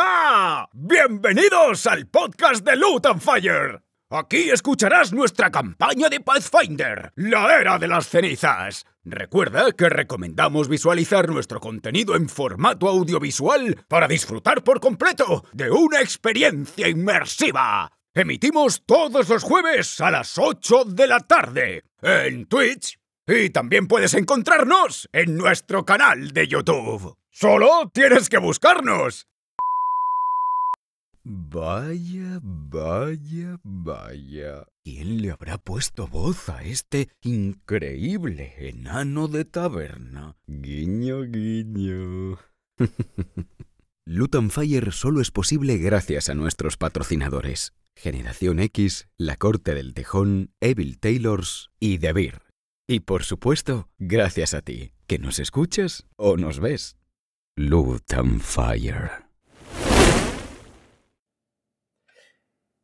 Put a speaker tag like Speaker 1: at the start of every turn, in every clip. Speaker 1: Hola, bienvenidos al podcast de Loot and Fire. Aquí escucharás nuestra campaña de Pathfinder, la era de las cenizas. Recuerda que recomendamos visualizar nuestro contenido en formato audiovisual para disfrutar por completo de una experiencia inmersiva. Emitimos todos los jueves a las 8 de la tarde en Twitch y también puedes encontrarnos en nuestro canal de YouTube. Solo tienes que buscarnos. Vaya, vaya, vaya. ¿Quién le habrá puesto voz a este increíble enano de taberna? Guiño, guiño. Luton Fire solo es posible gracias a nuestros patrocinadores. Generación X, La Corte del Tejón, Evil Taylors y The Beer. Y por supuesto, gracias a ti, que nos escuchas o nos ves. Luton Fire.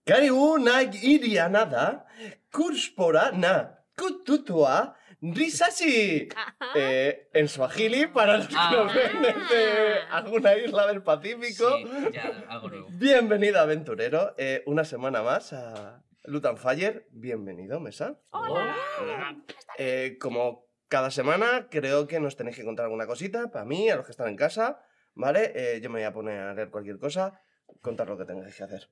Speaker 2: Kariunak iriana da, kurspora na, kututua, risasi. Eh, en Swahili, para los que
Speaker 3: Ah.
Speaker 2: nos ven desde alguna isla del Pacífico.
Speaker 3: Sí, ya, algo nuevo.
Speaker 2: Bienvenido, aventurero. eh, una semana más a Lutan Fire. Bienvenido, Mesa.
Speaker 4: Hola.
Speaker 2: Hola. Eh, como cada semana, creo que nos tenéis que contar alguna cosita para mí, a los que están en casa. ¿Vale? Eh, yo me voy a poner a leer cualquier cosa, contar lo que tengáis que hacer.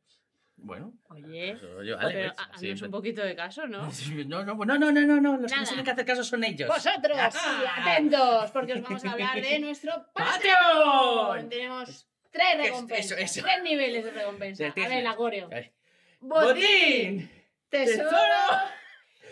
Speaker 3: Bueno,
Speaker 4: Oye,
Speaker 3: eso yo,
Speaker 4: pero
Speaker 3: Alex.
Speaker 4: ha- haznos
Speaker 3: siempre.
Speaker 4: un poquito de caso, ¿no?
Speaker 3: No, no, no, no, no, no, no, Los
Speaker 4: Nada.
Speaker 3: que
Speaker 4: Pues
Speaker 3: nos tienen que hacer caso son ellos.
Speaker 4: Vosotros,
Speaker 3: Ah.
Speaker 4: sí, atentos, porque os vamos a hablar de nuestro
Speaker 3: ¡Patreon!
Speaker 4: Patreon. Tenemos tres
Speaker 3: Eso,
Speaker 4: recompensas,
Speaker 3: eso, eso.
Speaker 4: tres niveles de recompensa.
Speaker 3: Tres
Speaker 4: A ver, la coreo.
Speaker 3: Ay.
Speaker 4: Botín, tesoro,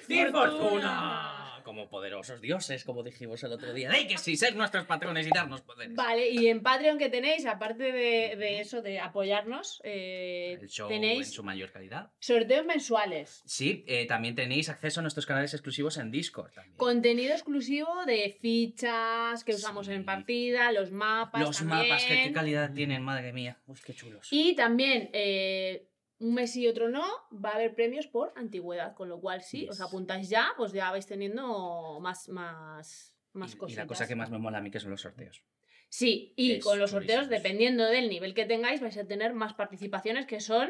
Speaker 3: ¡Sin
Speaker 4: fortuna.
Speaker 3: fortuna! Como poderosos dioses, como dijimos el otro día. ¡Hay que sí ser nuestros patrones y darnos poderes!
Speaker 4: Vale, y en Patreon que tenéis, aparte de, de eso, de apoyarnos, eh,
Speaker 3: El show en
Speaker 4: tenéis
Speaker 3: su mayor calidad.
Speaker 4: sorteos mensuales.
Speaker 3: Sí, eh, también tenéis acceso a nuestros canales exclusivos en Discord. También.
Speaker 4: Contenido exclusivo de fichas que usamos
Speaker 3: Sí.
Speaker 4: en partida, los mapas.
Speaker 3: Los mapas, que,
Speaker 4: también.
Speaker 3: qué calidad tienen, madre mía. Uy, qué chulos.
Speaker 4: Y también, eh, un mes y otro no, va a haber premios por antigüedad, con lo cual si
Speaker 3: Yes.
Speaker 4: os apuntáis ya, pues ya vais teniendo más, más, más
Speaker 3: Y- y
Speaker 4: cositas.
Speaker 3: la cosa que más me mola a mí que son los sorteos.
Speaker 4: Sí, y
Speaker 3: es
Speaker 4: con los sorteos,
Speaker 3: chulísimos.
Speaker 4: dependiendo del nivel que tengáis, vais a tener más participaciones que son,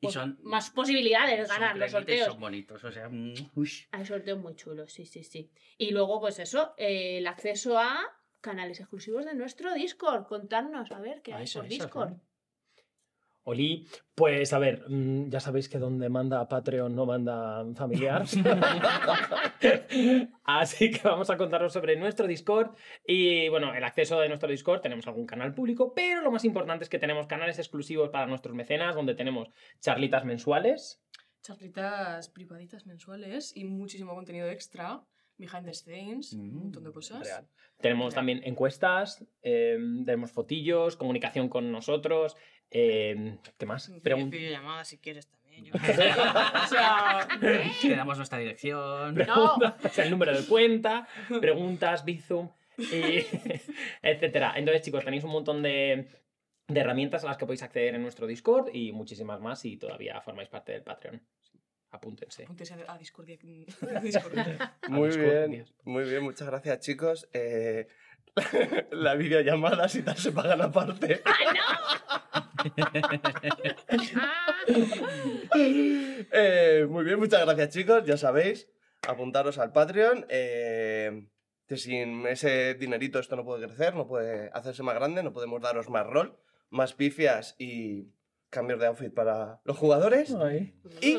Speaker 3: Y
Speaker 4: pues,
Speaker 3: son
Speaker 4: más posibilidades de
Speaker 3: Son
Speaker 4: ganar los
Speaker 3: cremitas y
Speaker 4: sorteos.
Speaker 3: Son bonitos, o sea, mm, uy.
Speaker 4: Hay sorteos muy chulos, sí, sí, sí. Y luego, pues eso, eh, el acceso a canales exclusivos de nuestro Discord. Contarnos, a ver, ¿qué
Speaker 3: Ah,
Speaker 4: hay
Speaker 3: eso,
Speaker 4: por
Speaker 3: eso,
Speaker 4: Discord?
Speaker 3: ¿no?
Speaker 5: Oli, pues a ver, mm, ya sabéis que donde manda Patreon no manda familiar. Así que vamos a contaros sobre nuestro Discord y bueno, el acceso de nuestro Discord, tenemos algún canal público, pero lo más importante es que tenemos canales exclusivos para nuestros mecenas donde tenemos charlitas mensuales.
Speaker 6: charlitas privaditas mensuales y muchísimo contenido extra, behind the scenes, un montón de cosas.
Speaker 5: Real. Tenemos
Speaker 6: Real.
Speaker 5: también encuestas, eh, tenemos fotillos, comunicación con nosotros, eh, ¿qué más? Pregun-
Speaker 6: videollamada si quieres también. yo-
Speaker 5: O
Speaker 3: Ah,
Speaker 5: sea,
Speaker 3: Te eh, damos nuestra dirección.
Speaker 5: preguntas, Ah, o sea, el número de cuenta, preguntas, Bizum, y etcétera. Entonces, chicos, tenéis un montón de, de herramientas a las que podéis acceder en nuestro Discord y muchísimas más si todavía formáis parte del Patreon. Apúntense.
Speaker 6: Apúntese a a Discordia. Discordia.
Speaker 5: A
Speaker 2: Muy
Speaker 5: Discord,
Speaker 2: bien,
Speaker 5: Dios.
Speaker 2: muy bien, muchas gracias chicos. Eh, la videollamada si tal se pagan aparte.
Speaker 4: Ah,
Speaker 2: Eh, muy bien, muchas gracias chicos, ya sabéis, apuntaros al Patreon. eh, que sin ese dinerito esto no puede crecer, no puede hacerse más grande, no podemos daros más rol, más pifias y cambios de outfit para los jugadores. Y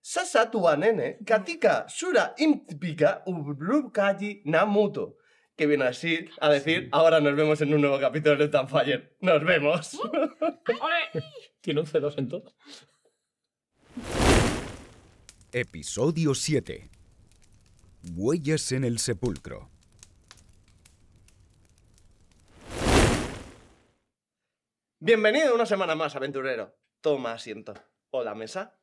Speaker 2: Sasa tuanene, katika sura impika ubrukagi namuto. Que viene así a decir, ahora nos vemos en un nuevo capítulo de Tanfire. Nos vemos.
Speaker 5: Tiene un C2 en todo.
Speaker 1: Episodio 7. Huellas en el sepulcro.
Speaker 2: Bienvenido una semana más, aventurero. Toma asiento. Hola, mesa.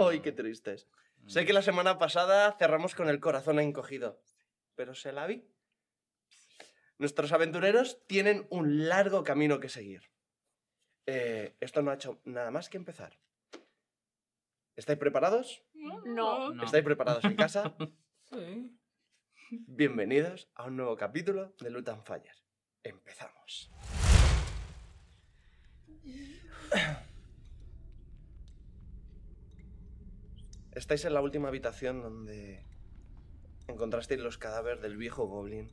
Speaker 2: Ay, qué tristes. Sé que la semana pasada cerramos con el corazón encogido, pero se la vi. Nuestros aventureros tienen un largo camino que seguir. Eh, esto no ha hecho nada más que empezar. ¿Estáis preparados?
Speaker 4: No.
Speaker 3: No.
Speaker 2: ¿Estáis preparados en casa?
Speaker 6: Sí.
Speaker 2: Bienvenidos a un nuevo capítulo de Lutan Fire. Empezamos. Estáis en la última habitación donde encontrasteis los cadáveres del viejo Goblin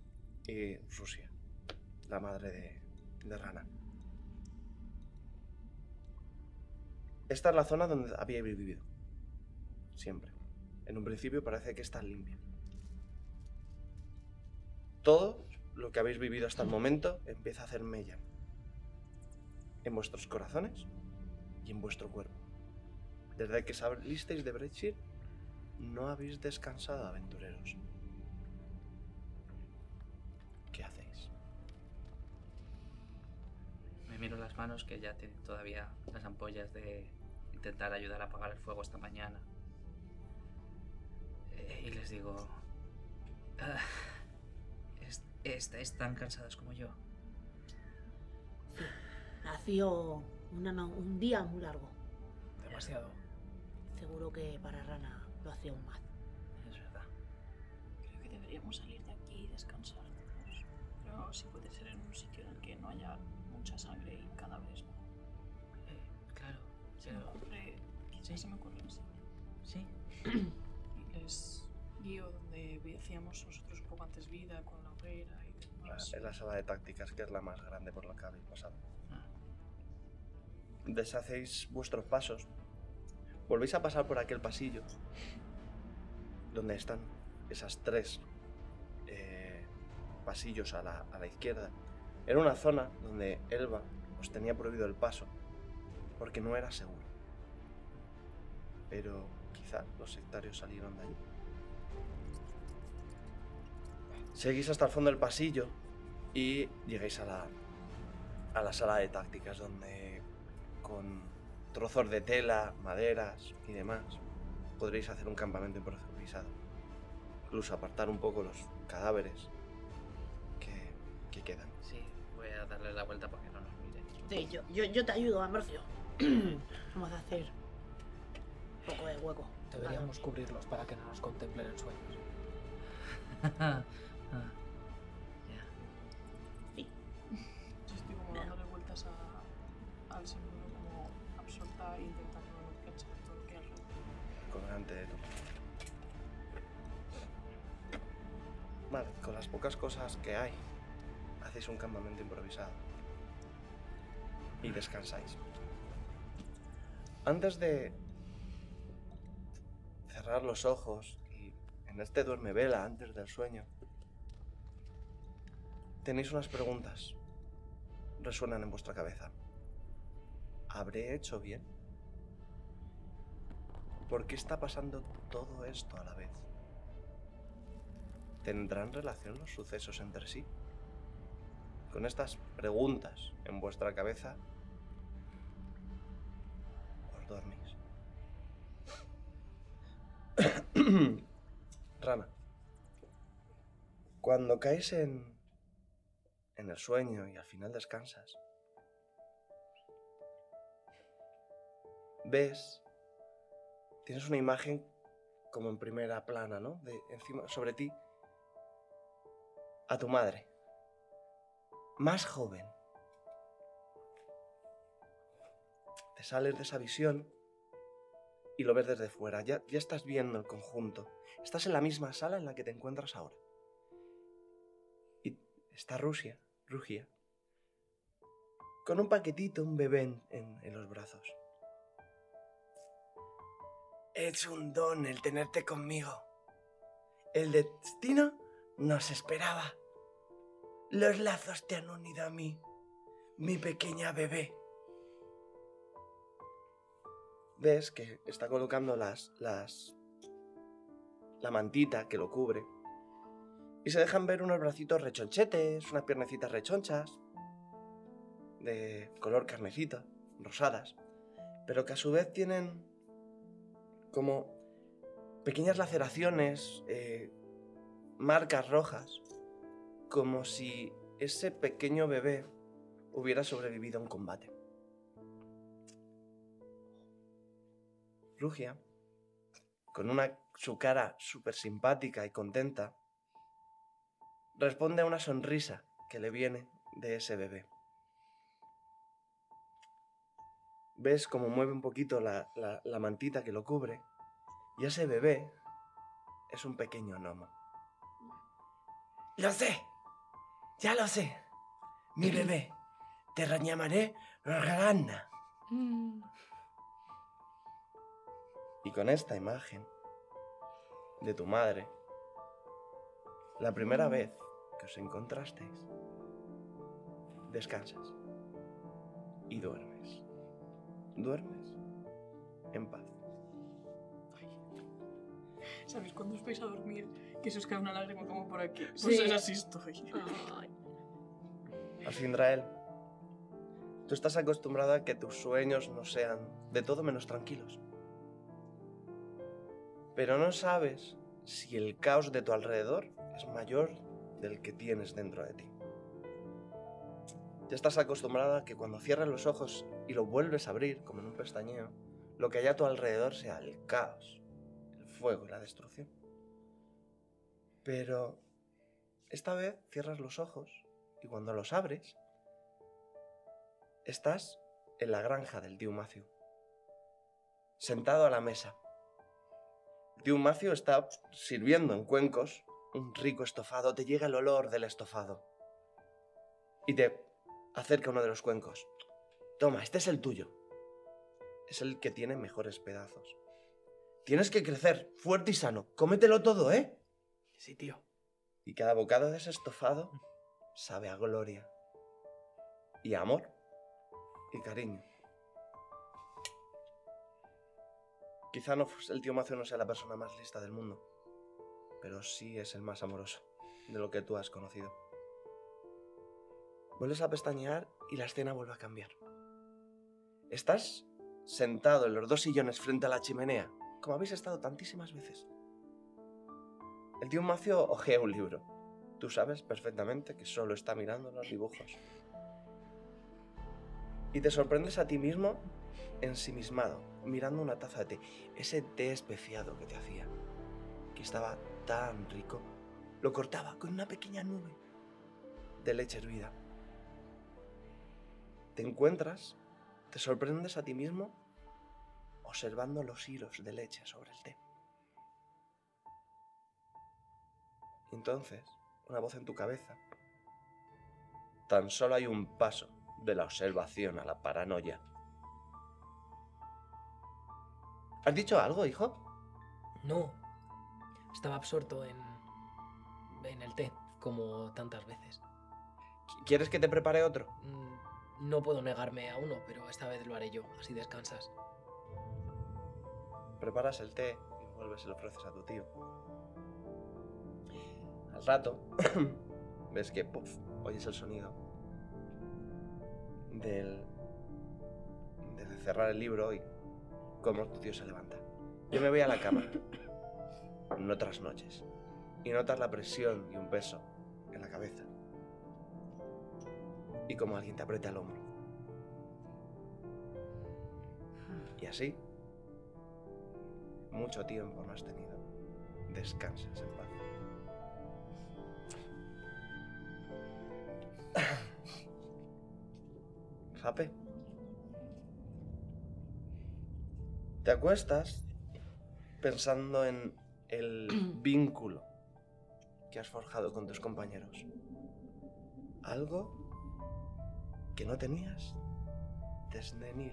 Speaker 2: y Rusia, la madre de, de Rana. Esta es la zona donde había vivido. Siempre. En un principio parece que está limpia. Todo lo que habéis vivido hasta el momento empieza a hacer mella. En vuestros corazones y en vuestro cuerpo. Desde que salisteis de Brexit, no habéis descansado, aventureros. ¿Qué hacéis?
Speaker 3: Me miro las manos que ya tienen todavía las ampollas de intentar ayudar a apagar el fuego esta mañana. Eh, y les digo... "Ah, es- estáis tan cansadas como yo.
Speaker 7: Ha sido una no- un día muy largo.
Speaker 3: Demasiado.
Speaker 7: Seguro que para Rana lo hacía un más.
Speaker 3: Es verdad.
Speaker 8: Creo que deberíamos salir de aquí y descansar todos. Pero sí puede ser en un sitio en el que no haya mucha sangre y cadáveres. ¿no?
Speaker 3: Eh, claro.
Speaker 8: Se me
Speaker 3: Pero...
Speaker 8: ocurre,
Speaker 3: Sí.
Speaker 8: quizás se me ocurre un sitio.
Speaker 3: Sí.
Speaker 6: Les guío donde vi- hacíamos nosotros un poco antes vida con la hoguera y demás.
Speaker 2: En la sala de tácticas, que es la más grande por la que habéis pasado.
Speaker 3: Ah.
Speaker 2: deshacéis vuestros pasos, volvéis a pasar por aquel pasillo donde están esas tres eh, pasillos a la, a la izquierda. Era una zona donde Elba os tenía prohibido el paso porque no era seguro. Pero quizá los sectarios salieron de allí. Seguís hasta el fondo del pasillo y llegáis a la, a la sala de tácticas donde con trozos de tela, maderas y demás, podréis hacer un campamento improvisado. Incluso apartar un poco los cadáveres que, que quedan.
Speaker 3: Sí, voy a darle la vuelta para que no nos miren.
Speaker 7: Sí, yo, yo, yo te ayudo, Amorcio. Vamos a hacer un poco de hueco.
Speaker 5: Deberíamos cubrirlos para que no nos contemplen en sueños.
Speaker 3: Ah,
Speaker 6: Yo estoy como dándole vueltas a- al símbolo como absorta e intentando pensar todo lo que hay alrededor.
Speaker 2: con delante de tú. Vale, con las pocas cosas que hay, hacéis un campamento improvisado. Y descansáis. Antes de cerrar los ojos y en este duerme vela antes del sueño, tenéis unas preguntas. Resuenan en vuestra cabeza. ¿Habré hecho bien? ¿Por qué está pasando todo esto a la vez? ¿Tendrán relación los sucesos entre sí? Con estas preguntas en vuestra cabeza, os dormís. Rana, cuando caes en, en el sueño y al final descansas, ves tienes una imagen como en primera plana, ¿no? De encima, sobre ti, a tu madre, más joven. Te sales de esa visión y lo ves desde fuera. Ya, ya estás viendo el conjunto. Estás en la misma sala en la que te encuentras ahora. Y está Rusia, Rugia, con un paquetito, un bebé en- en- en los brazos. Es un don el tenerte conmigo. El destino nos esperaba. Los lazos te han unido a mí, mi pequeña bebé. Ves que está colocando las. las. la mantita que lo cubre. Y se dejan ver unos bracitos rechonchetes, unas piernecitas rechonchas. de color carnecita, rosadas. Pero que a su vez tienen como pequeñas laceraciones, eh, marcas rojas, como si ese pequeño bebé hubiera sobrevivido a un combate. Rugia, con una, su cara súper simpática y contenta, responde a una sonrisa que le viene de ese bebé. ves cómo mueve un poquito la, la- la mantita que lo cubre Y ese bebé es un pequeño gnomo. Lo sé. Ya lo sé. Mi bebé. Te reñamaré Ragana. Y con esta imagen de tu madre, la primera vez que os encontrasteis, descansas y duermes. Duermes en paz.
Speaker 6: ¿Sabéis cuando os vais a dormir que se os cae una lágrima como por aquí? Pues
Speaker 9: Sí.
Speaker 6: es así estoy.
Speaker 9: Ay.
Speaker 2: Asindrael, tú estás acostumbrada a que tus sueños no sean de todo menos tranquilos. Pero no sabes si el caos de tu alrededor es mayor del que tienes dentro de ti. Ya estás acostumbrada a que cuando cierras los ojos y los vuelves a abrir, como en un pestañeo, lo que hay a tu alrededor sea el caos, el fuego y la destrucción. Pero esta vez cierras los ojos y cuando los abres, estás en la granja del tío Macio. Sentado a la mesa. El tío Macio está sirviendo en cuencos un rico estofado. Te llega el olor del estofado. Y te acerca uno de los cuencos. Toma, este es el tuyo. Es el que tiene mejores pedazos. Tienes que crecer, fuerte y sano. Cómetelo todo, ¿eh?
Speaker 5: Sí, tío.
Speaker 2: Y cada bocado de ese estofado sabe a gloria. Y a amor. Y cariño. Quizá no fuese- el tío Macio no sea la persona más lista del mundo. Pero sí es el más amoroso de lo que tú has conocido. Vuelves a pestañear y la escena vuelve a cambiar. Estás sentado en los dos sillones frente a la chimenea, como habéis estado tantísimas veces. El tío Macio ojea un libro. Tú sabes perfectamente que solo está mirando los dibujos. Y te sorprendes a ti mismo ensimismado, mirando una taza de té. Ese té especiado que te hacía, que estaba tan rico, lo cortaba con una pequeña nube de leche hervida. Te encuentras, te sorprendes a ti mismo observando los hilos de leche sobre el té. Y entonces, una voz en tu cabeza. Tan solo hay un paso de la observación a la paranoia. ¿Has dicho algo, hijo?
Speaker 5: No. Estaba absorto en. en el té, como tantas veces.
Speaker 2: Qu- ¿Quieres que te prepare otro?
Speaker 5: Mm, No puedo negarme a uno, pero esta vez lo haré yo, así descansas.
Speaker 2: Preparas el té y vuelves y lo ofreces a tu tío. Al rato, ves que puff, oyes el sonido del. de cerrar el libro y cómo tu tío se levanta. Yo me voy a la cama. en otras noches. Y notas la presión y un peso en la cabeza. Y como alguien te aprieta el hombro. Y así, mucho tiempo no has tenido. Descansas en paz. Jape. Te acuestas pensando en el vínculo que has forjado con tus compañeros. Algo que no tenías desde Nil.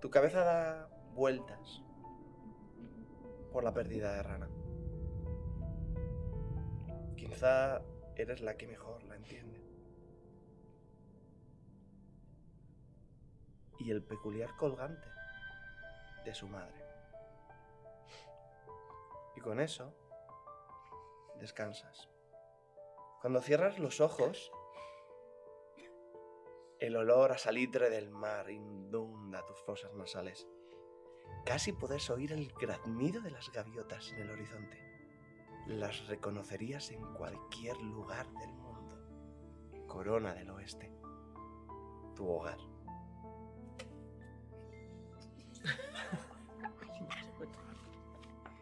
Speaker 2: Tu cabeza da vueltas por la pérdida de Rana. Quizá eres la que mejor la entiende. Y el peculiar colgante de su madre. Y con eso, descansas. Cuando cierras los ojos, el olor a salitre del mar inunda tus fosas nasales. Casi podés oír el graznido de las gaviotas en el horizonte. Las reconocerías en cualquier lugar del mundo. Corona del Oeste. Tu hogar.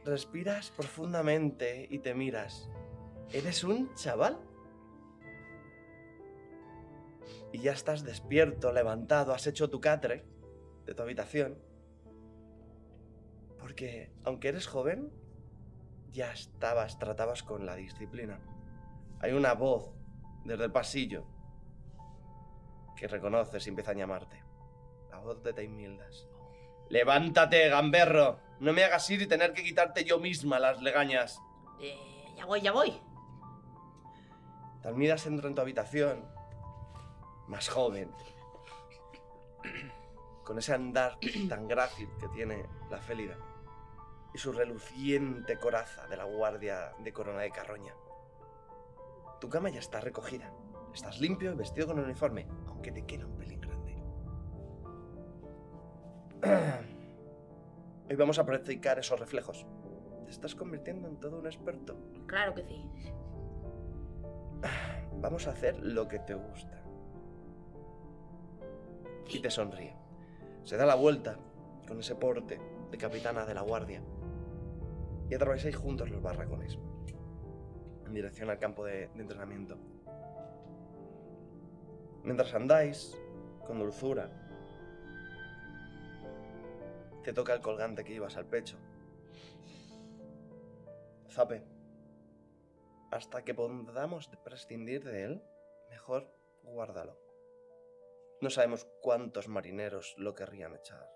Speaker 2: Respiras profundamente y te miras. ¿Eres un chaval? y ya estás despierto, levantado, has hecho tu catre de tu habitación Porque aunque eres joven, ya estabas, tratabas con la disciplina. Hay una voz desde el pasillo que reconoces y empieza a llamarte. La voz de Taimildas. Levántate, gamberro. No me hagas ir y tener que quitarte yo misma las legañas.
Speaker 7: Eh, ya voy, ya voy.
Speaker 2: Talmidas entra en tu habitación, más joven, con ese andar tan grácil que tiene la Félida y su reluciente coraza de la guardia de corona de carroña. Tu cama ya está recogida. Estás limpio y vestido con el uniforme, aunque te queda un pelín grande. Hoy vamos a practicar esos reflejos. Te estás convirtiendo en todo un experto.
Speaker 7: Claro que sí.
Speaker 2: Vamos a hacer lo que te gusta. Y te sonríe. Se da la vuelta con ese porte de capitana de la guardia. Y atravesáis juntos los barracones. En dirección al campo de, de entrenamiento. Mientras andáis, con dulzura, te toca el colgante que llevas al pecho. Zape hasta que podamos prescindir de él, mejor guárdalo. No sabemos cuántos marineros lo querrían echar.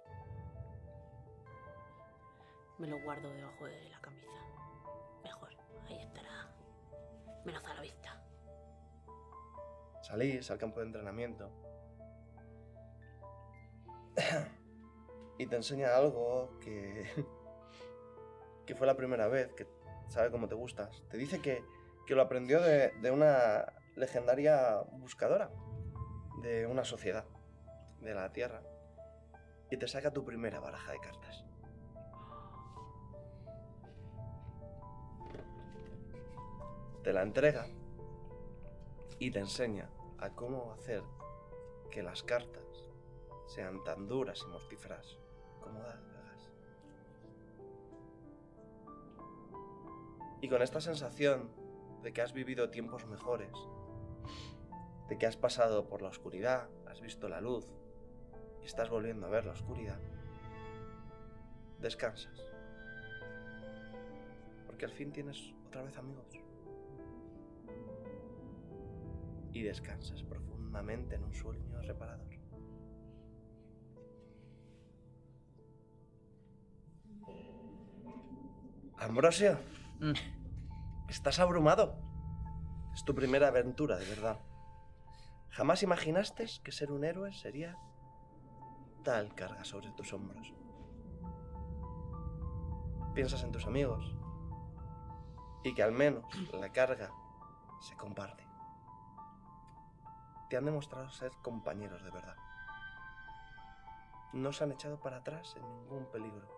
Speaker 7: Me lo guardo debajo de la camisa. Mejor, ahí estará. Menos a la vista.
Speaker 2: Salís al campo de entrenamiento. y te enseña algo que. que fue la primera vez que sabe cómo te gustas. Te dice que, que lo aprendió de, de una legendaria buscadora de una sociedad de la Tierra. Y te saca tu primera baraja de cartas. Te la entrega y te enseña a cómo hacer que las cartas sean tan duras y mortíferas como dagas. Y con esta sensación de que has vivido tiempos mejores, de que has pasado por la oscuridad, has visto la luz y estás volviendo a ver la oscuridad, descansas. Porque al fin tienes otra vez amigos. Y descansas profundamente en un sueño reparador. Ambrosio. Estás abrumado. Es tu primera aventura, de verdad. Jamás imaginaste que ser un héroe sería tal carga sobre tus hombros. Piensas en tus amigos y que al menos la carga se comparte. Te han demostrado ser compañeros de verdad. No se han echado para atrás en ningún peligro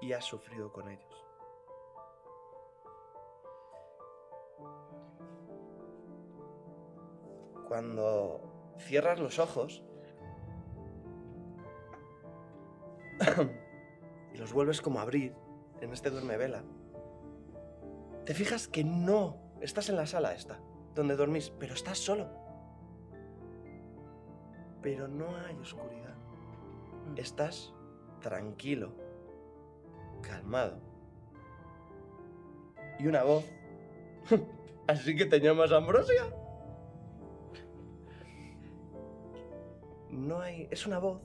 Speaker 2: y has sufrido con ellos. cuando cierras los ojos y los vuelves como a abrir en este duerme vela, te fijas que no estás en la sala esta, donde dormís, pero estás solo. Pero no hay oscuridad. Estás tranquilo, calmado. Y una voz. Así que te llamas Ambrosia. no hay. Es una voz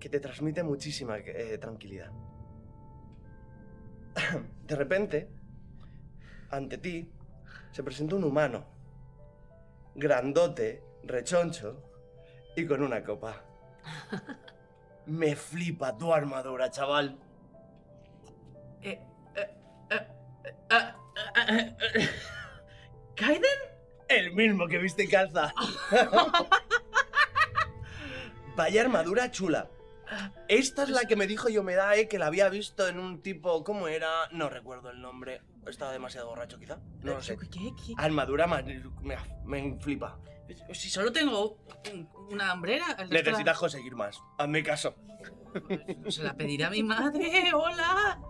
Speaker 2: que te transmite muchísima eh, tranquilidad. De repente, ante ti se presenta un humano, grandote, rechoncho y con una copa. Me flipa tu armadura, chaval. Ah,
Speaker 3: ¿Kaiden?
Speaker 2: El mismo que viste en calza. Vaya armadura chula. Esta es la que me dijo Yomedae que la había visto en un tipo. ¿Cómo era? No recuerdo el nombre. Estaba demasiado borracho, quizá. No lo sé. Armadura ma- me, me flipa.
Speaker 8: Si solo tengo un- una hombrera. el resto la-
Speaker 2: Necesitas conseguir más. Hazme caso.
Speaker 8: Se la pedirá mi madre. ¡Hola!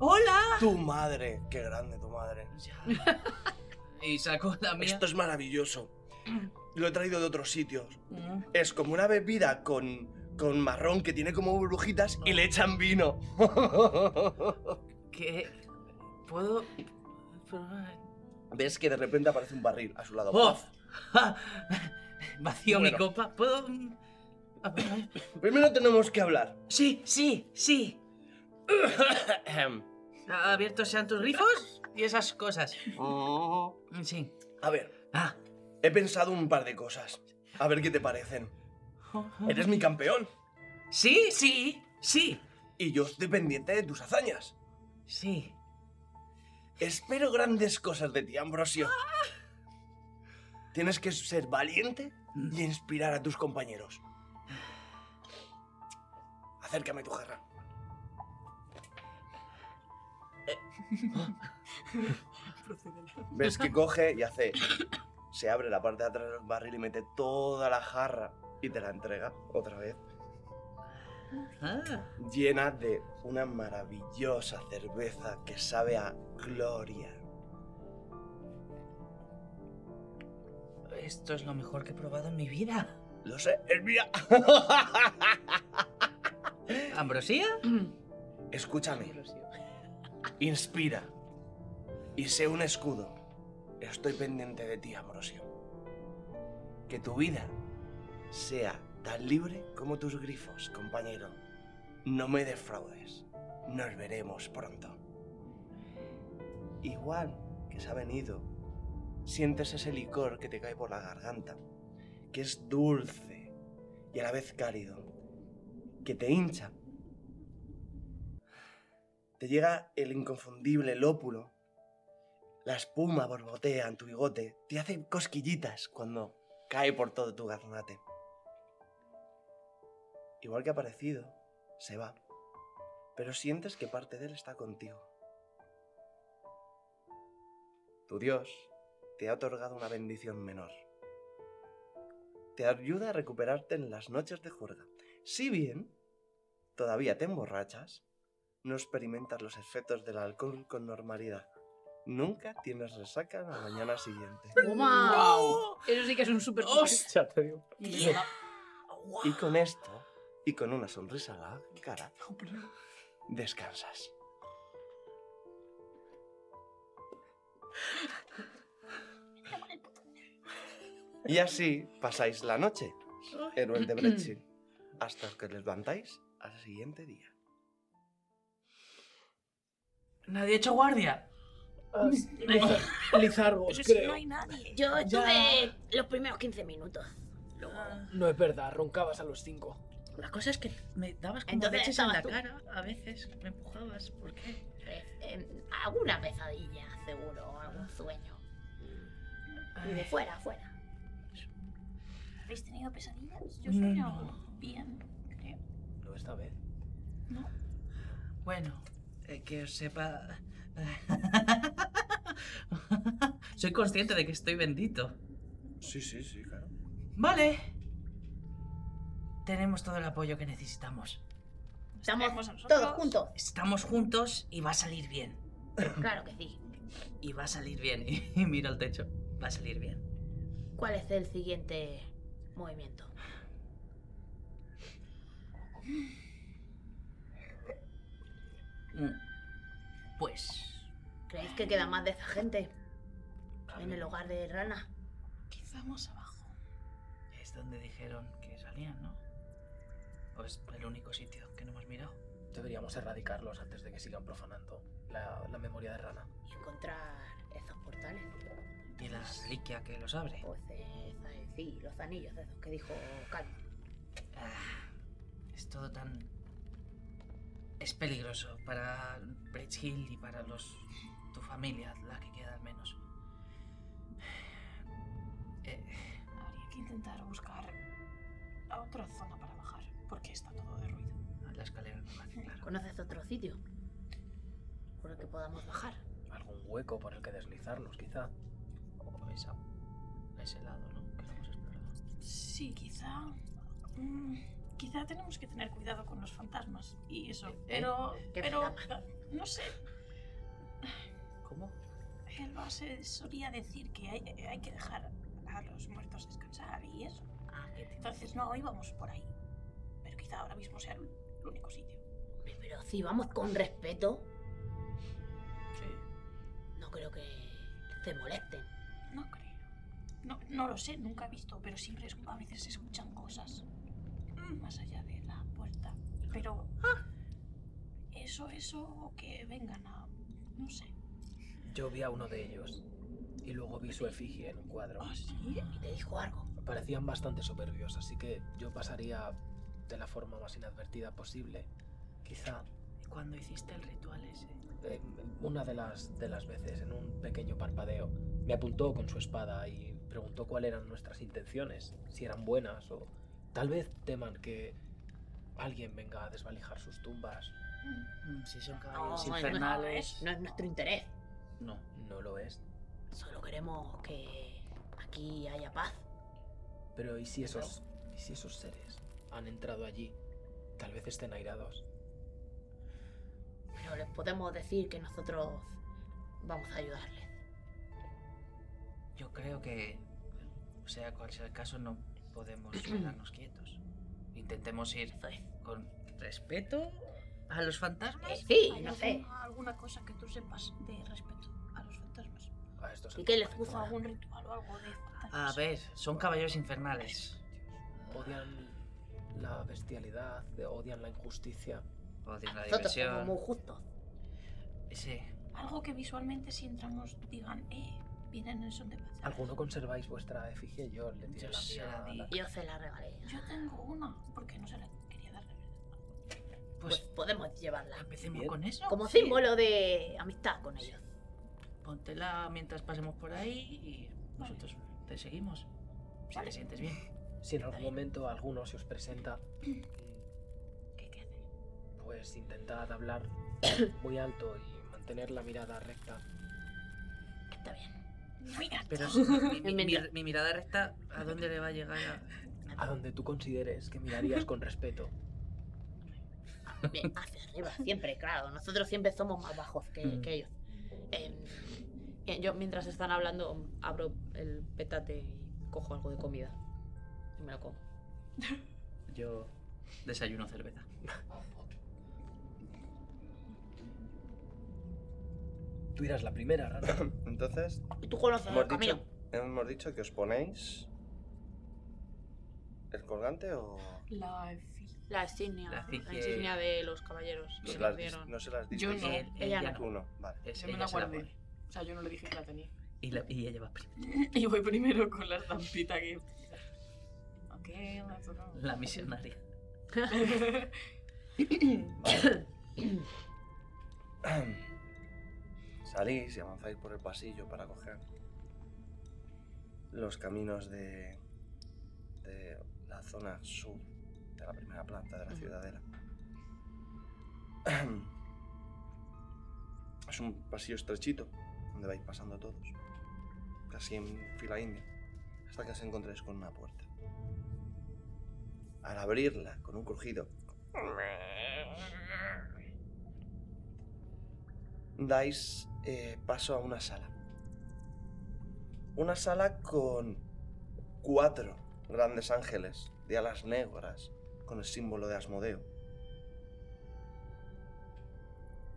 Speaker 8: ¡Hola!
Speaker 2: Tu madre. Qué grande tu madre.
Speaker 8: Y saco la mía.
Speaker 2: Esto es maravilloso. Lo he traído de otros sitios.
Speaker 8: Mm.
Speaker 2: Es como una bebida con, con marrón que tiene como burbujitas y le echan vino.
Speaker 3: ¿Qué? ¿Puedo probar?
Speaker 2: Ves que de repente aparece un barril a su lado.
Speaker 3: ¡Oh! Ja. Vacío mi
Speaker 2: Bueno.
Speaker 3: copa. ¿Puedo? mm, a ver?
Speaker 2: Primero tenemos que hablar.
Speaker 3: Sí, sí, sí. ¿Abiertos sean tus rifos? Y esas cosas.
Speaker 2: Oh.
Speaker 3: Sí.
Speaker 2: A ver,
Speaker 3: Ah.
Speaker 2: he pensado un par de cosas. A ver qué te parecen. Eres mi campeón
Speaker 3: Ah. Sí, sí, sí,
Speaker 2: y yo estoy pendiente de tus hazañas.
Speaker 3: sí.
Speaker 2: Espero grandes cosas de ti, Ambrosio.
Speaker 3: Ah.
Speaker 2: Tienes que ser valiente
Speaker 3: Mm.
Speaker 2: y inspirar a tus compañeros. Acércame tu jarra. Ves que coge y hace. Se abre la parte de atrás del barril y mete toda la jarra y te la entrega otra vez.
Speaker 3: Ah.
Speaker 2: Llena de una maravillosa cerveza que sabe a gloria.
Speaker 3: Esto es lo mejor que he probado en mi vida.
Speaker 2: Lo sé, es mía.
Speaker 3: ¿Ambrosía?
Speaker 2: Escúchame. Inspira. Y sé un escudo. Estoy pendiente de ti, Ambrosio. Que tu vida sea tan libre como tus grifos, compañero. No me defraudes. Nos veremos pronto. Igual que se ha venido, sientes ese licor que te cae por la garganta, que es dulce y a la vez cálido, que te hincha te llega el inconfundible lópulo, la espuma borbotea en tu bigote, te hace cosquillitas cuando cae por todo tu garnate. Igual que ha aparecido, se va, pero sientes que parte de él está contigo. Tu Dios te ha otorgado una bendición menor. Te ayuda a recuperarte en las noches de juerga. Si bien todavía te emborrachas, no experimentas los efectos del alcohol con normalidad. Nunca tienes resaca a la mañana siguiente.
Speaker 9: ¡Toma!
Speaker 8: ¡Guau!
Speaker 9: Eso sí que es un super.
Speaker 10: Ya te digo.
Speaker 2: Y con esto, y con una sonrisa en la cara, descansas. Y así pasáis la noche, héroes de Brechin, hasta que os levantáis al siguiente día.
Speaker 8: ¿Nadie ha hecho guardia?
Speaker 5: Lizargos,
Speaker 8: Pero si
Speaker 5: Pues creo.
Speaker 8: no hay nadie.
Speaker 7: Yo estuve los primeros 15 minutos. Luego,
Speaker 5: No es verdad, roncabas a los cinco.
Speaker 3: La cosa es que me dabas como
Speaker 7: Entonces
Speaker 3: leches en la
Speaker 7: estabas tú.
Speaker 3: cara. A veces me empujabas. ¿Por qué?
Speaker 7: eh, eh, alguna pesadilla, seguro, o algún sueño. Y de fuera, fuera.
Speaker 8: ¿Habéis tenido pesadillas? Yo sueño bien, creo.
Speaker 5: No esta vez.
Speaker 3: Bueno, eh, que os sepa... Soy consciente de que estoy bendito.
Speaker 2: Sí, sí, sí, claro.
Speaker 3: Vale. Tenemos todo el apoyo que necesitamos.
Speaker 7: Estamos
Speaker 8: Tenemos a nosotros.
Speaker 7: todos juntos.
Speaker 3: Estamos juntos y va a salir bien.
Speaker 7: Claro que sí.
Speaker 3: Y va a salir bien. Y miro al techo. Va a salir bien.
Speaker 7: ¿Cuál es el siguiente movimiento?
Speaker 3: Mm. Pues...
Speaker 7: ¿Creéis que queda más de esa gente en el hogar de Rana?
Speaker 8: Quizá más abajo.
Speaker 3: Es donde dijeron que salían, ¿no? O es el único sitio que no hemos mirado.
Speaker 5: Deberíamos erradicarlos antes de que sigan profanando la, la memoria de Rana.
Speaker 7: Y encontrar esos portales.
Speaker 3: Y la reliquia que los abre.
Speaker 7: Pues esa es- sí, los anillos esos que dijo Calma.
Speaker 3: Ah, es todo tan... Es peligroso para Bridge Hill y para los... tu familia, la que queda al menos. Eh,
Speaker 8: Habría que intentar buscar a otra zona para bajar, porque está todo derruido.
Speaker 3: la escalera no va, claro.
Speaker 7: ¿Conoces otro sitio? Por el que podamos bajar.
Speaker 5: Algún hueco por el que deslizarlos, quizá.
Speaker 3: O esa... ese lado, ¿no? Que no hemos explorado.
Speaker 8: Sí, quizá. mm, quizá tenemos que tener cuidado con los fantasmas y eso. Pero.
Speaker 7: ¿Qué
Speaker 8: Pero. ah, No sé.
Speaker 3: ¿Cómo?
Speaker 8: Elba se solía decir que hay, eh, hay que dejar a los muertos descansar y eso.
Speaker 7: Ah, que te-
Speaker 8: Entonces no íbamos por ahí. Pero quizá quizá ahora mismo sea el el único sitio.
Speaker 7: Hombre, Pero si vamos con respeto,
Speaker 8: Sí.
Speaker 7: no creo que se molesten.
Speaker 8: No creo. No, no lo sé, nunca he visto, pero siempre es- a veces se escuchan cosas mm, más allá de la puerta. Pero eso, eso, o que vengan a... no sé.
Speaker 5: Yo vi a uno de ellos y luego vi su efigie en un cuadro.
Speaker 3: ¿Ah,
Speaker 7: Y te dijo algo.
Speaker 5: Parecían bastante soberbios, así que yo pasaría de la forma más inadvertida posible. Quizá
Speaker 8: ¿Y Cuando hiciste el ritual ese.
Speaker 5: eh, una de las, de las veces, en un pequeño parpadeo, me apuntó con su espada y preguntó cuáles eran nuestras intenciones, si eran buenas o tal vez teman que alguien venga a desvalijar sus tumbas.
Speaker 3: Mm, Si son
Speaker 7: No,
Speaker 3: caballos
Speaker 7: no,
Speaker 3: infernales.
Speaker 7: no es nuestro interés.
Speaker 3: No.
Speaker 5: No lo es.
Speaker 7: Solo queremos que aquí haya paz.
Speaker 5: Pero ¿y si esos, y si esos seres han entrado allí? Tal vez estén airados.
Speaker 7: Pero les podemos decir que nosotros vamos a ayudarles.
Speaker 3: Yo creo que, sea cual sea el caso, no podemos quedarnos quietos. Intentemos ir con respeto a los
Speaker 7: Eh,
Speaker 3: fantasmas.
Speaker 8: ¿Hay alguna- alguna cosa que tú sepas de respeto a los fantasmas?
Speaker 3: Ah,
Speaker 5: A estos
Speaker 7: ¿Y qué les
Speaker 8: ¿O
Speaker 7: gusta?
Speaker 8: algún ritual o algo de fantasmas?
Speaker 3: A ver, son caballos infernales.
Speaker 5: Odian la bestialidad, odian la injusticia.
Speaker 3: Odian la
Speaker 7: Nosotros somos
Speaker 3: diversión.
Speaker 7: muy justos.
Speaker 3: Sí.
Speaker 8: Algo que visualmente si entramos digan, eh, vienen en son de paz.
Speaker 5: ¿Alguno conserváis vuestra efigie? Yo le tiré
Speaker 3: Yo
Speaker 5: la
Speaker 3: se
Speaker 5: mía.
Speaker 3: la
Speaker 5: a
Speaker 3: di.
Speaker 5: la-
Speaker 7: Yo se la regalé.
Speaker 8: Yo tengo
Speaker 6: Ah,
Speaker 8: una, porque no se la quería dar.
Speaker 7: Pues,
Speaker 3: Pues
Speaker 7: podemos llevarla.
Speaker 3: empecemos
Speaker 5: Bien.
Speaker 3: con eso.
Speaker 7: Como
Speaker 3: Sí.
Speaker 7: símbolo de amistad con ellos.
Speaker 3: Póntela mientras pasemos por ahí y nosotros te seguimos. Si te sientes bien.
Speaker 5: Si en algún momento alguno se os presenta,
Speaker 8: ¿Qué qué hacer?
Speaker 5: pues intentad hablar muy alto y mantener la mirada recta.
Speaker 7: Está bien.
Speaker 8: Mira,
Speaker 3: Pero si- mi, mi- mi-
Speaker 7: Inventa.
Speaker 3: mi mirada recta, ¿a dónde le va a llegar? a-
Speaker 5: A donde tú consideres que mirarías con respeto.
Speaker 7: Bien, hacia arriba, siempre, claro. Nosotros siempre somos más bajos que,
Speaker 3: Mm.
Speaker 7: que ellos. Em,
Speaker 4: Eh, Yo, mientras están hablando, abro el petate y cojo algo de comida. Y me lo como.
Speaker 5: Yo
Speaker 3: Desayuno cerveza.
Speaker 5: Tú irás la primera, rana.
Speaker 2: Entonces,
Speaker 7: ¿y tú conoces el
Speaker 2: hemos
Speaker 7: camino?
Speaker 2: dicho, hemos dicho que os ponéis. ¿El colgante o.?
Speaker 6: La efigie.
Speaker 4: La insignia.
Speaker 3: La
Speaker 4: La,
Speaker 3: efigie.
Speaker 4: insignia de los caballeros que
Speaker 2: se
Speaker 4: nos
Speaker 2: las dis-
Speaker 4: dieron.
Speaker 2: no se las
Speaker 6: Yo
Speaker 2: disteis?
Speaker 6: no.
Speaker 3: Él- él
Speaker 4: Ella
Speaker 3: ya
Speaker 4: no. Eh,
Speaker 2: Uno, vale.
Speaker 3: Es-
Speaker 6: Yo me
Speaker 3: ella
Speaker 6: la
Speaker 3: se la
Speaker 6: guardé.
Speaker 3: pone.
Speaker 6: O sea, yo no le dije que la tenía.
Speaker 3: Y, la- y ella va primero.
Speaker 6: Y voy primero con la estampita que... Ok, me ha tocado.
Speaker 3: La misionaria.
Speaker 2: Salís y avanzáis por el pasillo para coger los caminos de, de la zona sur de la primera planta de la ciudadela. Es un pasillo estrechito donde vais pasando todos, casi en fila india, hasta que os encontréis con una puerta. Al abrirla con un crujido, dais eh, paso a una sala. Una sala con cuatro grandes ángeles de alas negras con el símbolo de Asmodeo.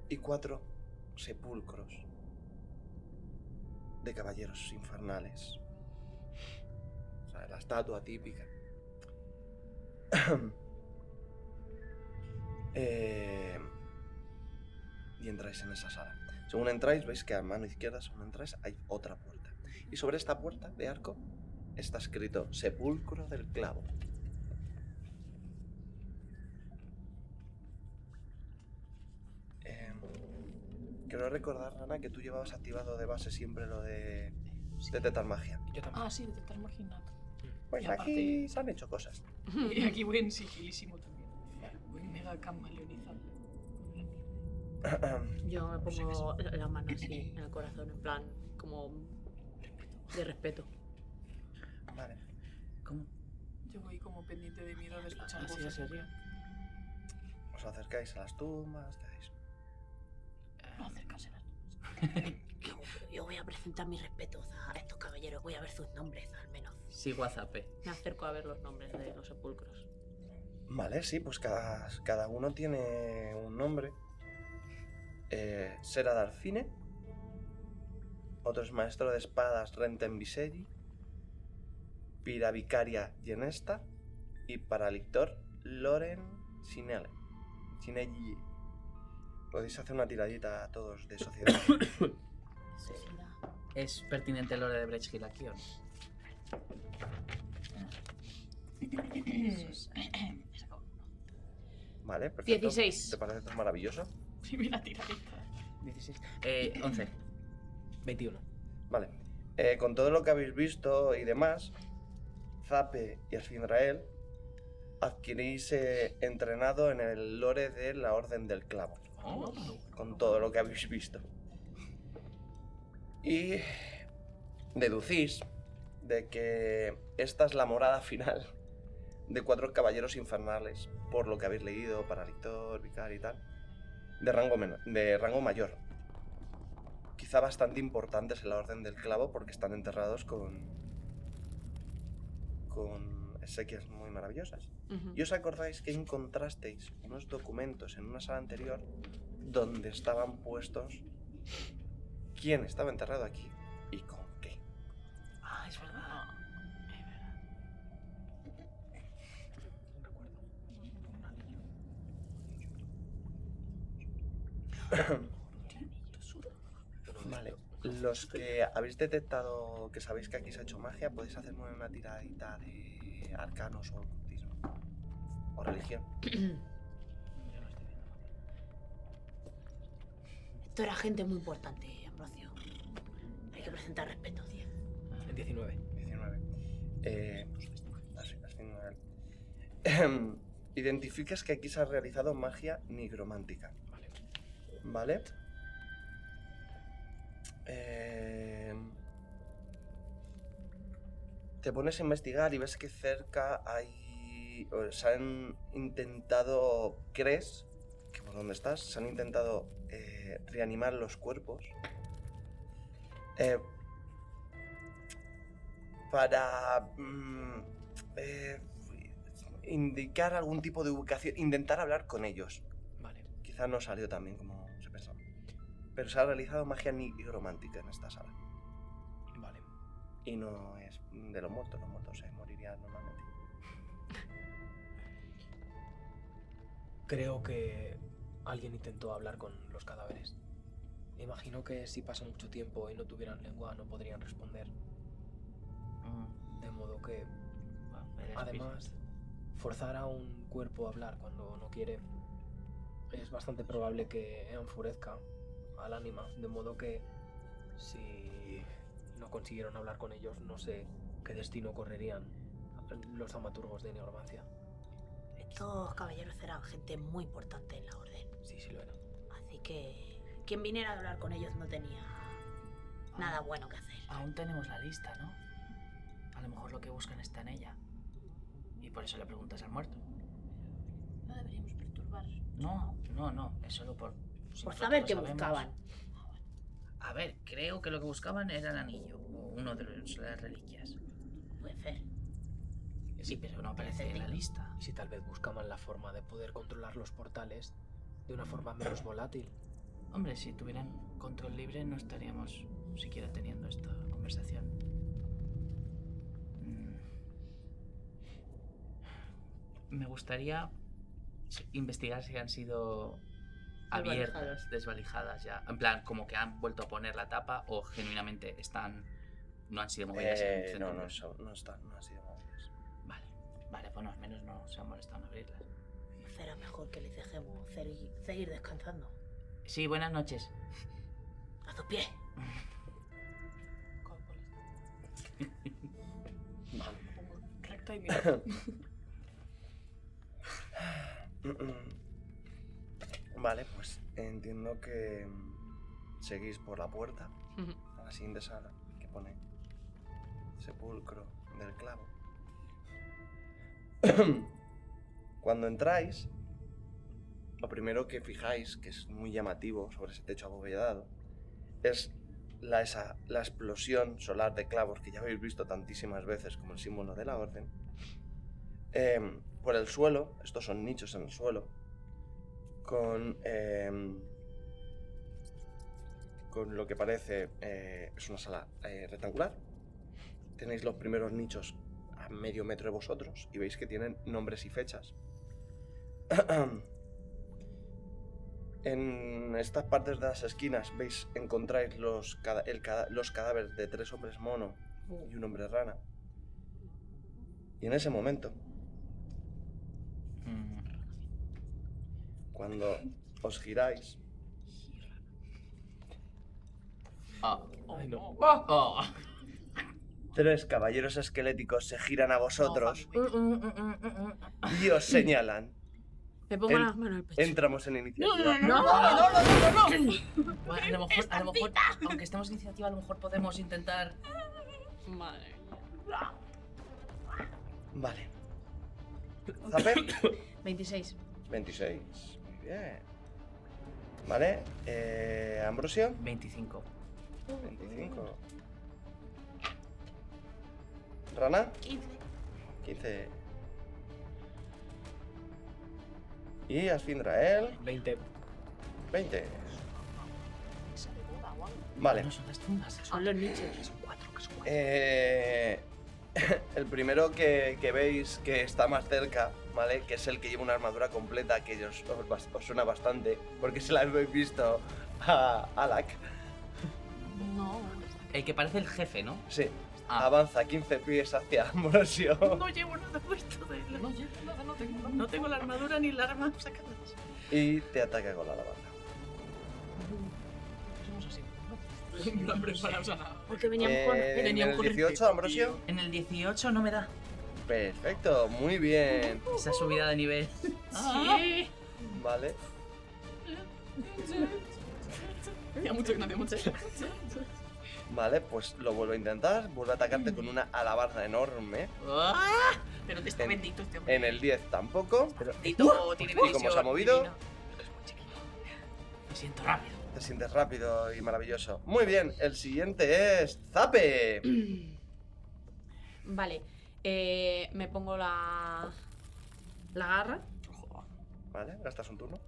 Speaker 2: Y cuatro sepulcros de caballeros infernales. O sea, la estatua típica. Eh, y entráis en esa sala. Según entráis, veis que a mano izquierda, según entráis, hay otra puerta. Y sobre esta puerta de arco está escrito Sepulcro del Clavo. Eh, quiero Em, recordar, Rana, que tú llevabas activado de base siempre lo de detectar magia.
Speaker 5: Yo también.
Speaker 6: Ah, sí, detectar marginato.
Speaker 2: Pues
Speaker 6: Y aparte-
Speaker 2: aquí se han hecho cosas.
Speaker 6: Y aquí voy en sigilísimo también. Voy mega camaleonizado.
Speaker 4: Yo me
Speaker 6: pues
Speaker 4: pongo la la mano así en el corazón, en plan, como de respeto.
Speaker 2: vale.
Speaker 3: ¿Cómo?
Speaker 6: Yo voy como pendiente de miedo de escuchar
Speaker 3: ¿Así de
Speaker 6: voces.
Speaker 3: serio?
Speaker 2: Os acercáis a las tumbas, ¿qué hacéis?
Speaker 3: Ah.
Speaker 6: No acercarse las
Speaker 7: Yo, yo voy a presentar mis respetos a estos caballeros. Voy a ver sus nombres, al menos.
Speaker 5: eh.
Speaker 3: Sí, WhatsApp.
Speaker 4: Me acerco a ver los nombres de los sepulcros.
Speaker 2: Vale, sí, pues cada, cada uno tiene un nombre. Eh, Sera Darcine. Otro es maestro de espadas Renten Viselli. Pira Vicaria Genesta. Y paralictor Loren Sinelli. Sinelli. Podéis hacer una tiradita a todos de sociedad.
Speaker 3: ¿Es pertinente el lore de Brecht Hill aquí o no?
Speaker 2: Vale, perfecto.
Speaker 4: 16.
Speaker 2: ¿Te parece tan maravilloso?
Speaker 8: Primera tiradita.
Speaker 3: 16. Eh, 11.
Speaker 5: 21.
Speaker 2: Vale. Eh, con todo lo que habéis visto y demás, Zape y Asfindrael adquirís eh, entrenado en el lore de la Orden del Clavo.
Speaker 6: Oh.
Speaker 2: Con todo lo que habéis visto. Y deducís de que esta es la morada final de cuatro caballeros infernales, por lo que habéis leído, Paralitor, Vicar y tal, de rango, menor, de rango mayor. Quizá bastante importantes en la Orden del Clavo porque están enterrados con, con exequias muy maravillosas.
Speaker 10: Mm.
Speaker 11: Ujú.
Speaker 2: Y os acordáis que encontrasteis unos documentos en una sala anterior donde estaban puestos quién estaba enterrado aquí y con qué.
Speaker 3: Ah, es verdad.
Speaker 2: Vale. Los que habéis detectado que sabéis que aquí se ha hecho magia, podéis hacerme una tiradita de arcanos o ocultismo. O religión.
Speaker 7: Esto era gente muy importante, Ambrosio. Hay que presentar respeto, tío.
Speaker 5: En 19.
Speaker 2: 19. Eh, así- así no era. Ehem, Identificas que aquí se ha realizado magia nigromántica. Vale. Vale. Ehm, te pones a investigar y ves que cerca hay. o Se han intentado. ¿Crees? Que por donde estás, se han intentado eh, reanimar los cuerpos. Eh, para mm, eh, indicar algún tipo de ubicación, intentar hablar con ellos.
Speaker 5: Vale.
Speaker 2: Quizá no salió tan bien como se pensaba. Pero se ha realizado magia nigromántica en esta sala.
Speaker 5: Vale.
Speaker 2: Y no es de los muertos, los muertos se morirían normalmente.
Speaker 5: Creo que alguien intentó hablar con los cadáveres. Me imagino que si pasa mucho tiempo y no tuvieran lengua no podrían responder. De modo que,
Speaker 3: espíritu.
Speaker 5: además, forzar a un cuerpo a hablar cuando no quiere es bastante probable que enfurezca al ánima. De modo que, si no consiguieron hablar con ellos, no sé qué destino correrían los dramaturgos de Neuromancia.
Speaker 7: Estos caballeros eran gente muy importante en la orden.
Speaker 5: Sí, sí lo eran.
Speaker 7: Así que quien viniera a hablar con ellos no tenía
Speaker 3: Ah.
Speaker 7: nada bueno que hacer.
Speaker 3: Aún tenemos la lista, ¿no? A lo mejor lo que buscan está en ella. Y por eso le preguntas al muerto.
Speaker 8: No deberíamos perturbar.
Speaker 3: No, no, no. Es solo por. si
Speaker 8: Por
Speaker 3: nosotros
Speaker 8: saber
Speaker 3: lo
Speaker 8: qué
Speaker 3: sabemos.
Speaker 8: buscaban.
Speaker 3: A ver, creo que lo que buscaban era el anillo. O uno de los- las reliquias.
Speaker 7: Puede ser.
Speaker 3: Sí, pero no aparece en la lista.
Speaker 5: Y si tal vez buscaban la forma de poder controlar los portales de una forma menos volátil.
Speaker 3: Hombre, si tuvieran control libre no estaríamos siquiera teniendo esta conversación. Mm. Me gustaría si- investigar si han sido abiertas,
Speaker 12: Desvalijadas.
Speaker 3: desvalijadas ya. En plan, como que han vuelto a poner la tapa o genuinamente están. No han sido movidas. en
Speaker 2: Eh,
Speaker 3: el
Speaker 2: no,
Speaker 3: centro.
Speaker 2: no, son- no están, no han sido movidas.
Speaker 3: Vale, vale, bueno, al menos no se han molestado en abrirlas.
Speaker 7: Será Pues mejor que les dejemos seguir, seguir descansando.
Speaker 3: Sí, buenas noches.
Speaker 7: A tus pies.
Speaker 6: Recta y mira.
Speaker 2: Vale, pues entiendo que mm, seguís por la puerta a la siguiente sala que pone Sepulcro del Clavo. Cuando entráis, lo primero que fijáis, que es muy llamativo sobre ese techo abovedado, es la, esa, la explosión solar de clavos que ya habéis visto tantísimas veces como el símbolo de la orden, em, por el suelo, estos son nichos en el suelo, con, em, con lo que parece eh, es una sala eh, rectangular. Tenéis los primeros nichos a medio metro de vosotros y veis que tienen nombres y fechas. En estas partes de las esquinas veis, encontráis los, cada- el cada- los cadáveres de tres hombres mono y un hombre rana. Y en ese momento, cuando os giráis,
Speaker 6: Ah,
Speaker 10: Ay, no.
Speaker 2: tres caballeros esqueléticos se giran a vosotros y os señalan.
Speaker 7: Me pongo
Speaker 2: En-
Speaker 7: las manos en el pecho.
Speaker 2: Entramos en
Speaker 3: No,
Speaker 2: iniciativa.
Speaker 3: no, no, no, no, no, no, no, no. Bueno, a lo mejor, a lo mejor, aunque estemos en iniciativa, a lo mejor podemos intentar.
Speaker 4: Madre.
Speaker 2: Vale. Zape,
Speaker 4: 26.
Speaker 2: 26. Muy bien. Vale. Eh, Ambrosio.
Speaker 3: 25.
Speaker 2: 25. Rana.
Speaker 8: 15.
Speaker 2: 15. Y Asfindrael.
Speaker 5: 20.
Speaker 2: 20.
Speaker 8: Esa de boda, guau.
Speaker 2: Vale.
Speaker 3: son las tumbas.
Speaker 6: Ah,
Speaker 4: Son los nichos.
Speaker 2: Eh, el primero que, que veis que está más cerca, ¿vale? Que es el que lleva una armadura completa que os, os bas- os suena bastante, porque se la habéis visto a Alak.
Speaker 6: No.
Speaker 3: El que parece el jefe, ¿no?
Speaker 2: Sí.
Speaker 3: Ah.
Speaker 2: Avanza 15 pies hacia Ambrosio.
Speaker 3: Oh.
Speaker 8: No llevo nada puesto de No llevo nada, no tengo nada. No tengo la armadura ni la arma sacada.
Speaker 2: Y te ataca con la alabanza.
Speaker 3: Somos así.
Speaker 8: En plan, preparados a nada.
Speaker 7: Porque
Speaker 2: veníamos Eh, con- en veníamos el con el 18, tío. Ambrosio.
Speaker 3: En el 18 no me da.
Speaker 2: Perfecto, muy bien.
Speaker 3: Esa subida de nivel. Ah.
Speaker 8: Sí.
Speaker 2: Vale.
Speaker 6: Ya mucho que no hacía mucho.
Speaker 2: Vale, pues lo vuelvo a intentar. Vuelve a atacarte con una alabanza enorme.
Speaker 8: Pero te está
Speaker 2: En-
Speaker 8: bendito Ah, este hombre.
Speaker 2: En el 10 tampoco. Pero...
Speaker 8: Bendito, tiene
Speaker 2: ¿Y cómo se ha
Speaker 8: bendición
Speaker 2: movido?
Speaker 8: divina. Me siento rápido.
Speaker 2: Te sientes rápido y maravilloso. Muy bien, el siguiente es Zape.
Speaker 4: Vale. eh, me pongo la. La garra.
Speaker 2: Vale, gastas un turno.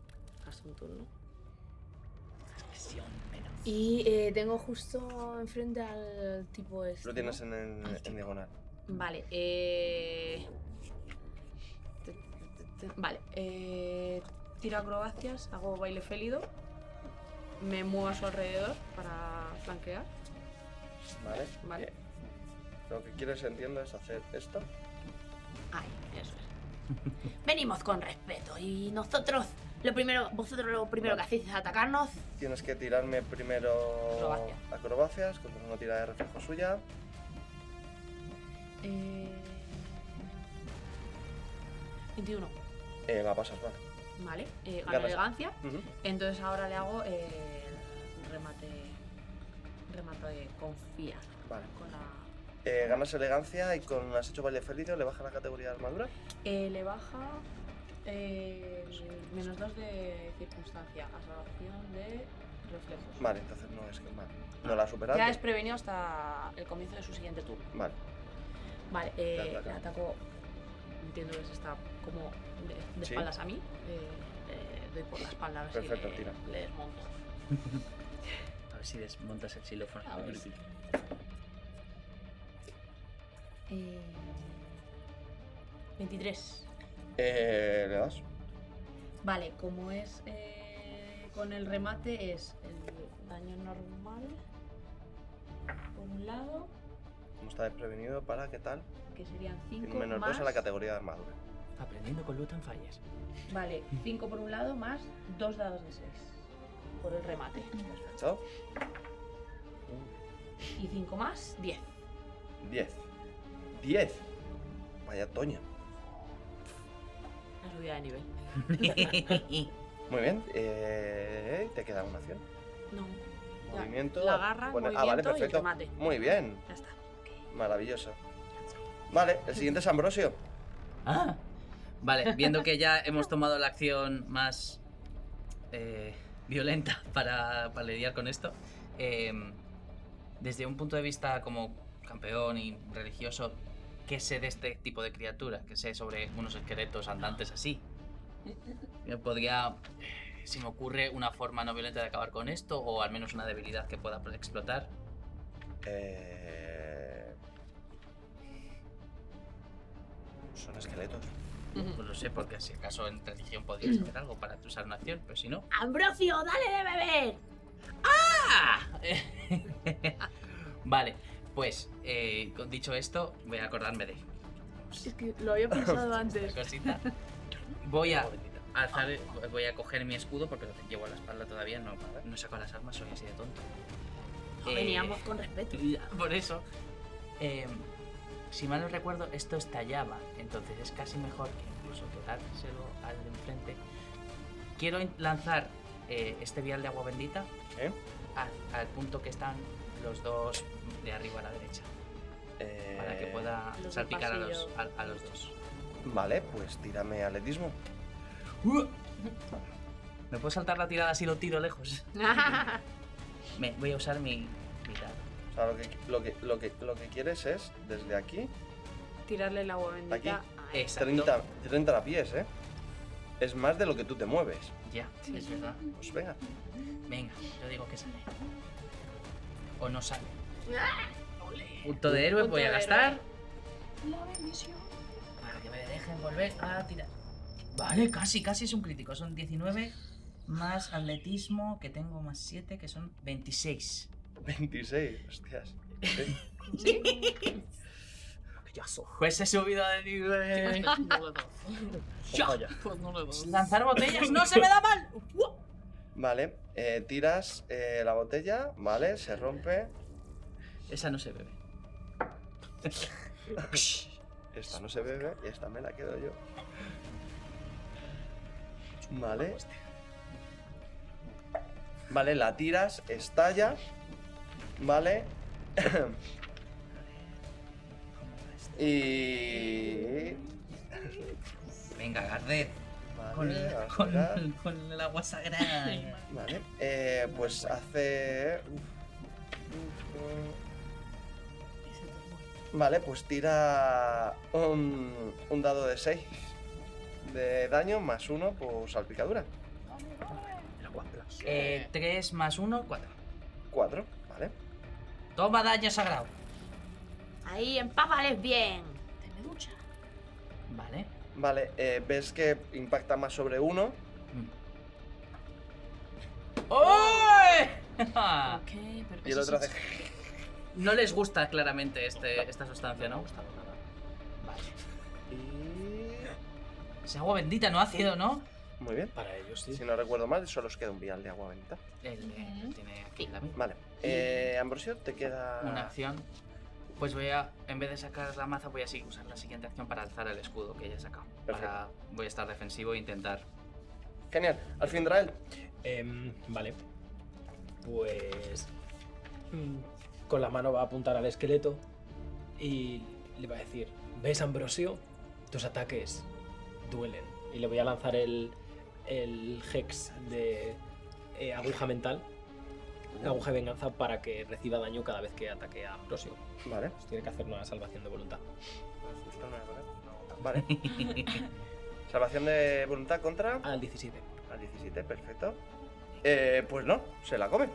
Speaker 4: Gasto un turno.
Speaker 3: Presión, pero-
Speaker 9: Y eh, tengo justo enfrente al tipo este.
Speaker 2: Lo tienes en, en- en diagonal.
Speaker 4: Vale. Eh... te- te- te- Vale. Eh... Tiro acrobacias, hago baile félido. Me muevo a su alrededor para flanquear.
Speaker 2: Vale.
Speaker 4: Vale.
Speaker 2: Lo que quieres, entiendo, es hacer esto.
Speaker 7: Ay, eso es. Venimos con respeto y nosotros, lo primero, vosotros lo primero que hacéis es atacarnos.
Speaker 2: Tienes que tirarme primero
Speaker 7: Acrobacia.
Speaker 2: acrobacias, con una tirada de reflejo suya.
Speaker 4: Eh...
Speaker 7: 21.
Speaker 2: Eh, la pasas, vale.
Speaker 4: Vale. Eh, gano
Speaker 2: Ganas.
Speaker 4: elegancia.
Speaker 2: Ujú.
Speaker 4: Entonces ahora le hago eh, remate. Remate confía.
Speaker 2: Vale.
Speaker 4: Con la.
Speaker 2: Eh, ganas elegancia y con has hecho baile feliz le baja la categoría de armadura.
Speaker 4: Eh, le baja eh, menos 2 de circunstancia, a salvación de reflejos.
Speaker 2: Vale, entonces no es que mal. No la ha superado.
Speaker 4: Ya es prevenido hasta el comienzo de su siguiente turno.
Speaker 2: Vale.
Speaker 4: Vale, eh,
Speaker 2: ataca.
Speaker 4: le ataco. Entiendo que se está como de, de
Speaker 2: Sí.
Speaker 4: espaldas a mí. eh, eh, doy por la espalda a ver
Speaker 2: Perfecto,
Speaker 4: si le,
Speaker 2: tira.
Speaker 4: le desmonto.
Speaker 3: A ver si desmontas el xilófono.
Speaker 4: A ver si- Eh, 23.
Speaker 2: Eh, le das.
Speaker 4: Vale, como es eh, con el remate, es el daño normal. Por un lado,
Speaker 2: Como está desprevenido, para, ¿qué tal?
Speaker 4: que serían
Speaker 2: Tiene
Speaker 4: 5
Speaker 2: menos
Speaker 4: más.
Speaker 2: dos a la categoría de armadura.
Speaker 3: Aprendiendo con Luton fallas.
Speaker 4: Vale, 5 por un lado más 2 dados de 6 por el remate.
Speaker 2: Perfecto.
Speaker 4: Y 5 más, 10.
Speaker 2: 10. 10. Vaya Toña.
Speaker 4: La subida de nivel.
Speaker 2: Muy bien. Eh, te queda una acción.
Speaker 4: No. Ya,
Speaker 2: Movimiento.
Speaker 4: La garra,
Speaker 2: pone-
Speaker 4: movimiento
Speaker 2: ah, vale,
Speaker 4: y
Speaker 2: perfecto.
Speaker 4: remate.
Speaker 2: Muy bien.
Speaker 4: Ya está.
Speaker 2: Maravilloso. Vale, el siguiente es Ambrosio.
Speaker 3: Ah. Vale, viendo que ya hemos tomado la acción más eh, violenta para, para lidiar con esto, em, eh, desde un punto de vista como campeón y religioso, qué sé de este tipo de criaturas, que sé sobre unos esqueletos andantes así. Yo podría, si me ocurre, una forma no violenta de acabar con esto, o al menos una debilidad que pueda explotar.
Speaker 2: Eh, Son esqueletos.
Speaker 3: Pues lo sé, porque si acaso en religión podrías hacer algo para usar una acción, pero si no.
Speaker 7: Ambrosio, dale de beber.
Speaker 3: ¡Ah! vale, pues eh, con- dicho esto, voy a acordarme de
Speaker 4: Es que lo había pensado antes.
Speaker 3: esta cosita. Voy a alzar, voy a coger mi escudo porque lo llevo a la espalda todavía, no, no saco las armas, soy así de tonto.
Speaker 7: No,
Speaker 3: Eh,
Speaker 7: veníamos con respeto.
Speaker 3: Ya, Por eso. Eh, si mal no recuerdo, esto estallaba. Entonces es casi mejor que incluso que dárselo al de enfrente. Quiero in- lanzar eh, este vial de agua bendita
Speaker 2: ¿Eh?
Speaker 3: al, al punto que están los dos de arriba a la derecha.
Speaker 2: eh,
Speaker 3: Para que pueda
Speaker 2: Los del
Speaker 3: salpicar a los,
Speaker 2: pasillo.
Speaker 3: a, a los dos.
Speaker 2: Vale, pues tírame atletismo.
Speaker 3: ¿Me puedo saltar la tirada si lo tiro lejos? Me- voy a usar mi, mi dado.
Speaker 2: O sea, lo que, lo, que, lo, que, lo que quieres es, desde aquí,
Speaker 4: Tirarle el agua
Speaker 2: aquí,
Speaker 4: bendita. Ay,
Speaker 2: 30, 30 la pies, ¿eh? Es más de lo que tú te mueves.
Speaker 3: Ya, es verdad.
Speaker 2: Pues venga.
Speaker 3: Venga, yo digo que sale. O no sale.
Speaker 7: ¡Ah!
Speaker 3: Punto de héroe
Speaker 7: Punto
Speaker 3: voy a
Speaker 7: de
Speaker 3: gastar.
Speaker 8: La bendición.
Speaker 3: Para que me dejen volver a tirar. Vale, casi, casi es un crítico. Son 19 más atletismo, que tengo más 7, que son 26.
Speaker 2: 26, hostias. Sí.
Speaker 3: Pues he subido de nivel.
Speaker 6: Pues,
Speaker 4: no le das.
Speaker 3: Ya.
Speaker 4: Pues no le das.
Speaker 3: Lanzar botellas no se me da mal.
Speaker 2: Vale, eh, tiras eh, la botella, vale, se rompe.
Speaker 3: Esa no se bebe.
Speaker 2: Esta no se bebe y esta me la quedo yo. Vale. Vale, la tiras, estalla. Vale. y.
Speaker 3: Venga, Gardet.
Speaker 2: Vale,
Speaker 3: Con,
Speaker 2: vamos a
Speaker 3: con-
Speaker 2: tirar.
Speaker 3: con el agua sagrada.
Speaker 2: Vale, eh, pues hace. uf, uf, Vale, pues tira un, un dado de 6 de daño más uno por salpicadura.
Speaker 3: Eh, 3 más 1, 4.
Speaker 2: 4, vale.
Speaker 3: Toma daño sagrado.
Speaker 7: Ahí, empápales bien.
Speaker 8: Te ducha.
Speaker 3: Vale.
Speaker 2: Vale, eh, ves que impacta más sobre uno.
Speaker 3: ¡Oh!
Speaker 8: pero
Speaker 2: Y el otro hace.
Speaker 3: No les gusta claramente este, esta sustancia, ¿no? Vale. Es agua bendita, no ácido, ¿no?
Speaker 2: Muy bien.
Speaker 5: Para ellos, sí.
Speaker 2: Si no recuerdo mal, solo os queda un vial de agua bendita.
Speaker 3: El, eh, tiene aquí la misma.
Speaker 2: Vale. Eh, Ambrosio, te queda.
Speaker 3: Una acción. Pues voy a, en vez de sacar la maza, voy a sí- usar la siguiente acción para alzar el escudo que ya he sacado. Para, voy a estar defensivo e intentar.
Speaker 2: Genial, al fin Drael.
Speaker 5: Em, vale. Pues. mm, Con la mano va a apuntar al esqueleto y le va a decir: ¿Ves, Ambrosio? Tus ataques duelen. Y le voy a lanzar el, el hex de eh, aguja mental, aguja de venganza, para que reciba daño cada vez que ataque a Ambrosio.
Speaker 2: Vale.
Speaker 5: Pues tiene que hacer una salvación de voluntad.
Speaker 2: Vale. Salvación de voluntad contra.
Speaker 5: Al 17.
Speaker 2: Al 17, perfecto. Eh, pues no, se la come.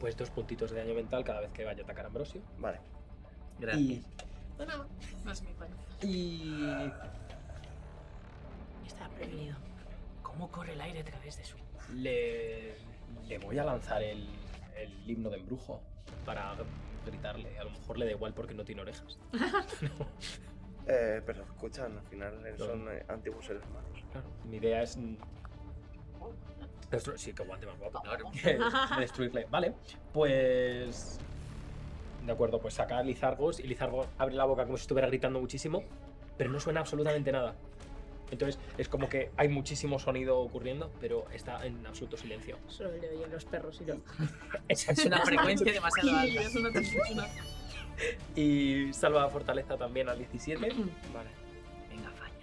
Speaker 5: Pues dos puntitos de daño mental cada vez que vaya a atacar a Ambrosio.
Speaker 2: Vale.
Speaker 3: Gracias.
Speaker 5: Y-
Speaker 4: No es mi pareja.
Speaker 5: y
Speaker 7: Está prevenido.
Speaker 3: ¿Cómo corre el aire a través de su.?
Speaker 5: Le, le voy a lanzar el, el himno de embrujo para gritarle. A lo mejor le da igual porque no tiene orejas.
Speaker 2: Eh, pero escuchan, al final eh,
Speaker 5: No.
Speaker 2: son eh, antiguos seres humanos.
Speaker 5: Claro, mi idea es. mm, destru- sí, que aguante más guapo.
Speaker 3: Claro.
Speaker 5: Destruirle. Vale, pues. De acuerdo, pues saca a Lizargos y Lizargos abre la boca como si estuviera gritando muchísimo, pero no suena absolutamente nada. Entonces es como que hay muchísimo sonido ocurriendo, pero está en absoluto silencio.
Speaker 9: Solo le oyen los perros y los.
Speaker 5: Esa es
Speaker 3: Una frecuencia demasiado
Speaker 4: Y
Speaker 3: alta.
Speaker 4: es una tesitura.
Speaker 5: Y salva a fortaleza también al 17.
Speaker 2: Vale.
Speaker 3: Venga, falla.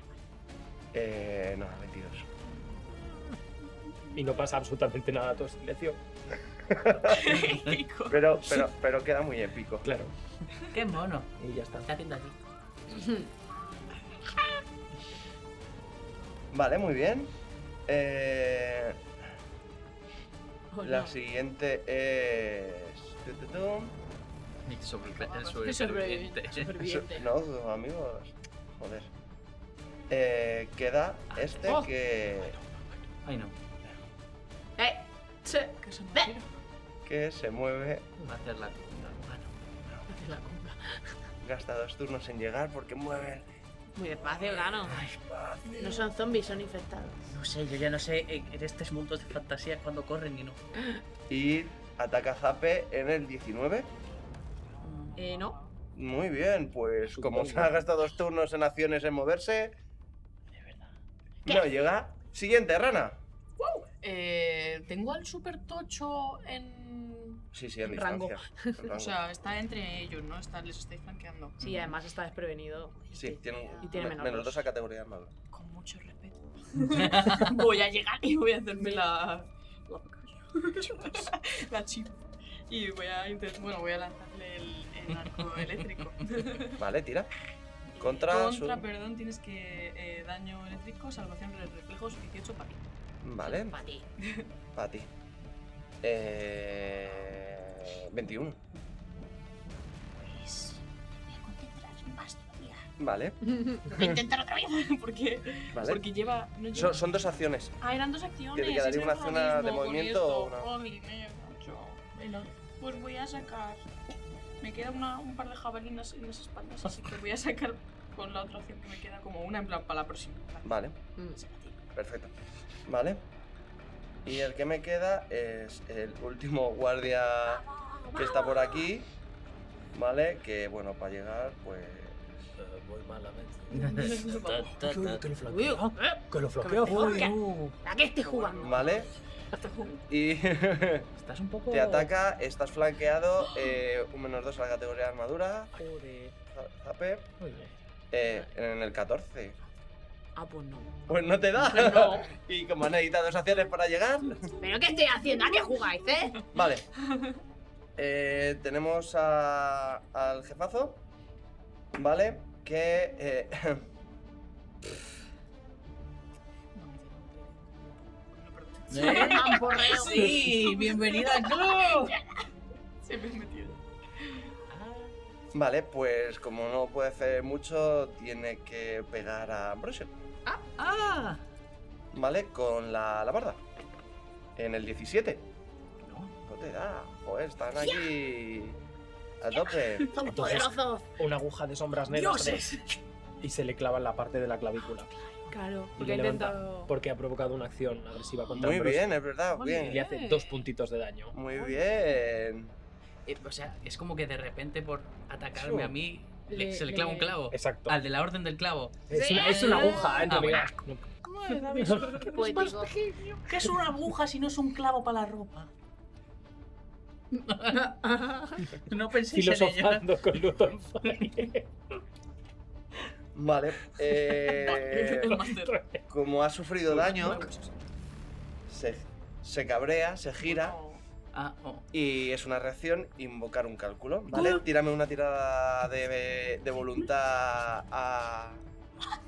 Speaker 2: Eh, no, 22.
Speaker 5: Y no pasa absolutamente nada, todo es silencio.
Speaker 2: Pero, pero, pero queda muy épico.
Speaker 5: Claro.
Speaker 3: Qué mono.
Speaker 5: Y ya está.
Speaker 3: Está haciendo así.
Speaker 2: Vale, muy bien. Eh,
Speaker 4: Oh,
Speaker 2: la
Speaker 4: no.
Speaker 2: siguiente es. tu, tu, tu.
Speaker 3: El sobrevi- el
Speaker 4: Qué
Speaker 3: sobreviviente.
Speaker 2: Eso- No, amigos. Joder. Eh, queda este
Speaker 4: Oh.
Speaker 2: que.
Speaker 3: Ay, no.
Speaker 4: ¡Eh! che, ve.
Speaker 2: Que se mueve.
Speaker 3: Va a hacer la cuenta. Ah, no.
Speaker 2: Gasta dos turnos en llegar porque mueve.
Speaker 7: Muy despacio, gano. No son zombies, son infectados.
Speaker 3: No sé, yo ya no sé en en estos mundos de fantasía cuando corren y no.
Speaker 2: Y ataca Zape en el 19.
Speaker 4: Eh, no.
Speaker 2: Muy bien, pues como se ha gastado dos turnos en acciones en moverse. No llega. Siguiente, rana.
Speaker 6: Eh, tengo al super tocho
Speaker 4: Mm,
Speaker 6: en
Speaker 2: Sí, sí, en
Speaker 6: en rango.
Speaker 2: distancia. en rango.
Speaker 6: o sea, está entre ellos, ¿no? Está, les estáis flanqueando.
Speaker 4: Sí, además está desprevenido.
Speaker 2: sí, tiene, un-
Speaker 4: y tiene
Speaker 2: me-
Speaker 4: menos
Speaker 2: menos
Speaker 4: dos.
Speaker 2: dos a categoría de armadura.
Speaker 6: Con mucho respeto. voy a llegar y voy a hacerme la. la chip. Y voy a intent- Bueno, voy a lanzarle el, el arco eléctrico.
Speaker 2: Vale, tira. Contra,
Speaker 6: Contra,
Speaker 2: su-
Speaker 6: perdón, tienes que eh, daño eléctrico, salvación de reflejos 18 para ti.
Speaker 2: Vale,
Speaker 6: Para ti.
Speaker 2: para ti. Eh... 21.
Speaker 8: Pues voy a concentrar más todavía.
Speaker 2: Vale.
Speaker 8: Voy a intentar otra vez.
Speaker 6: Porque,
Speaker 2: Vale.
Speaker 6: porque lleva. No lleva
Speaker 2: Son, son dos acciones.
Speaker 6: Ah, eran dos acciones.
Speaker 2: Tiene que dar
Speaker 6: es
Speaker 2: una
Speaker 6: lo
Speaker 2: acción de
Speaker 6: mismo con
Speaker 2: movimiento
Speaker 6: esto.
Speaker 2: o una-
Speaker 6: Joder, macho. El otro. Pues voy a sacar. Me queda una- un par de jabalinas en las espaldas, así que voy a sacar con la otra opción que me queda como una en plan para la próxima. Mm.
Speaker 2: Vale. Perfecto. Vale. Y el que me queda es el último guardia que está por aquí. Vale, que bueno, para llegar, pues.
Speaker 5: voy malamente.
Speaker 2: Ta, ta, ta.
Speaker 5: que lo flanquea.
Speaker 2: ¿eh?
Speaker 5: Que lo flanquea,
Speaker 2: me
Speaker 5: joder.
Speaker 2: toca.
Speaker 5: no.
Speaker 7: ¿A qué estoy jugando?
Speaker 2: Vale. Y.
Speaker 3: Estás un poco.
Speaker 2: Te ataca, estás flanqueado, eh, un menos 2 a la categoría de armadura. Za- Zape.
Speaker 3: Muy bien.
Speaker 2: Eh, en el 14.
Speaker 7: Ah, pues no.
Speaker 2: Pues no te da. y como han editado dos acciones para llegar.
Speaker 7: ¿Pero qué estoy haciendo? ¿A qué jugáis, eh?
Speaker 2: Vale. Eh, tenemos a- al jefazo. Vale. Que. eh,
Speaker 6: ¿Eh?
Speaker 7: Mamporreo.
Speaker 3: Sí, bienvenida al club.
Speaker 6: Se me ha metido.
Speaker 2: vale, pues como no puede hacer mucho, tiene que pegar a Brusher.
Speaker 3: ¡Ah!
Speaker 2: Vale, con la alabarda. En el 17. No te da. Joder, están aquí. A tope.
Speaker 7: Son
Speaker 5: Entonces-
Speaker 7: poderosos.
Speaker 5: Una aguja de sombras negras. Y se le clava en la parte de la clavícula.
Speaker 4: Claro,
Speaker 5: Y
Speaker 4: porque
Speaker 5: le
Speaker 4: he
Speaker 5: levanta
Speaker 4: intentado.
Speaker 5: porque ha provocado una acción agresiva contra
Speaker 2: Muy
Speaker 5: Ambrose.
Speaker 2: bien, es verdad.
Speaker 5: Y
Speaker 2: Bien.
Speaker 5: le hace dos puntitos de daño.
Speaker 2: Muy bien.
Speaker 3: Eh, o sea, es como que de repente por atacarme
Speaker 5: Sí.
Speaker 3: a mí le-
Speaker 5: Le-
Speaker 3: se le clava un
Speaker 5: le-
Speaker 3: clavo.
Speaker 5: Exacto.
Speaker 3: Al de la orden del clavo.
Speaker 5: Es una, es una aguja, en
Speaker 3: Ah, bueno.
Speaker 5: realidad.
Speaker 7: Poético.
Speaker 3: ¿Qué es una aguja si no es un clavo para la ropa? no penséis en ello.
Speaker 5: Filosofando con Luton Fire.
Speaker 2: Vale. eh,
Speaker 6: El máster.
Speaker 2: como ha sufrido
Speaker 6: Pues
Speaker 2: daño, se, se cabrea, se gira
Speaker 3: Ah, oh.
Speaker 2: y es una reacción invocar un cálculo. Vale, tírame una tirada de, de voluntad a-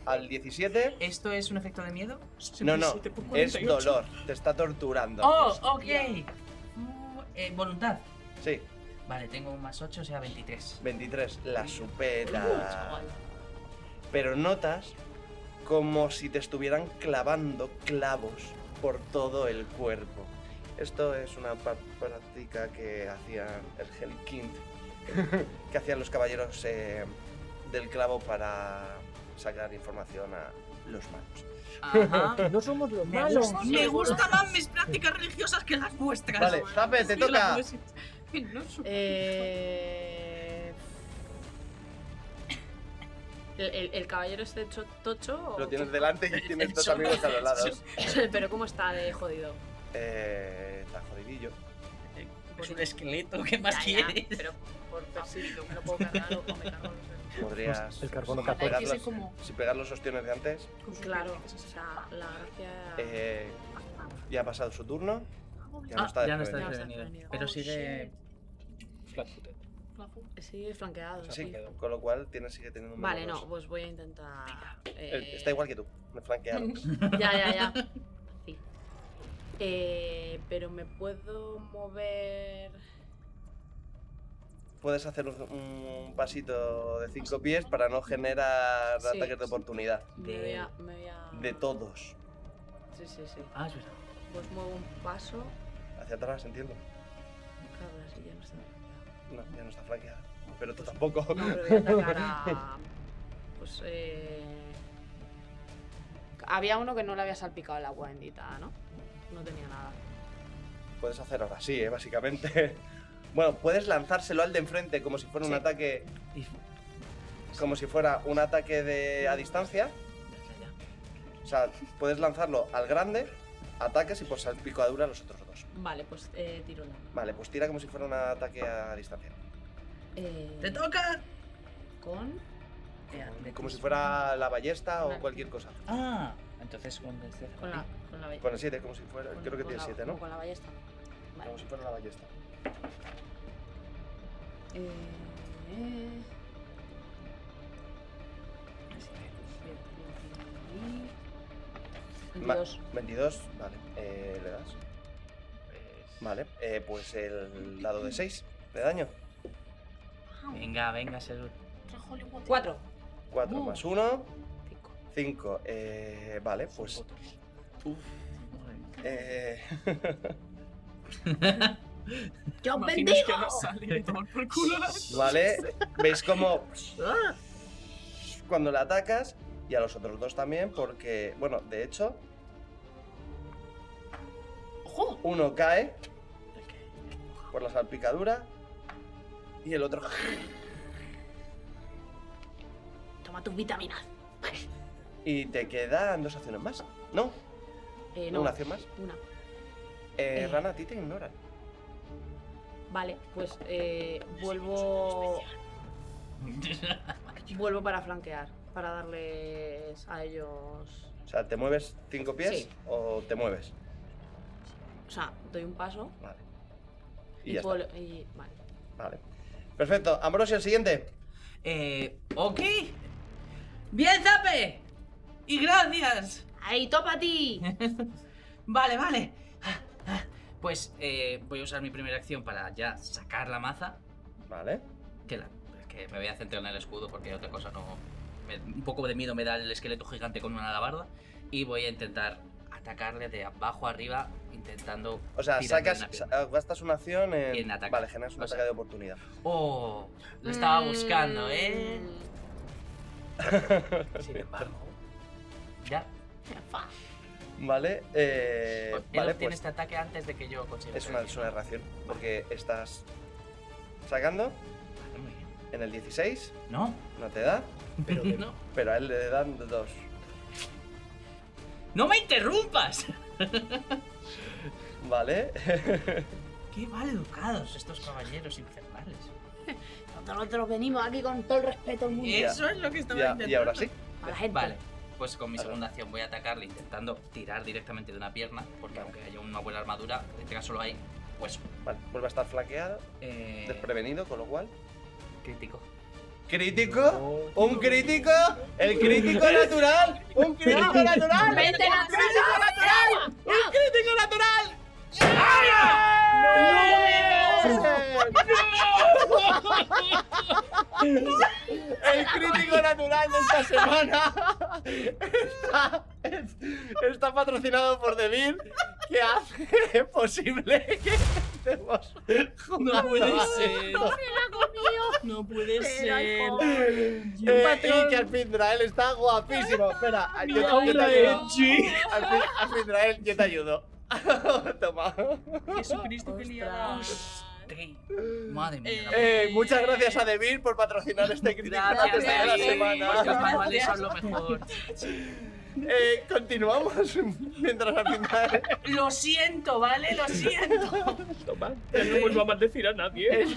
Speaker 2: al 17.
Speaker 3: ¿Esto es un efecto de miedo?
Speaker 2: No, no,
Speaker 3: 77 por
Speaker 2: es
Speaker 3: 48.
Speaker 2: dolor, te está torturando.
Speaker 3: Oh, ok. Mm, eh, voluntad.
Speaker 2: Sí,
Speaker 3: Vale, tengo un más 8, o sea 23.
Speaker 2: 23, la supera. Pero notas como si te estuvieran clavando clavos por todo el cuerpo. Esto es una pa- práctica que hacían el Hellkind, que hacían los caballeros eh, del clavo para sacar información a los malos.
Speaker 3: Ajá.
Speaker 5: Ah, No somos los
Speaker 3: Me,
Speaker 5: malos.
Speaker 3: gust- me gustan más mis prácticas religiosas que las vuestras.
Speaker 2: Vale, Zape, te toca.
Speaker 4: Eh... El, el- el caballero este cho- tocho. o-
Speaker 2: Lo tienes delante y tienes dos
Speaker 4: Eso.
Speaker 2: amigos a los lados.
Speaker 4: Pero ¿cómo está de jodido?
Speaker 2: Eh, está jodidillo.
Speaker 3: Es un esqueleto, ¿qué más
Speaker 4: Ya, ya,
Speaker 3: quieres?
Speaker 4: pero por persistir, me lo puedo cargar o o me cargo. no sé.
Speaker 2: Podrías.
Speaker 5: Pues, El carbono
Speaker 2: si
Speaker 5: 14.
Speaker 2: pegar
Speaker 4: Ese
Speaker 2: los-
Speaker 4: como-
Speaker 2: Si pegar los ostiones de antes,
Speaker 4: Claro, o sea, la gracia.
Speaker 2: eh, ya ha pasado su turno. Ya
Speaker 3: Ah,
Speaker 2: no está
Speaker 3: ya no
Speaker 2: desprevenido.
Speaker 3: está desprevenido. Pero sigue.
Speaker 5: Flat footed.
Speaker 4: Sí, flanqueado.
Speaker 2: Sí,
Speaker 4: Oh, sí.
Speaker 2: con lo cual tienes, sigue teniendo un menos
Speaker 4: Vale,
Speaker 2: dos.
Speaker 4: no, pues voy a intentar.
Speaker 2: Eh,
Speaker 4: eh,
Speaker 2: Está igual que tú, me flanquearon.
Speaker 4: ya, ya, ya. Sí. Eh, pero me puedo mover.
Speaker 2: Puedes hacer un, un pasito de cinco pies para no generar
Speaker 4: Sí,
Speaker 2: ataques de oportunidad.
Speaker 4: Me voy a. Me voy a...
Speaker 2: De todos.
Speaker 4: Sí, sí, sí.
Speaker 3: Ah, es verdad.
Speaker 4: Pues muevo un paso.
Speaker 2: Hacia atrás, entiendo.
Speaker 4: Claro, la silla no está.
Speaker 2: No, ya no está flanqueada. Pero tú tampoco.
Speaker 4: No, pero voy a atacar a. Pues eh. Había uno que no le había salpicado el agua bendita, ¿no? No tenía nada.
Speaker 2: Puedes hacer ahora sí, ¿eh? básicamente. Bueno, puedes lanzárselo al de enfrente como si fuera un ataque. Como si fuera un ataque de a distancia. O sea, puedes lanzarlo al grande, ataques y por salpicadura a los otros dos.
Speaker 4: Vale, pues eh, tiro la.
Speaker 2: Vale, pues tira como si fuera un ataque a distancia.
Speaker 4: Eh,
Speaker 3: ¡Te toca!
Speaker 4: Con.
Speaker 2: Como si fuera la ballesta o cualquier cosa.
Speaker 3: Ah, entonces con el cierre.
Speaker 4: Con la. Con la ballesta.
Speaker 2: Con el 7, como si fuera. Creo que tiene 7, ¿no?
Speaker 4: Con la ballesta. Vale.
Speaker 2: Como si fuera la ballesta.
Speaker 4: Eh, eh.
Speaker 2: Ma-
Speaker 4: 22.
Speaker 2: 22, vale. Eh, ¿Le das? Vale, eh, pues el dado de 6 de daño.
Speaker 3: Venga, venga, Selur.
Speaker 4: Cuatro.
Speaker 2: 4
Speaker 4: Uh.
Speaker 2: más 1. 5. Eh, vale, pues. Eh,
Speaker 7: ¡Yo os
Speaker 6: Imagino es que
Speaker 7: bendigo!
Speaker 6: no sale de tomar por culo.
Speaker 2: vale, veis como cuando la atacas y a los otros dos también, porque, bueno, de hecho, uno cae por la salpicadura y el otro
Speaker 7: Toma tus vitaminas.
Speaker 2: Y te quedan dos acciones más. No,
Speaker 4: Eh, no.
Speaker 2: ¿Una acción más?
Speaker 4: Una.
Speaker 2: eh, Rana, a ti te ignoran.
Speaker 4: Vale, pues eh, vuelvo. vuelvo para flanquear. Para darles a ellos.
Speaker 2: O sea, ¿te mueves cinco pies
Speaker 4: Sí.
Speaker 2: o te mueves?
Speaker 4: O sea, doy un paso.
Speaker 2: Vale. Y ya
Speaker 4: vuelo- y- vale.
Speaker 2: Vale. Perfecto. Ambrosio, el siguiente.
Speaker 3: Eh, ok. Bien, Zape. Y gracias.
Speaker 7: ¡Ahí, topa a ti!
Speaker 3: Vale, vale. Ah, ah. Pues eh, voy a usar mi primera acción para ya sacar la maza.
Speaker 2: Vale.
Speaker 3: Que, la- es que me voy a centrar en el escudo porque otra cosa no... me- un poco de miedo me da el esqueleto gigante con una alabarda. Y voy a intentar atacarle de abajo arriba intentando...
Speaker 2: O sea,
Speaker 3: tirarle
Speaker 2: sacas,
Speaker 3: una pierna.
Speaker 2: sa- eh, gastas una acción en.
Speaker 3: En atacar.
Speaker 2: Vale, generas un
Speaker 3: O sea-
Speaker 2: ataque de oportunidad.
Speaker 3: Oh, lo estaba buscando, ¿eh?
Speaker 5: Sin embargo,
Speaker 3: Ya.
Speaker 2: Vale, eh,
Speaker 3: Él
Speaker 2: vale,
Speaker 3: obtiene
Speaker 2: pues
Speaker 3: este ataque antes de que yo consiga.
Speaker 2: es una, es una reacción. Porque estás sacando en el 16.
Speaker 3: No.
Speaker 2: No te da,
Speaker 5: pero que-
Speaker 3: No,
Speaker 2: pero a él le dan dos.
Speaker 3: no me interrumpas.
Speaker 2: Vale.
Speaker 3: Qué mal educados estos caballeros infernales.
Speaker 7: Nosotros venimos aquí con todo el respeto del mundo.
Speaker 3: Eso es lo que estaba
Speaker 2: Ya-
Speaker 3: intentando.
Speaker 2: y ahora sí.
Speaker 7: A la gente.
Speaker 3: Vale, pues con mi segunda acción voy a atacarle intentando tirar directamente de una pierna, porque aunque haya una buena armadura, en este caso lo hay, pues
Speaker 2: Vale, vuelve a estar flanqueado,
Speaker 3: eh,
Speaker 2: desprevenido, con lo cual.
Speaker 3: crítico.
Speaker 2: ¿Crítico? ¿Un crítico? ¿El crítico natural? ¿Un crítico natural?
Speaker 7: ¡Vente, natural!
Speaker 2: ¡Un crítico natural! ¡No! El crítico natural de esta semana está, está patrocinado por Devil, que hace posible que estemos
Speaker 3: No puede ser. No puede ser.
Speaker 2: Eh, y que al fin Drael está guapísimo. Espera, yo, te- yo te ayudo. Al fin, al fin Drael, yo te ayudo. Toma.
Speaker 6: Jesucristo que liada.
Speaker 3: Madre mía.
Speaker 2: Eh, muchas gracias a Devil por patrocinar este crítico antes de la
Speaker 3: David, porque los
Speaker 2: semana.
Speaker 3: manuales son lo mejor.
Speaker 2: Eh, continuamos mientras al final.
Speaker 6: Lo siento, ¿vale? Lo siento.
Speaker 10: Toma, ya no vuelvo a maldecir a nadie.
Speaker 2: Eh,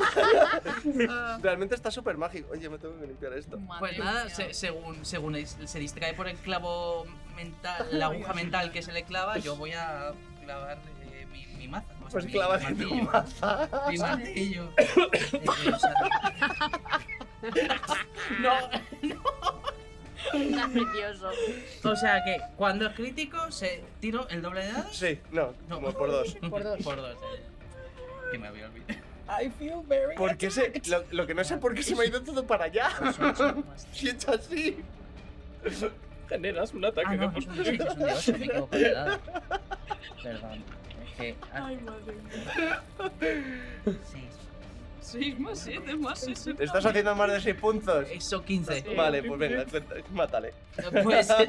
Speaker 2: Realmente está súper mágico. Oye, me tengo que limpiar esto.
Speaker 3: Ah. Pues nada, se- según, según es- se distrae por el clavo mental, la aguja mental que se le clava, yo voy a clavar eh, mi, mi maza.
Speaker 2: Pues clávate tu maza.
Speaker 3: Mi martillo.
Speaker 7: Está precioso.
Speaker 3: O sea que cuando es crítico, se tiro el doble de dados.
Speaker 2: Sí, no, como por dos.
Speaker 3: Por dos. Por dos. eh. Que me había olvidado.
Speaker 2: I feel very ¿Por qué se, lo, lo que no sé por qué se me ha ido todo para allá.
Speaker 10: Pues
Speaker 2: Siento así.
Speaker 10: Generas un ataque
Speaker 3: Ah, no,
Speaker 10: de
Speaker 3: es un 16, es un 18, me equivoco de dado. Perdón. Es que.
Speaker 6: Ay, madre mía.
Speaker 3: 6.
Speaker 6: 6 más 7 más 60.
Speaker 2: Estás haciendo más de 6 puntos.
Speaker 3: Eso, 15.
Speaker 2: Vale, pues venga, cuenta- mátale.
Speaker 3: Pues eh,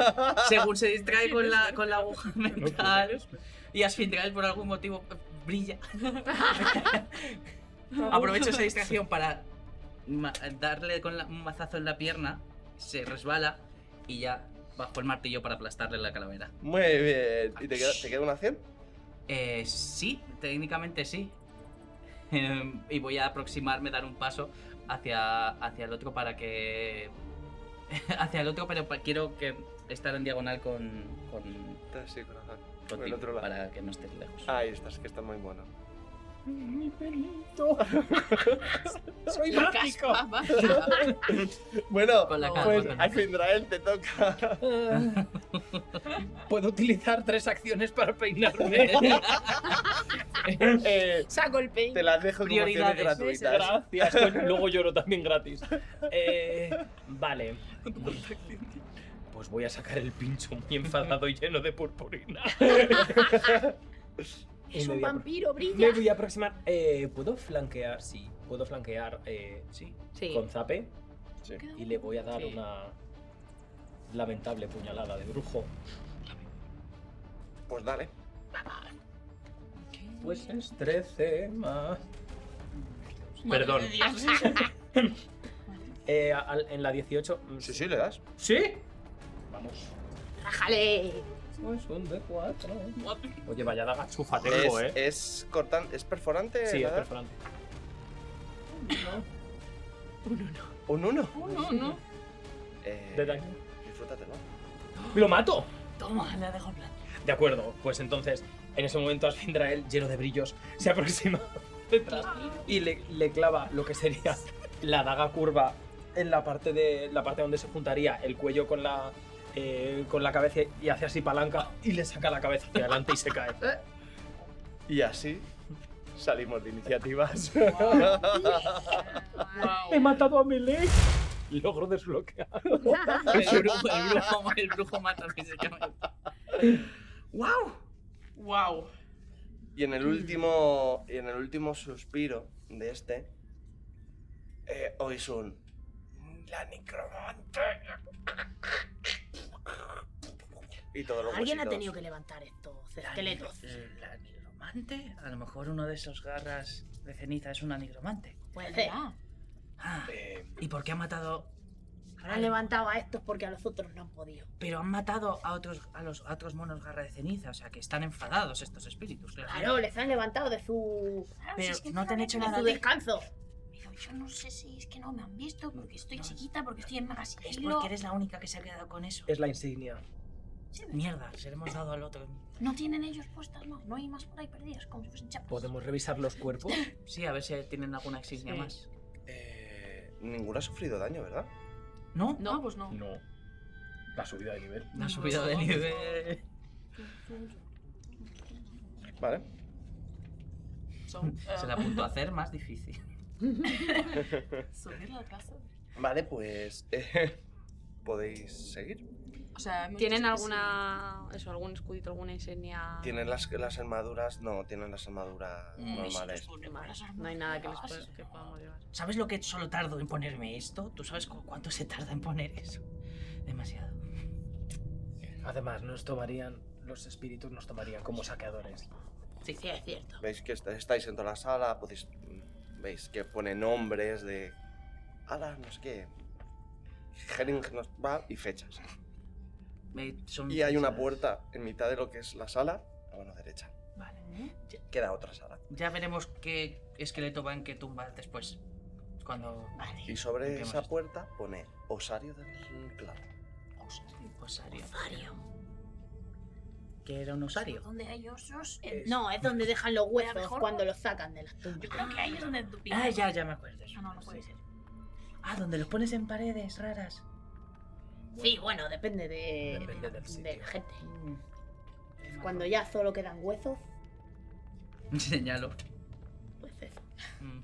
Speaker 3: según se distrae con la, con la aguja
Speaker 2: pues,
Speaker 3: mental y Asfindral por algún motivo eh, brilla. Aprovecho esa distracción para ma- darle con la- un mazazo en la pierna, se resbala y ya bajo el martillo para aplastarle la calavera.
Speaker 2: Muy bien. ¿Y te queda, te queda una 100?
Speaker 3: Eh, sí, técnicamente sí. Em, y voy a aproximarme, dar un paso hacia, hacia el otro para que. hacia el otro, pero pa- quiero que estar en diagonal con. con.
Speaker 2: Estás así, corazón. Por el
Speaker 3: contigo,
Speaker 2: otro lado.
Speaker 3: para que no estés lejos.
Speaker 2: Ahí estás, que está muy bueno.
Speaker 10: Mi pelito. Soy mágico.
Speaker 2: Bueno,
Speaker 3: Con la calma,
Speaker 2: pues
Speaker 3: con la
Speaker 2: al fin Drael te toca.
Speaker 10: Puedo utilizar tres acciones para peinarme.
Speaker 2: Eh,
Speaker 7: Saco el pein.
Speaker 2: te las dejo como acciones
Speaker 3: Prioridades.
Speaker 2: gratuitas.
Speaker 5: Gracias, coño, luego lloro también gratis. Eh, vale. Pues voy a sacar el pincho muy enfadado y lleno de purpurina. Y
Speaker 7: Es
Speaker 5: me
Speaker 7: un
Speaker 5: voy a-
Speaker 7: vampiro, brilla.
Speaker 5: Me voy a aproximar. Eh, ¿Puedo flanquear? Sí, puedo flanquear eh, sí,
Speaker 7: Sí.
Speaker 5: con zape.
Speaker 2: Sí.
Speaker 5: Y le voy a dar
Speaker 3: Sí.
Speaker 5: una lamentable puñalada de brujo.
Speaker 2: Pues dale.
Speaker 5: Pues es 13 más.
Speaker 6: Madre
Speaker 5: Perdón.
Speaker 6: de Dios.
Speaker 5: Eh, al- en la 18. mm,
Speaker 2: Sí, sí, le das.
Speaker 5: ¿Sí? Vamos.
Speaker 7: Rájale.
Speaker 5: Pues un D4.
Speaker 6: Madre.
Speaker 5: Oye, vaya daga chufa
Speaker 2: Es,
Speaker 5: tengo, eh.
Speaker 2: es cortan- es perforante.
Speaker 5: Sí, es
Speaker 2: ¿verdad?
Speaker 5: perforante.
Speaker 2: Un 1.
Speaker 6: Oh, no, no.
Speaker 2: Eh,
Speaker 5: De daño.
Speaker 2: Disfrútatelo.
Speaker 5: ¡Lo mato!
Speaker 3: Toma, la dejo en plan.
Speaker 5: De acuerdo, pues entonces, en ese momento Asfindrael, lleno de brillos, se aproxima detrás y le, le clava lo que sería la daga curva en la parte de la parte donde se juntaría el cuello con la eh, con la cabeza y hace así palanca y le saca la cabeza hacia adelante y se cae.
Speaker 2: Y así salimos de iniciativas.
Speaker 5: He matado a Melee. Logro desbloqueado.
Speaker 3: El brujo, el brujo, el brujo mata físicamente. ¡Wow!
Speaker 6: Wow.
Speaker 2: Y
Speaker 3: Mm.
Speaker 2: en el último. y en el último suspiro de este. Eh, oís un. La necromante. Y todos los
Speaker 7: Alguien ha
Speaker 2: huesitos.
Speaker 7: tenido que levantar estos esqueletos.
Speaker 3: La eh, nigromante. A lo mejor uno de esos garras de ceniza es una nigromante.
Speaker 7: Puede ser.
Speaker 3: Ah,
Speaker 2: Eh,
Speaker 3: ¿Y por qué han matado?
Speaker 7: Habrán levantado a estos porque a los otros no han podido.
Speaker 3: Pero han matado a otros, a los a otros monos garra de ceniza, o sea que están enfadados estos espíritus, claro.
Speaker 7: Claro, les han levantado de su,
Speaker 13: Claro,
Speaker 3: Pero
Speaker 13: si es que
Speaker 3: no te han hecho
Speaker 7: de
Speaker 3: nada a
Speaker 7: su
Speaker 3: ti.
Speaker 7: descanso.
Speaker 13: Pero yo no sé si es que no me han visto, porque estoy
Speaker 3: No.
Speaker 13: chiquita, porque estoy en magazine.
Speaker 3: Es porque eres la única que se ha quedado con eso.
Speaker 5: Es la insignia.
Speaker 3: Mierda, se lo hemos dado al otro.
Speaker 13: No tienen ellos puestas, no. No hay más por ahí perdidas, como si fuesen chapas.
Speaker 5: ¿Podemos revisar los cuerpos?
Speaker 3: Sí, a ver si tienen alguna insignia
Speaker 6: Sí.
Speaker 3: más.
Speaker 2: eh, ninguno ha sufrido daño, ¿verdad?
Speaker 3: ¿No?
Speaker 6: No, pues no.
Speaker 5: No. La subida de nivel.
Speaker 3: La subida de nivel.
Speaker 2: Vale.
Speaker 6: Son, eh,
Speaker 3: Se la apuntó a hacer más difícil.
Speaker 6: Subir la casa.
Speaker 2: Vale, pues. eh, ¿Podéis seguir?
Speaker 6: O sea, hemos
Speaker 4: ¿Tienen
Speaker 6: dicho que
Speaker 4: alguna. Eso, algún escudito, alguna insignia?
Speaker 2: ¿Tienen las, las armaduras? No, tienen las armaduras
Speaker 3: Ah. Mm,
Speaker 2: normales.
Speaker 4: Vale, No hay nada que, les pueda- que podamos llevar.
Speaker 3: Ah, ¿Sabes lo que solo tardo en ponerme esto? ¿Tú sabes cu- cuánto se tarda en poner eso? Demasiado.
Speaker 10: Además, nos tomarían. Los espíritus nos tomarían como saqueadores.
Speaker 7: Sí,
Speaker 3: eh.
Speaker 7: sí, es cierto.
Speaker 2: Veis que est- estáis en toda la sala, podéis. mm, Veis que pone nombres de. Ala, no sé qué. Hering nos va y fechas.
Speaker 3: Me- son
Speaker 2: Y hay una
Speaker 3: pesadas.
Speaker 2: puerta en mitad de lo que es la sala, a mano derecha.
Speaker 3: Vale.
Speaker 2: Queda otra sala.
Speaker 3: Ya veremos qué esqueleto va en qué tumba después. Cuando.
Speaker 2: Y sobre
Speaker 3: Limpiamos
Speaker 2: esa
Speaker 3: esto.
Speaker 2: puerta pone Osario del Claro.
Speaker 3: Osario.
Speaker 7: Mario.
Speaker 3: que era un osario.
Speaker 7: ¿Dónde Pues hay osos? eh, No, es donde dejan los A lo huesos mejor cuando los sacan de las tumbas. Yo creo que ahí es donde tú
Speaker 3: Ah, ya, ya me acuerdo.
Speaker 7: No, no, no puede ser.
Speaker 3: Ah, donde los pones en paredes raras.
Speaker 7: Sí, bueno, depende de,
Speaker 5: Depende del
Speaker 7: de la gente.
Speaker 3: Mm.
Speaker 7: Cuando ya solo quedan huesos,
Speaker 3: Señalo.
Speaker 7: pues eso.
Speaker 3: Mm.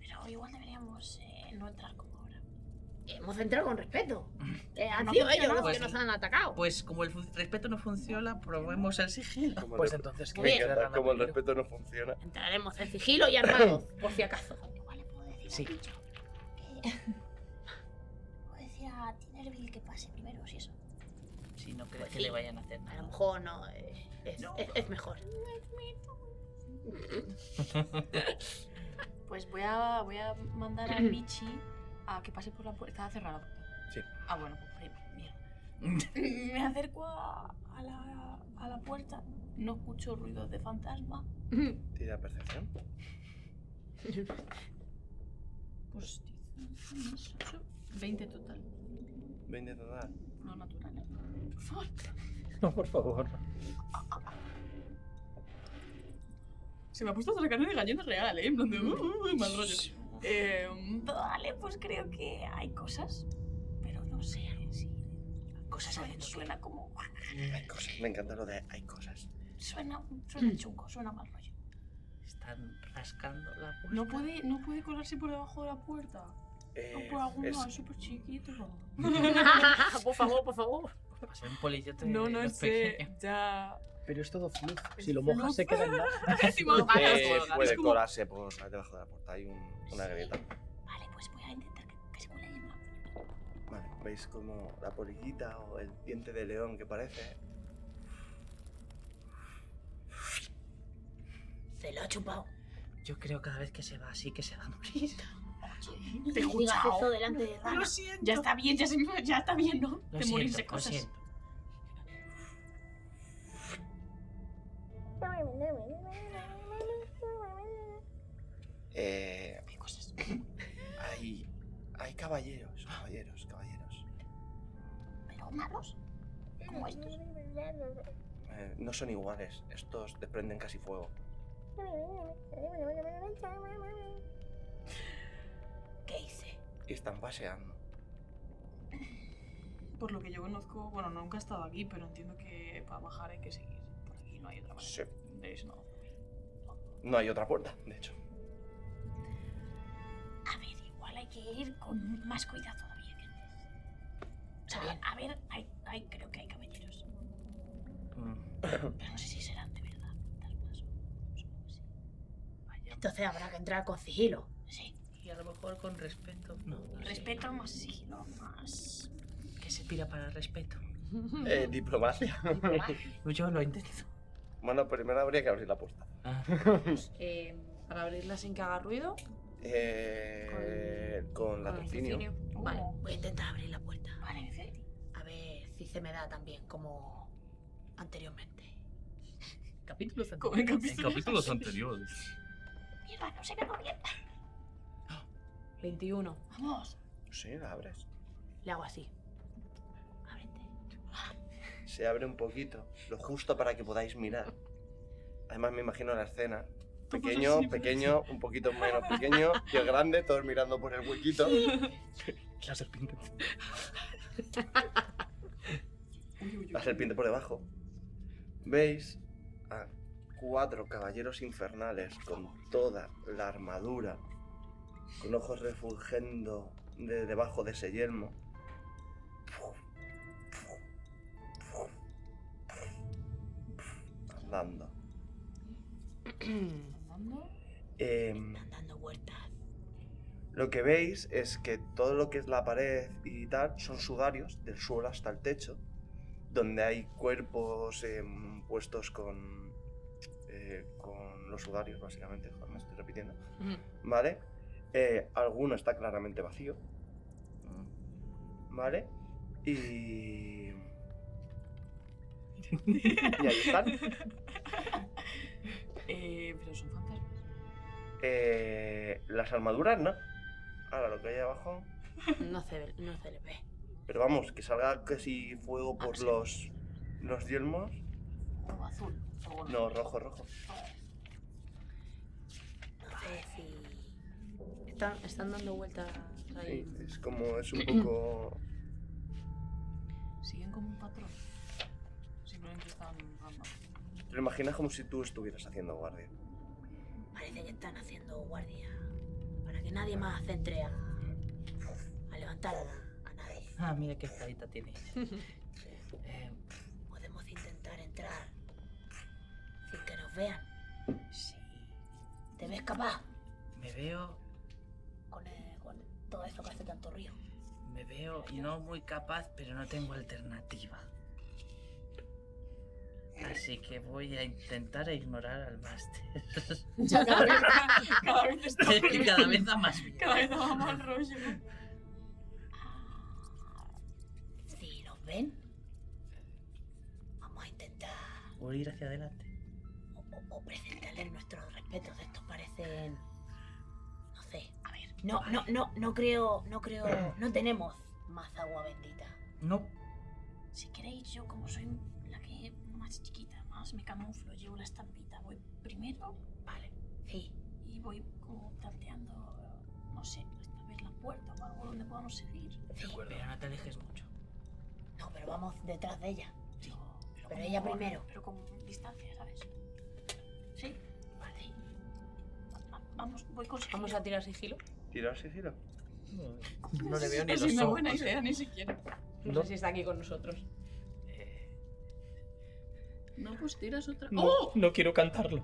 Speaker 8: Pero igual deberíamos eh, no entrar como ahora.
Speaker 7: Hemos entrado con respeto. Eh, han
Speaker 8: No
Speaker 7: sido
Speaker 8: funciona.
Speaker 7: ellos los
Speaker 3: Pues
Speaker 7: que nos
Speaker 3: sí.
Speaker 7: han atacado.
Speaker 3: Pues como el fu- respeto no funciona, probemos el sigilo.
Speaker 2: Como
Speaker 5: Pues
Speaker 2: el-
Speaker 5: entonces, ¿qué
Speaker 2: Me
Speaker 7: Bien.
Speaker 2: encanta
Speaker 5: querrán
Speaker 2: como el
Speaker 5: hacer?
Speaker 2: respeto no funciona.
Speaker 7: Entraremos en sigilo y armados, por si acaso.
Speaker 8: Igual le puedo decir
Speaker 3: Sí.
Speaker 8: a Picho que. puedo decir a Tinerville que pase primero, si eso.
Speaker 3: Si no crees
Speaker 7: Pues
Speaker 3: que
Speaker 7: sí.
Speaker 3: le vayan a hacer
Speaker 7: A lo
Speaker 3: nada.
Speaker 7: mejor no. eh, es, es- es mejor.
Speaker 6: Pues voy a, voy a mandar a Michi a que pase por la puerta. Estaba cerrada la puerta.
Speaker 5: Sí.
Speaker 6: Ah, bueno, pues prima, mierda. Me acerco a, a la, a la puerta. No escucho ruidos de fantasma.
Speaker 2: Tira percepción.
Speaker 6: Pues 10, más ocho, 20 total.
Speaker 2: 20 total.
Speaker 6: No natural. ¿eh? Por favor.
Speaker 10: No, por favor.
Speaker 6: Se me ha puesto hasta la carne de gallina real, ¿eh? En plan de. Uh, uh, uh, mal rollo. Eh,
Speaker 8: Vale, pues creo que hay cosas, pero no sé si. Cosas suena, suena como.
Speaker 2: Hay cosas. Me encanta lo de hay cosas.
Speaker 8: Suena, suena chungo, suena mal rollo.
Speaker 3: Están rascando la puerta.
Speaker 6: no, puede, no puede colarse por debajo de la puerta. No
Speaker 2: Eh,
Speaker 6: por algún
Speaker 2: es-
Speaker 6: lado, es súper chiquito.
Speaker 7: por favor, por favor.
Speaker 3: Pasé un polillote.
Speaker 6: No, no
Speaker 3: de los pequeños.
Speaker 6: sé. Ya.
Speaker 5: Pero es todo fluff. Si lo mojas, se queda en la...
Speaker 6: Sí, vamos,
Speaker 2: eh,
Speaker 6: ganas, ganas.
Speaker 2: puede
Speaker 6: Es como-
Speaker 2: colarse por debajo de la puerta. Hay un- una grieta.
Speaker 8: Vale, pues voy a intentar que, que se cuele en la
Speaker 2: Vale, veis como la polillita o el diente de león que parece.
Speaker 7: Se lo ha chupado.
Speaker 3: Yo creo cada vez que se va así que se va a morir.
Speaker 6: Te he
Speaker 7: No digas
Speaker 6: escuchado.
Speaker 7: eso delante de Rana.
Speaker 6: Ya está bien, ya, se, ya está bien, ¿no?
Speaker 3: Lo
Speaker 6: de
Speaker 3: siento,
Speaker 6: morirse
Speaker 3: lo
Speaker 6: cosas.
Speaker 3: siento.
Speaker 2: Eh,
Speaker 8: ¿Qué cosas?
Speaker 2: hay, hay caballeros, caballeros, caballeros.
Speaker 8: ¿Pero malos? ¿Como estos?
Speaker 2: Eh, no son iguales. Estos desprenden casi fuego.
Speaker 8: ¿Qué hice?
Speaker 2: Y están paseando.
Speaker 6: Por lo que yo conozco, bueno, nunca he estado aquí, pero entiendo que para bajar hay que seguir. Por aquí no hay otra manera.
Speaker 2: Sí.
Speaker 6: There is no.
Speaker 2: No hay otra puerta, de hecho.
Speaker 8: A ver, igual hay que ir con más cuidado todavía que antes. O sea, a ver, hay, hay- creo que hay caballeros.
Speaker 2: Mm.
Speaker 8: Pero no sé si serán de verdad fantasmas o- supongo que sí. Vaya.
Speaker 7: Entonces habrá que entrar con sigilo.
Speaker 8: Sí.
Speaker 3: Y a lo mejor con respeto. No, no sé.
Speaker 8: Respeto más sigilo, más.
Speaker 3: Que se pira para respeto.
Speaker 2: Eh, diplomacia.
Speaker 3: Yo lo intento.
Speaker 2: Bueno, primero habría que abrir la puerta.
Speaker 4: Eh, para abrirla sin que haga ruido.
Speaker 2: Eh, con
Speaker 4: con el
Speaker 2: latrocinio.
Speaker 7: Uh,
Speaker 4: ticinio. Vale.
Speaker 7: Voy a intentar abrir la puerta.
Speaker 8: Vale, Vicente.
Speaker 7: A ver si se me da tan bien como anteriormente.
Speaker 3: Capítulos
Speaker 6: Como en
Speaker 3: anteriores.
Speaker 6: capítulos.
Speaker 11: En capítulos anteriores.
Speaker 8: Mierda, no se me corriente.
Speaker 4: 21.
Speaker 8: Vamos.
Speaker 2: Sí, la abres.
Speaker 7: Le hago así.
Speaker 8: Ábrete.
Speaker 2: Se abre un poquito, lo justo para que podáis mirar. Además me imagino la escena. Pequeño,
Speaker 6: Sí,
Speaker 2: pequeño, un poquito menos pequeño, y el grande, todos mirando por el huequito.
Speaker 5: La serpiente.
Speaker 6: Uy, uy, uy.
Speaker 2: La serpiente por debajo. Veis a cuatro caballeros infernales con toda la armadura, con ojos refulgiendo de debajo de ese yelmo. Andando.
Speaker 6: Andando.
Speaker 2: Em,
Speaker 7: Están dando vueltas.
Speaker 2: Lo que veis es que todo lo que es la pared y tal son sudarios, del suelo hasta el techo, donde hay cuerpos em, puestos con, eh, con los sudarios, básicamente, joder, me estoy repitiendo, ¿vale? Eh, alguno está claramente vacío, ¿vale? Y... y ahí están.
Speaker 6: Eh, pero son fantasmas.
Speaker 2: Eh, las armaduras, ¿no? Ahora lo que hay abajo...
Speaker 7: No se, ve- no se le ve.
Speaker 2: Pero vamos, que salga casi fuego por los, los yelmos.
Speaker 8: O azul. O
Speaker 2: No, rojo, rojo.
Speaker 4: Están, están dando vueltas ahí.
Speaker 2: Sí, es como, es un poco...
Speaker 8: Siguen como un patrón. Simplemente están random.
Speaker 2: Te lo imaginas como si tú estuvieras haciendo guardia.
Speaker 7: Parece que están haciendo guardia para que nadie más entre a, a levantar a, a nadie.
Speaker 3: Ah, mira qué carita tiene.
Speaker 7: Eh, podemos intentar entrar sin que nos vean. Sí. ¿Te ves capaz
Speaker 3: Me veo,
Speaker 7: con, eh, con todo eso que hace tanto río?
Speaker 3: me veo no muy capaz, pero no tengo alternativa. Así que voy a intentar ignorar al máster.
Speaker 8: Cada vez, cada vez está
Speaker 3: Es que cada vez da más miedo.
Speaker 8: Cada vez da más
Speaker 3: Ah.
Speaker 8: rollo.
Speaker 7: Si nos ven, vamos a intentar
Speaker 3: Huir hacia adelante.
Speaker 7: o, o- o presentarles nuestros respetos. Estos parecen. No sé. A ver. No, no, no, no creo, no creo, no tenemos más agua bendita.
Speaker 3: No.
Speaker 8: Si queréis, yo como soy la que más chiquita, más me camuflo, llevo la estampita, voy primero, vale.
Speaker 7: Sí.
Speaker 8: Y voy como tanteando, no sé, hasta ver la puerta o algo donde podamos seguir.
Speaker 7: Sí,
Speaker 3: Pero no te alejes mucho.
Speaker 7: No, pero vamos detrás de ella.
Speaker 3: Sí.
Speaker 7: Pero ella
Speaker 8: con-
Speaker 7: primero.
Speaker 8: Pero con distancia, ¿sabes? Sí. Vale. Va- Vamos, voy con sigilo.
Speaker 4: Vamos a tirar sigilo.
Speaker 2: ¿Tirar sigilo?
Speaker 3: No le veo ni
Speaker 6: Es
Speaker 3: los
Speaker 6: una
Speaker 3: ojos.
Speaker 6: buena idea, ni siquiera.
Speaker 4: No,
Speaker 3: No.
Speaker 4: sé si está aquí con nosotros.
Speaker 6: Eh, No, pues tiras otra.
Speaker 10: No,
Speaker 6: ¡Oh!
Speaker 10: no quiero cantarlo.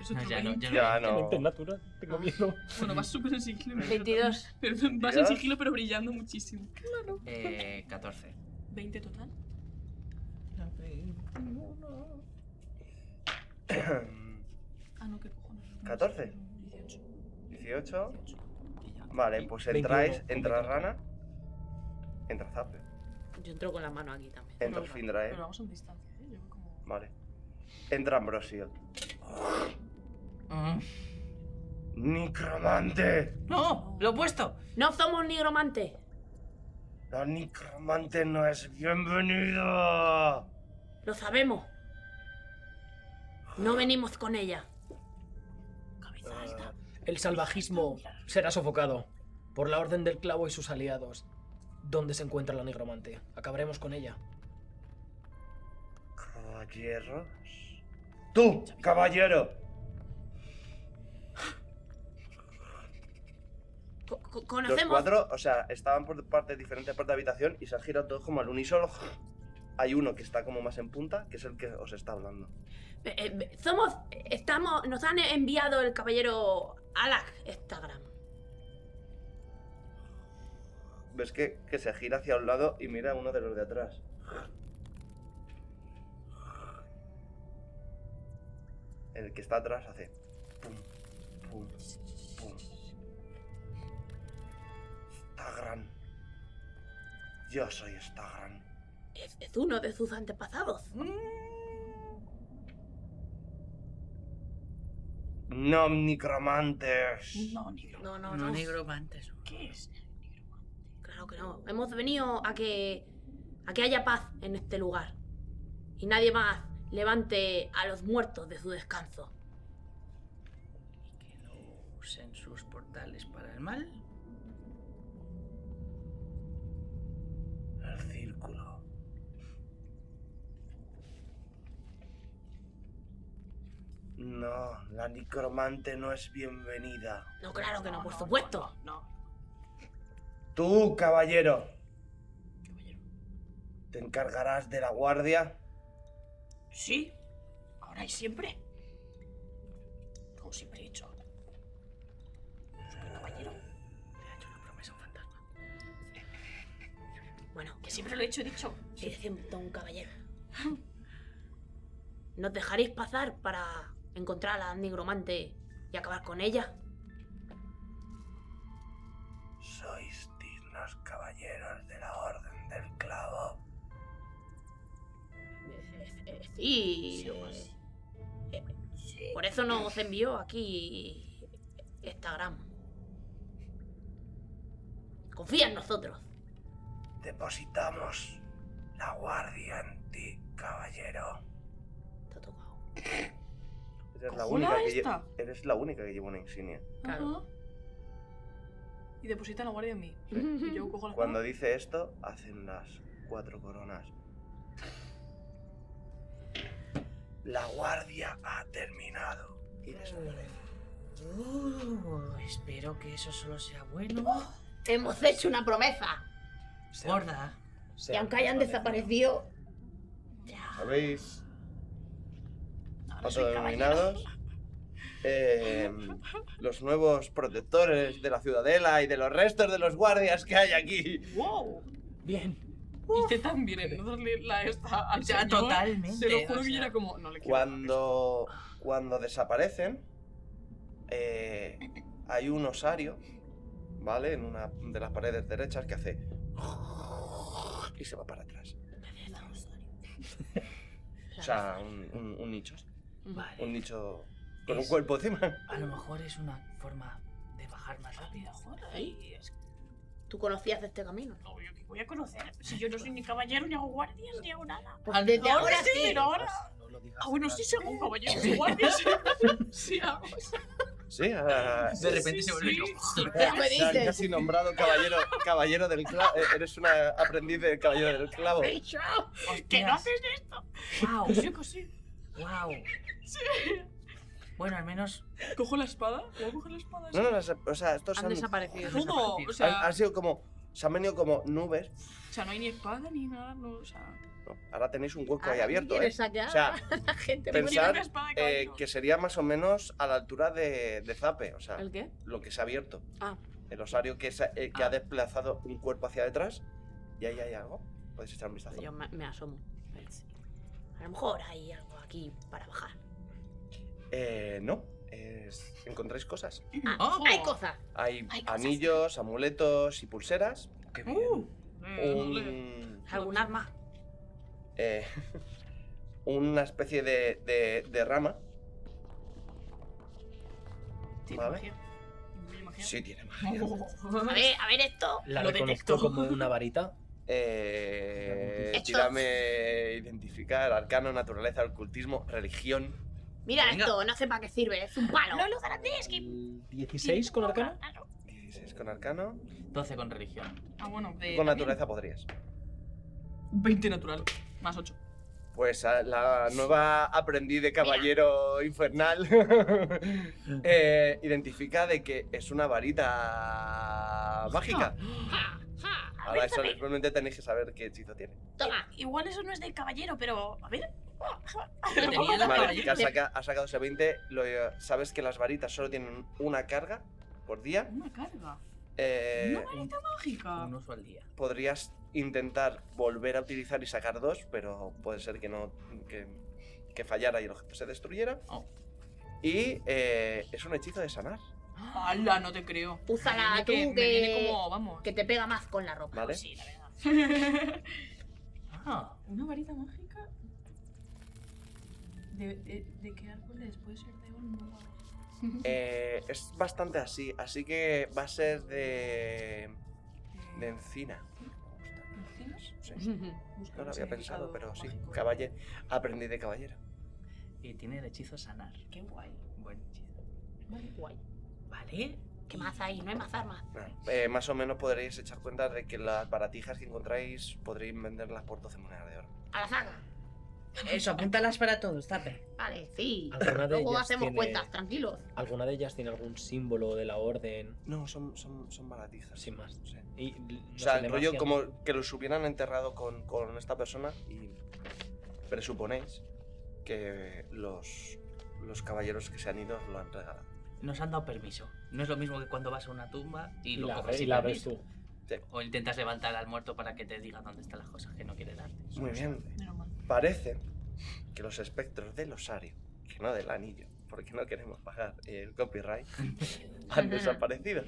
Speaker 6: Es
Speaker 3: No,
Speaker 14: Ah,
Speaker 6: otro
Speaker 3: ya no,
Speaker 6: 20.
Speaker 3: ya
Speaker 2: Ya
Speaker 3: no.
Speaker 2: no.
Speaker 10: Es natural, tengo miedo.
Speaker 6: Bueno, vas súper en sigilo. pero-
Speaker 4: 22.
Speaker 6: Pero vas en
Speaker 2: ¿Tiras?
Speaker 6: sigilo, pero brillando muchísimo. Claro.
Speaker 3: Eh, 14.
Speaker 6: 20 total. Ah, no, qué cojones.
Speaker 2: 14.
Speaker 6: 18.
Speaker 2: 18.
Speaker 6: 18. Y ya.
Speaker 2: Vale, pues entráis, entra rana, entra zape,
Speaker 4: Yo entro con la mano aquí también.
Speaker 2: entra
Speaker 6: Pero-
Speaker 2: Findrae.
Speaker 6: Pero vamos en distancia, ¿eh? Yo voy como.
Speaker 2: Vale. Entra Ambrosio.
Speaker 6: Ah.
Speaker 3: Mm.
Speaker 2: ¡Nicromante!
Speaker 3: No, lo he puesto.
Speaker 9: No somos nigromante.
Speaker 2: ¡La nicromante no es bienvenida!
Speaker 9: Lo sabemos. No venimos con ella.
Speaker 8: Cabeza alta.
Speaker 5: El salvajismo será sofocado por la orden del clavo y sus aliados. ¿Dónde se encuentra la nigromante? Acabaremos con ella.
Speaker 2: Caballeros. ¡Tú, caballero!
Speaker 9: Co- co-
Speaker 2: Los
Speaker 9: conocemos.
Speaker 2: cuatro, o sea, estaban por parte, diferentes partes de la habitación y se han girado todos como al unísono. Hay uno que está como más en punta, que es el que os está hablando.
Speaker 9: eh, eh, somos. Estamos. Nos han enviado el caballero Alak Instagram.
Speaker 2: ¿Ves que, que se gira hacia un lado y mira a uno de los de atrás? El que está atrás hace. Pum, pum, pum. Stagran. Yo soy Stagran.
Speaker 9: Es, es uno de sus antepasados.
Speaker 8: Mm,
Speaker 2: No necromantes.
Speaker 8: No, negro.
Speaker 9: No, no,
Speaker 3: No,
Speaker 9: no.
Speaker 3: nigromantes.
Speaker 8: ¿Qué es?
Speaker 9: Claro que no. Hemos venido a que. a que haya paz en este lugar. Y nadie más levante a los muertos de su descanso.
Speaker 3: Y que no usen sus portales para el mal.
Speaker 2: El círculo. No, la necromante no es bienvenida.
Speaker 9: No, claro que no, por supuesto.
Speaker 2: Tú, caballero. ¿Te encargarás de la guardia?
Speaker 8: Sí. Ahora y siempre. Como siempre he hecho. Soy caballero.
Speaker 3: Le ha hecho una promesa a un fantasma.
Speaker 9: Bueno,
Speaker 8: Que siempre lo he hecho, he dicho.
Speaker 9: sigue siendo un caballero. ¿Nos dejaréis pasar para encontrar a la nigromante y acabar con ella?
Speaker 2: Sois dignos caballeros de la Orden del Clavo.
Speaker 9: Sí. eh,
Speaker 8: Sí, pues. Sí.
Speaker 9: Por eso nos envió aquí Instagram. Confía en nosotros.
Speaker 2: Depositamos la guardia en ti, caballero. Eres la,
Speaker 6: ¿Cojona
Speaker 2: única que lle-
Speaker 6: esta?
Speaker 2: eres la única que lleva una insignia.
Speaker 6: Ajá. Y deposita la guardia en mí. Y yo cojo la
Speaker 2: Cuando dice esto, hacen las cuatro coronas. La guardia ha terminado. Y desaparece.
Speaker 3: Uh, espero que eso solo sea bueno.
Speaker 7: Hemos hecho una promesa.
Speaker 3: Gorda.
Speaker 7: Y aunque hayan desaparecido,
Speaker 2: ¿Habéis? Autodenominados. eh, los nuevos protectores de la ciudadela y de los restos de los guardias que hay aquí.
Speaker 6: ¡Wow!
Speaker 3: Bien.
Speaker 6: Hice tan bien en no darle la esta al
Speaker 3: O sea,
Speaker 6: señor.
Speaker 3: totalmente,
Speaker 6: Se lo juro
Speaker 3: o
Speaker 6: que yo
Speaker 3: sea.
Speaker 6: era como. No le quiero.
Speaker 2: Cuando, cuando desaparecen, eh, hay un osario, ¿vale? En una de las paredes derechas que hace... Y se va para atrás. O sea, un, un- un nicho.
Speaker 3: Vale.
Speaker 2: Un nicho con un
Speaker 3: Es-
Speaker 2: cuerpo encima.
Speaker 3: A lo mejor es una forma de bajar más rápido.
Speaker 9: Ay, es- Tú conocías de este camino.
Speaker 6: No, yo que voy a conocer. Si yo no soy ni caballero, ni hago guardias, ni hago nada.
Speaker 7: pues desde
Speaker 6: Ahora
Speaker 7: ahora
Speaker 6: sí,
Speaker 7: sí.
Speaker 6: pero ahora. Ah, bueno, sí, según caballero, sí, guardias. sí. Sí, hago.
Speaker 2: Sí, ah,
Speaker 3: De repente se vuelve
Speaker 2: Ya
Speaker 7: me
Speaker 2: se han
Speaker 7: dices.
Speaker 2: casi nombrado caballero, caballero del clavo. Eres una aprendiz del caballero del clavo.
Speaker 6: ¿Que no haces esto?
Speaker 3: ¡Wow!
Speaker 6: Pues yo que sí.
Speaker 3: ¡Wow!
Speaker 6: Sí.
Speaker 3: Bueno, al menos.
Speaker 6: ¿Cojo la espada? ¿Voy a coger la espada?
Speaker 2: No, no, las- o sea, estos
Speaker 4: Han
Speaker 2: han,
Speaker 4: desaparecido.
Speaker 6: Todo. O
Speaker 2: han,
Speaker 6: sea,
Speaker 2: han sido como. Se han venido como nubes.
Speaker 6: o sea, no hay ni espada ni nada. No, o sea.
Speaker 2: No, ahora tenéis un hueco ahí
Speaker 6: Ah,
Speaker 9: Ahora tú
Speaker 2: abierto, ¿eh?
Speaker 9: quieres sacar
Speaker 2: O sea,
Speaker 9: a la gente.
Speaker 6: Pero- Tiene
Speaker 2: pensar
Speaker 6: una espada de
Speaker 2: eh,
Speaker 6: caballero.
Speaker 2: que sería más o menos a la altura de, de Zape, o sea,
Speaker 4: ¿El qué?
Speaker 2: lo que se ha abierto.
Speaker 4: Ah.
Speaker 2: El osario que, se ha- eh, que ha desplazado un cuerpo hacia detrás. Y ahí hay algo. Podéis echar un vistazo.
Speaker 4: Yo me, me asomo.
Speaker 9: A lo mejor hay algo aquí para bajar.
Speaker 2: Eh, no. es- encontráis cosas.
Speaker 9: Ah,
Speaker 3: Oh.
Speaker 9: Hay cosas.
Speaker 2: Hay,
Speaker 9: Hay cosas.
Speaker 2: anillos, amuletos y pulseras.
Speaker 3: ¡Qué bien!
Speaker 6: Uh,
Speaker 7: Mm,
Speaker 2: Mm. Un,
Speaker 9: Algún arma.
Speaker 2: eh, una especie de, de- de rama.
Speaker 6: Tiene
Speaker 2: Vale.
Speaker 6: magia. ¿Tiene magia?
Speaker 2: Sí, tiene más.
Speaker 9: A ver, a ver esto.
Speaker 5: La
Speaker 6: Lo
Speaker 5: reconozco
Speaker 6: detecto.
Speaker 5: como una varita.
Speaker 2: Eh,
Speaker 9: Esto.
Speaker 2: tírame identificar, arcano, naturaleza, ocultismo, religión.
Speaker 9: Mira
Speaker 3: Venga.
Speaker 9: esto, no sé para qué sirve. Es un palo.
Speaker 8: No lo garantes que.
Speaker 5: 16 con arcano.
Speaker 2: 16 con arcano.
Speaker 3: 12 con religión.
Speaker 6: Ah, bueno, de.
Speaker 2: Tú con
Speaker 6: también.
Speaker 2: naturaleza podrías.
Speaker 6: 20 natural. Más 8.
Speaker 2: Pues a- la nueva aprendiz de caballero infernal eh, identifica de que es una varita Ah, mágica.
Speaker 9: Ja, ja. A
Speaker 2: Ahora
Speaker 9: ver,
Speaker 2: eso
Speaker 9: dame.
Speaker 2: realmente tenéis que saber qué hechizo tiene.
Speaker 9: Toma.
Speaker 8: Eh, Igual eso no es del caballero, pero. A ver.
Speaker 3: Tenía la
Speaker 2: Vale, que
Speaker 3: varita.
Speaker 2: ha, saca- ha sacado ese 20. Lo, eh, sabes que las varitas solo tienen una carga por día.
Speaker 6: Una carga.
Speaker 2: Eh,
Speaker 6: Una varita mágica.
Speaker 3: Un uso al día.
Speaker 2: podrías intentar volver a utilizar y sacar dos, pero puede ser que no que, que fallara y el objeto se destruyera.
Speaker 3: Oh.
Speaker 2: Y eh, es un hechizo de sanar,
Speaker 6: ¡Hala! No te creo.
Speaker 9: Úsala
Speaker 6: Me
Speaker 9: tú
Speaker 6: viene
Speaker 9: que,
Speaker 6: me viene como. Vamos.
Speaker 9: que te pega más con la ropa.
Speaker 2: ¿vale?
Speaker 9: Sí, la verdad.
Speaker 3: Ah,
Speaker 6: ¿Una varita mágica? ¿De, de, de qué árboles puede ser de un
Speaker 2: Eh, es bastante así, así que va a ser de, de encina.
Speaker 6: ¿Encinas?
Speaker 2: Sí, no lo había pensado, pero sí, caballero. Aprendí de caballero.
Speaker 3: y tiene el hechizo sanar.
Speaker 6: Qué guay.
Speaker 3: Buen hechizo.
Speaker 9: Guay.
Speaker 3: Vale.
Speaker 9: ¿Qué más hay? No hay más armas.
Speaker 2: Bueno, eh, más o menos podréis echar cuenta de que las baratijas que encontráis podréis venderlas por 12 monedas de oro.
Speaker 9: A la saga.
Speaker 3: Eso, apúntalas para todos, tape.
Speaker 9: Vale, sí.
Speaker 5: Alguna de
Speaker 9: Luego
Speaker 5: ellas
Speaker 9: hacemos
Speaker 5: tiene-
Speaker 9: cuentas, tranquilos.
Speaker 5: ¿Alguna de ellas tiene algún símbolo de la orden?
Speaker 2: No, son, son, son baratijas.
Speaker 5: Sin más.
Speaker 2: Sí.
Speaker 5: Y, l- no
Speaker 2: O sea,
Speaker 5: sé,
Speaker 2: el rollo
Speaker 5: demasiado-
Speaker 2: como que los hubieran enterrado con, con esta persona y presuponéis que los, los caballeros que se han ido os lo han regalado.
Speaker 3: Nos han dado permiso. No es lo mismo que cuando vas a una tumba y
Speaker 5: Y
Speaker 3: lo
Speaker 5: la,
Speaker 3: coges
Speaker 5: ve- y
Speaker 3: sin
Speaker 5: la ves
Speaker 3: permiso.
Speaker 5: tú.
Speaker 3: O intentas levantar al muerto para que te diga dónde están las cosas que no quiere darte.
Speaker 2: Muy bien. Parece que los espectros del osario, que no del anillo, porque no queremos pagar el copyright, han desaparecido.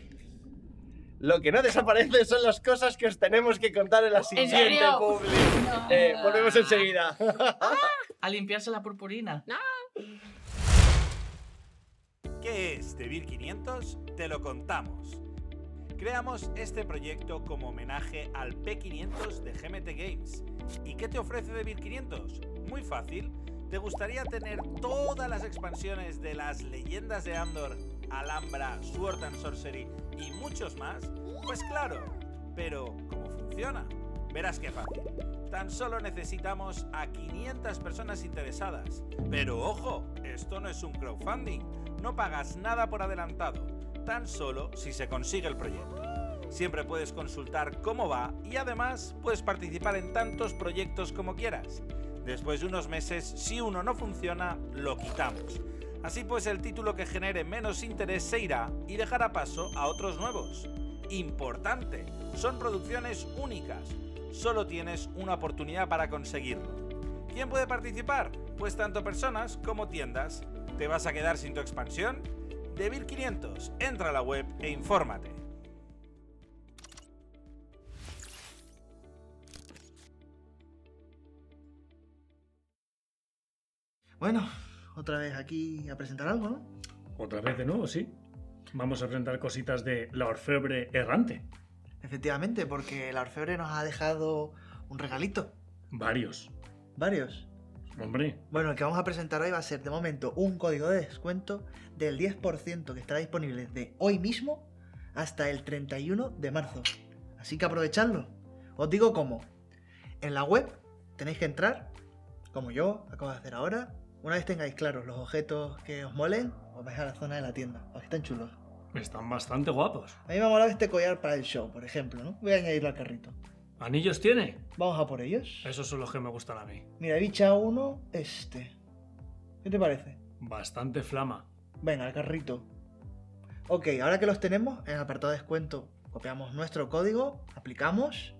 Speaker 2: Lo que no desaparece son las cosas que os tenemos que contar en la siguiente
Speaker 6: serio?
Speaker 2: publi. Eh, volvemos enseguida.
Speaker 3: A limpiarse la purpurina.
Speaker 11: ¿Qué es The Beer 500? Te lo contamos. Creamos este proyecto como homenaje al P500 de GMT Games. ¿Y qué te ofrece The Beer 500? Muy fácil, ¿Te gustaría tener todas las expansiones de las leyendas de Andor, Alhambra, Sword and Sorcery y muchos más? Pues claro, pero ¿cómo funciona? Verás qué fácil. Tan solo necesitamos a 500 personas interesadas. Pero ojo, esto no es un crowdfunding. No pagas nada por adelantado. Tan solo si se consigue el proyecto. Siempre puedes consultar cómo va y además puedes participar en tantos proyectos como quieras. Después de unos meses, si uno no funciona, lo quitamos. Así pues, el título que genere menos interés se irá y dejará paso a otros nuevos. Importante, son producciones únicas. Solo tienes una oportunidad para conseguirlo. ¿Quién puede participar? Pues tanto personas como tiendas. ¿Te vas a quedar sin tu expansión? De 1500, entra a la web e infórmate.
Speaker 15: Bueno, otra vez aquí a presentar algo, ¿no?
Speaker 14: Otra vez de nuevo, sí. Vamos a presentar cositas de la orfebre errante.
Speaker 15: Efectivamente, porque la Orfebre nos ha dejado un regalito.
Speaker 14: Varios.
Speaker 15: Varios.
Speaker 14: Hombre,
Speaker 15: Bueno, el que vamos a presentar hoy va a ser de momento un código de descuento del 10% que estará disponible desde hoy mismo hasta el 31 de marzo. Así que aprovechadlo. Os digo cómo. En la web tenéis que entrar, como yo acabo de hacer ahora. Una vez tengáis claros los objetos que os molen, os vais a la zona de la tienda. Os están chulos.
Speaker 14: están bastante guapos.
Speaker 15: A mí me ha molado este collar para el show, por ejemplo, ¿no? Voy a añadirlo al carrito.
Speaker 14: ¿Anillos tiene?
Speaker 15: Vamos a por ellos.
Speaker 14: Esos son los que me gustan a mí.
Speaker 15: Mira, bicha uno, este. ¿Qué te parece?
Speaker 14: Bastante flama.
Speaker 15: Venga, al carrito. Ok, ahora que los tenemos, en el apartado de descuento copiamos nuestro código, aplicamos.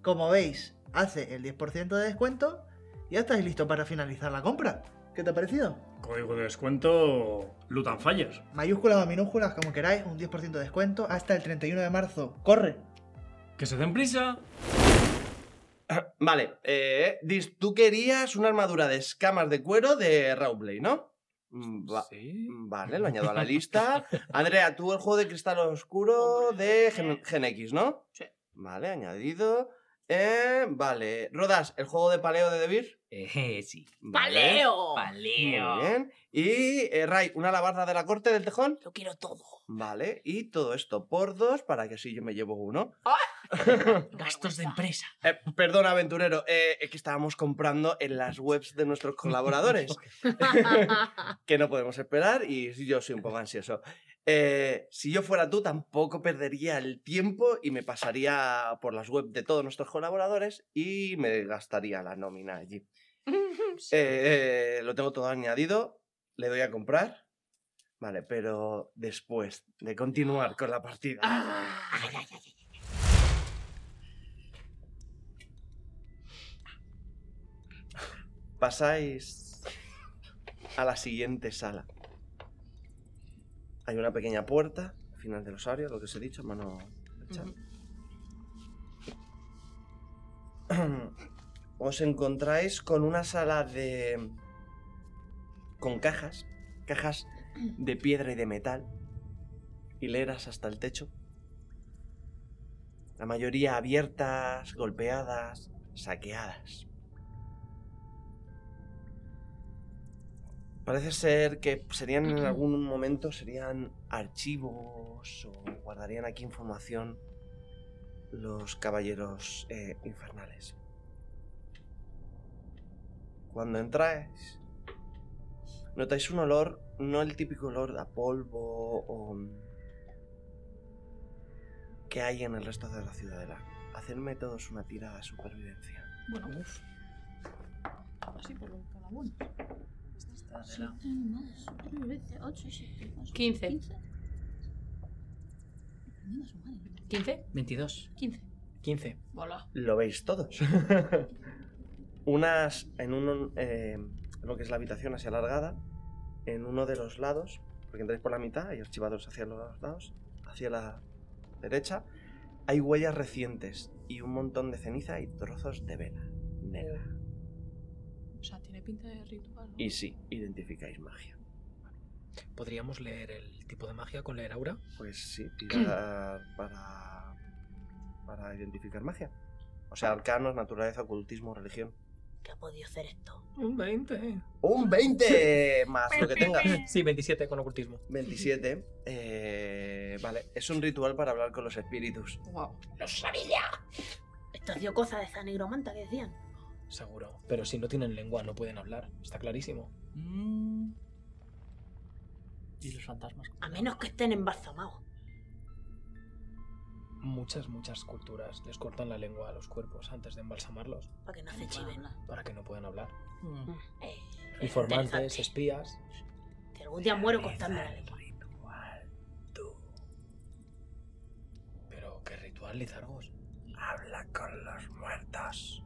Speaker 15: Como veis, hace el 10% de descuento y ya estáis listo para finalizar la compra. ¿Qué te ha parecido?
Speaker 14: Código de descuento Lutan Fires.
Speaker 15: Mayúsculas o minúsculas, como queráis, un 10% de descuento hasta el 31 de marzo. ¡Corre!
Speaker 14: ¡Que se den prisa!
Speaker 2: Vale, eh, dis- tú querías una armadura de escamas de cuero de Rowblade, ¿no? Mm, va- Vale, lo añado a la lista. Andrea, tú el juego de cristal oscuro de Gen, Gen X, ¿no? Sí. Vale, añadido. Eh, vale, Rodas, el juego de paleo de Devir.
Speaker 3: Eh, sí.
Speaker 2: Vale.
Speaker 3: Paleo.
Speaker 2: Muy bien. Y eh, Ray, una alabarda de la corte del tejón.
Speaker 7: Lo quiero todo.
Speaker 2: Vale, y todo esto por dos para que así yo me llevo uno.
Speaker 3: Gastos de empresa.
Speaker 2: Eh, perdón, aventurero, eh, es que estábamos comprando en las webs de nuestros colaboradores, que no podemos esperar y yo soy un poco ansioso. Eh, si yo fuera tú, tampoco perdería el tiempo y me pasaría por las webs de todos nuestros colaboradores y me gastaría la nómina allí. Eh, eh, lo tengo todo añadido, le doy a comprar. Vale, pero después de continuar con la partida.
Speaker 10: Ah.
Speaker 2: Pasáis a la siguiente sala. Hay una pequeña puerta al final del osario, lo que os he dicho, mano derecha. Os encontráis con una sala de. con cajas. Cajas de piedra y de metal. Hileras hasta el techo. La mayoría abiertas, golpeadas, saqueadas. Parece ser que serían en algún momento serían archivos o guardarían aquí información los caballeros eh, infernales. Cuando entráis, notáis un olor, no el típico olor a polvo o mm, que hay en el resto de la ciudadela. Hacerme todos una tirada de supervivencia.
Speaker 6: Bueno. Así por los calabones. Esta está
Speaker 3: de lado.
Speaker 9: 15.
Speaker 6: ¿eh?
Speaker 4: 15.
Speaker 3: 22.
Speaker 4: 15.
Speaker 3: 15.
Speaker 2: Lo veis todos. Unas en un, eh, lo que es la habitación así alargada, en uno de los lados, porque entráis por la mitad, hay archivados hacia los lados, hacia la derecha, hay huellas recientes y un montón de ceniza y trozos de vela negra.
Speaker 6: O sea, tiene pinta de ritual.
Speaker 2: Y sí, identificáis magia.
Speaker 5: ¿Podríamos leer el tipo de magia con leer aura?
Speaker 2: Pues sí, tirar para, para identificar magia. O sea, arcanos, naturaleza, ocultismo, religión.
Speaker 7: que ha podido hacer esto.
Speaker 5: Un 20.
Speaker 2: Un 20 más lo que tengas.
Speaker 5: Sí, 27 con ocultismo.
Speaker 2: 27. eh, vale, es un ritual para hablar con los espíritus.
Speaker 7: ¡Wow! ¡Lo sabía! Esto dio cosa de esa negromanta que decían.
Speaker 5: Seguro. Pero si no tienen lengua, no pueden hablar. Está clarísimo.
Speaker 8: Mm.
Speaker 3: Y los fantasmas.
Speaker 7: A menos que estén embalsamados.
Speaker 5: Muchas, muchas culturas les cortan la lengua a los cuerpos antes de embalsamarlos
Speaker 7: Para que no se chiven.
Speaker 5: para que no puedan hablar.
Speaker 3: Mm.
Speaker 7: Eh,
Speaker 5: Informantes, espías.
Speaker 7: si algún día muero cortando la lengua.
Speaker 5: Pero qué ritual, Lizargos. Habla con los muertos.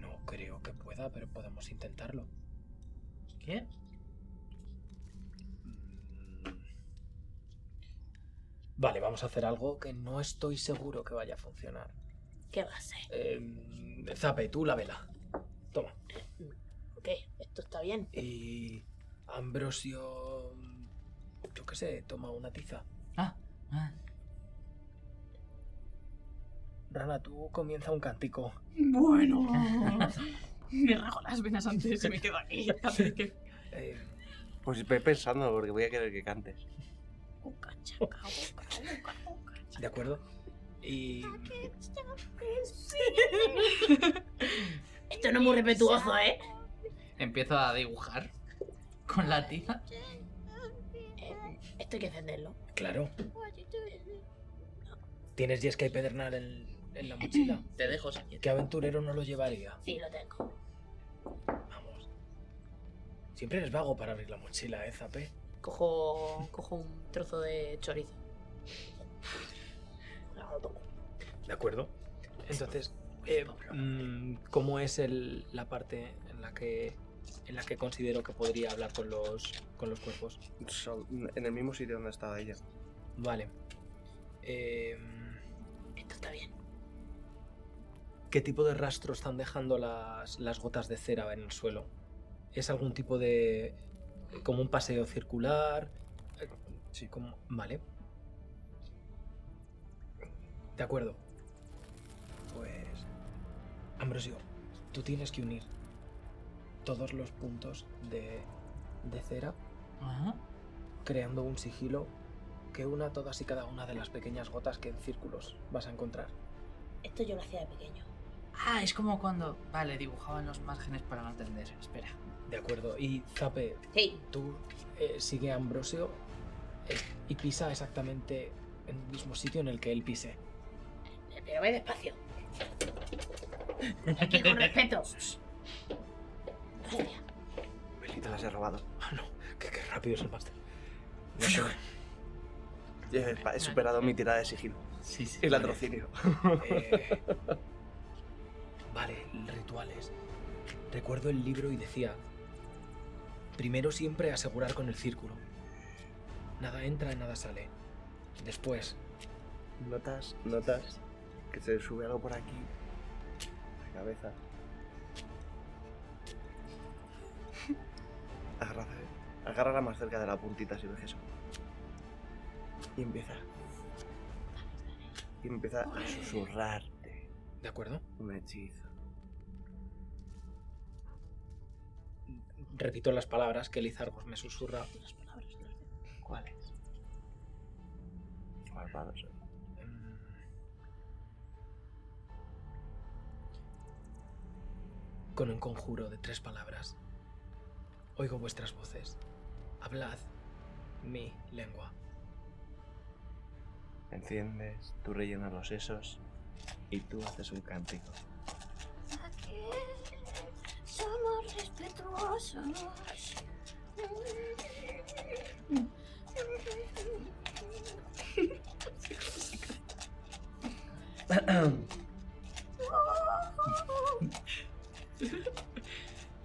Speaker 5: No creo que pueda, pero podemos intentarlo.
Speaker 3: ¿Qué?
Speaker 5: Mm. Vale, vamos a hacer algo que no estoy seguro que vaya a funcionar.
Speaker 7: ¿Qué va a ser?
Speaker 5: Eh, Zape, tú la vela. Toma.
Speaker 7: ¿Qué? Esto está bien.
Speaker 5: Y Ambrosio, yo qué sé, toma una tiza.
Speaker 3: Ah, ah.
Speaker 5: Rana, tú comienza un cántico.
Speaker 6: Bueno. Me rajo las venas antes y me quedo aquí. Así que.
Speaker 2: Pues ve pensando, porque voy a querer que cantes.
Speaker 6: Oh,
Speaker 5: ¿De acuerdo? Y
Speaker 7: Esto no es muy respetuoso, ¿eh?
Speaker 3: Empiezo a dibujar con la tiza.
Speaker 7: Esto hay que encenderlo.
Speaker 5: claro, tienes yesca y pedernal en, en la mochila.
Speaker 3: Te dejo, sí.
Speaker 5: ¿Qué aventurero no lo llevaría?
Speaker 7: Sí, lo tengo.
Speaker 5: Siempre eres vago para abrir la mochila, ¿eh, Zape?
Speaker 4: Cojo, cojo un trozo de chorizo.
Speaker 5: ¿De acuerdo? Entonces, eh, mm, ¿cómo es el- la parte en la que en la que considero que podría hablar con los con los cuerpos?
Speaker 2: Sol- En el mismo sitio donde estaba ella.
Speaker 5: Vale. Eh,
Speaker 7: Esto está bien.
Speaker 5: ¿Qué tipo de rastro están dejando las, las gotas de cera en el suelo? ¿Es algún tipo de... como un paseo circular? Eh, Sí, como... Vale. De acuerdo. Pues... Ambrosio, tú tienes que unir todos los puntos de, de cera
Speaker 3: Ajá.
Speaker 5: creando un sigilo que una todas y cada una de las pequeñas gotas que en círculos vas a encontrar.
Speaker 7: Esto yo lo hacía de pequeño.
Speaker 3: Ah, es como cuando. Vale, dibujaban los márgenes para no entender. Espera.
Speaker 5: De acuerdo. Y Zape,
Speaker 7: Sí.
Speaker 5: tú eh, sigue a Ambrosio eh, y pisa exactamente en el mismo sitio en el que él pise.
Speaker 7: Pero ve despacio. Aquí con respeto.
Speaker 2: Te las he robado.
Speaker 5: Ah, no. Qué, qué rápido es el máster.
Speaker 2: He he Eh, superado mi tirada de sigilo.
Speaker 3: Sí, sí.
Speaker 2: El latrocinio.
Speaker 5: Eh, vale, rituales. Recuerdo el libro y decía, primero siempre asegurar con el círculo. Nada entra, nada sale. Después,
Speaker 2: Notas, notas que se sube algo por aquí. La cabeza. Agarra, agárrala más cerca de la puntita si ves eso. Y empieza. Y empieza a susurrarte
Speaker 5: ¿de acuerdo?
Speaker 2: un hechizo.
Speaker 5: Repito las palabras que Lizargos me susurra.
Speaker 3: ¿Cuáles?
Speaker 2: Barbados.
Speaker 5: Mm. Con un conjuro de tres palabras. Oigo vuestras voces. Hablad mi lengua.
Speaker 2: Enciendes, tú rellenas los sesos y tú haces un cántico.
Speaker 8: Aquí somos respetuosos.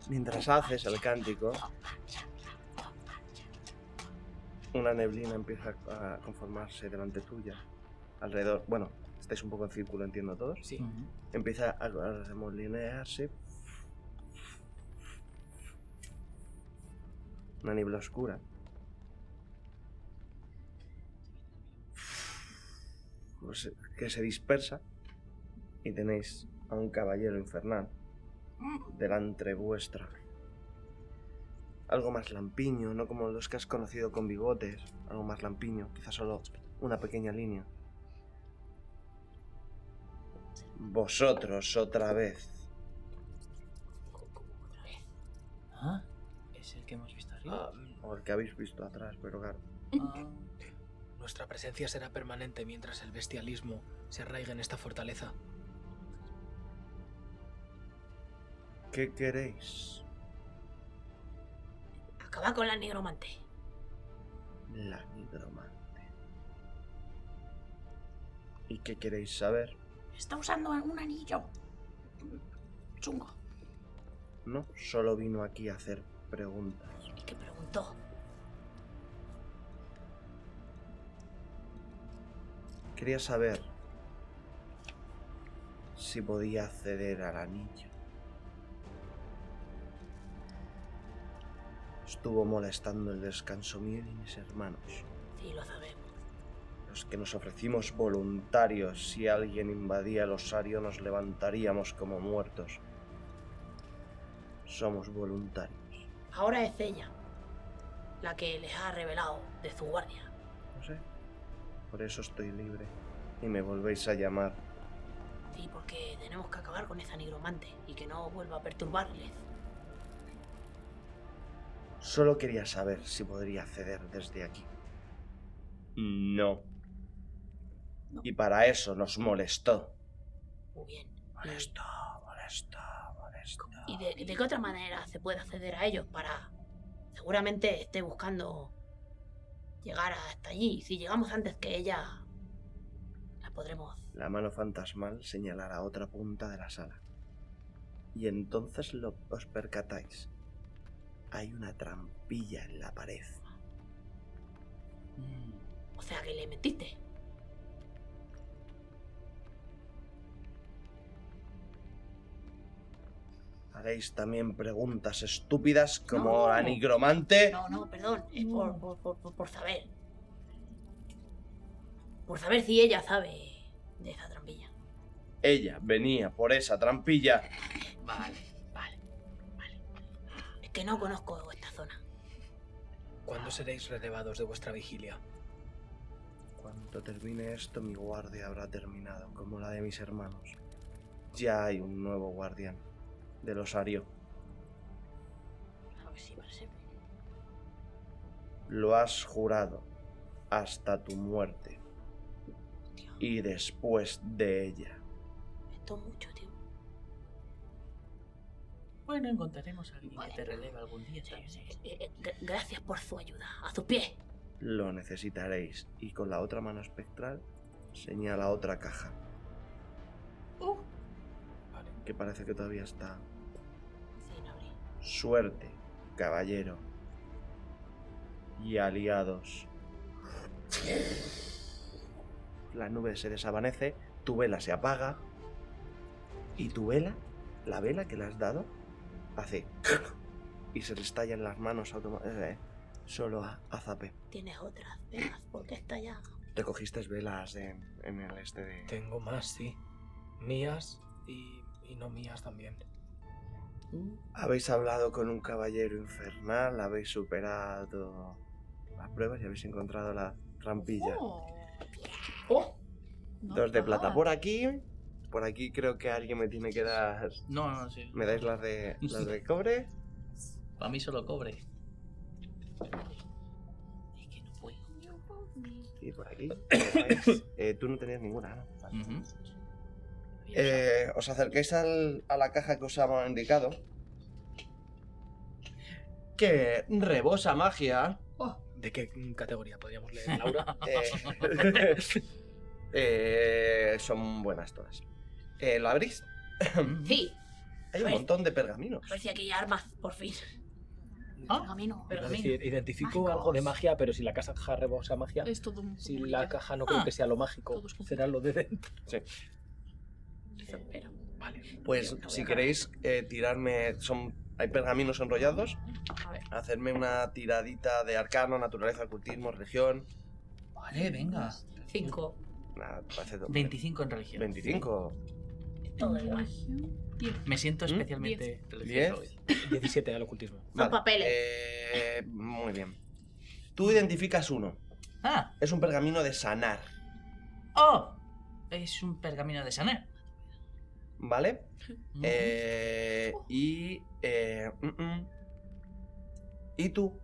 Speaker 2: Mientras haces el cántico, una neblina empieza a conformarse delante tuya. Alrededor, bueno, estáis un poco en círculo, entiendo todos.
Speaker 5: Sí.
Speaker 2: Empieza a a remolinearse. Una niebla oscura. Pues, Que se dispersa y tenéis a un caballero infernal
Speaker 6: Mm,
Speaker 2: delante vuestra. Algo más lampiño, no como los que has conocido con bigotes. Algo más lampiño, quizás solo una pequeña línea. Vosotros otra vez.
Speaker 3: ¿Ah? ¿Es el que hemos visto arriba?
Speaker 5: Ah.
Speaker 3: Ah.
Speaker 2: O el que habéis visto atrás, pero claro.
Speaker 5: Nuestra presencia será permanente mientras el bestialismo se arraiga en esta fortaleza.
Speaker 2: ¿Qué queréis?
Speaker 7: Acaba con la negromante.
Speaker 2: La nigromante. ¿Y qué queréis saber?
Speaker 6: Está usando un anillo. Chungo.
Speaker 2: No, solo vino aquí a hacer preguntas.
Speaker 7: ¿Y qué preguntó?
Speaker 2: Quería saber si podía acceder al anillo. Estuvo molestando el descanso mío y mis hermanos,
Speaker 7: Sí, lo sabemos.
Speaker 2: los que nos ofrecimos voluntarios si alguien invadía el osario nos levantaríamos como muertos. Somos voluntarios.
Speaker 7: Ahora es ella la que les ha revelado de su guardia.
Speaker 2: No sé. Por eso estoy libre. Y me volvéis a llamar.
Speaker 7: Sí, porque tenemos que acabar con esa nigromante y que no vuelva a perturbarles.
Speaker 2: Solo quería saber si podría acceder desde aquí. No. Y para eso nos molestó.
Speaker 7: Muy bien.
Speaker 2: Molesto, molesto, molesto.
Speaker 7: ¿Y de, de qué otra manera se puede acceder a ellos para... Seguramente esté buscando llegar hasta allí. Si llegamos antes que ella, la podremos...
Speaker 2: La mano fantasmal señalará otra punta de la sala. Y entonces lo, os percatáis. Hay una trampilla en la pared.
Speaker 7: O sea, que le mentiste.
Speaker 2: Haréis también preguntas estúpidas como
Speaker 7: No.
Speaker 2: la nigromante.
Speaker 7: No, no, perdón. Es por, por, por- por- por saber. Por saber si ella sabe de esa trampilla.
Speaker 2: Ella venía por esa trampilla.
Speaker 7: Vale, vale, vale. Es que no conozco esta zona.
Speaker 5: ¿Cuándo seréis relevados de vuestra vigilia?
Speaker 2: Cuando termine esto, mi guardia habrá terminado, como la de mis hermanos. Ya hay un nuevo guardián del osario.
Speaker 6: A ver si va a ser.
Speaker 2: Lo has jurado hasta tu muerte. Y después de ella.
Speaker 7: Esto mucho, tío.
Speaker 3: Bueno, encontraremos a alguien que te releve algún día.
Speaker 7: gracias por su ayuda. A tus pies.
Speaker 2: Lo necesitaréis. Y con la otra mano espectral señala otra caja.
Speaker 6: uh,
Speaker 2: Que parece que todavía está. Suerte, caballero. Y aliados. La nube se desvanece, tu vela se apaga. Y tu vela, la vela que le has dado, hace. Y se le estallan las manos automa- eh, solo a, a Zape.
Speaker 7: Tienes otras velas porque está ya.
Speaker 2: Te cogiste velas en, en el este de.
Speaker 5: Tengo más, sí. Mías y, y no mías también.
Speaker 2: Habéis hablado con un caballero infernal, habéis superado las pruebas y habéis encontrado la trampilla.
Speaker 10: Oh,
Speaker 2: Dos de plata por aquí. Por aquí creo que alguien me tiene que dar.
Speaker 3: No, no, sí.
Speaker 2: ¿Me dais las de, las de cobre?
Speaker 3: Para mí solo cobre.
Speaker 2: Y por aquí. ¿veis? Eh, tú no tenías ninguna, ¿no?
Speaker 3: Mm.
Speaker 2: Vale. Eh, os acercáis al- a la caja que os hemos indicado. Que rebosa magia.
Speaker 5: ¿De qué categoría podríamos leer, Laura?
Speaker 2: Eh, eh, son buenas todas. Eh, ¿Lo abrís?
Speaker 7: Sí.
Speaker 2: Hay un montón de pergaminos.
Speaker 7: A ver si aquí hay armas, por fin. Pergamino,
Speaker 5: Es decir, identifico algo de magia, pero si la caja rebosa magia,
Speaker 16: Es todo un
Speaker 5: si la caja no creo que sea lo mágico, será lo de dentro.
Speaker 2: Pues si queréis eh, tirarme, son hay pergaminos enrollados, hacerme una tiradita de arcano, naturaleza, ocultismo, religión.
Speaker 3: Vale, venga.
Speaker 7: Cinco.
Speaker 2: Nada, parece todo.
Speaker 3: 25 en religión.
Speaker 2: 25.
Speaker 9: todo igual.
Speaker 3: Me siento especialmente
Speaker 2: ¿Mm? Diez.
Speaker 3: religioso
Speaker 2: Diez.
Speaker 3: hoy.
Speaker 5: 17 al ocultismo.
Speaker 2: Vale,
Speaker 9: papeles.
Speaker 2: eh, muy bien. Tú identificas uno.
Speaker 3: Ah.
Speaker 2: Es un pergamino de sanar,
Speaker 3: ¡Oh! Es un pergamino de sanar.
Speaker 2: ¿vale? Eh, y. eh, mm, mm. Y tú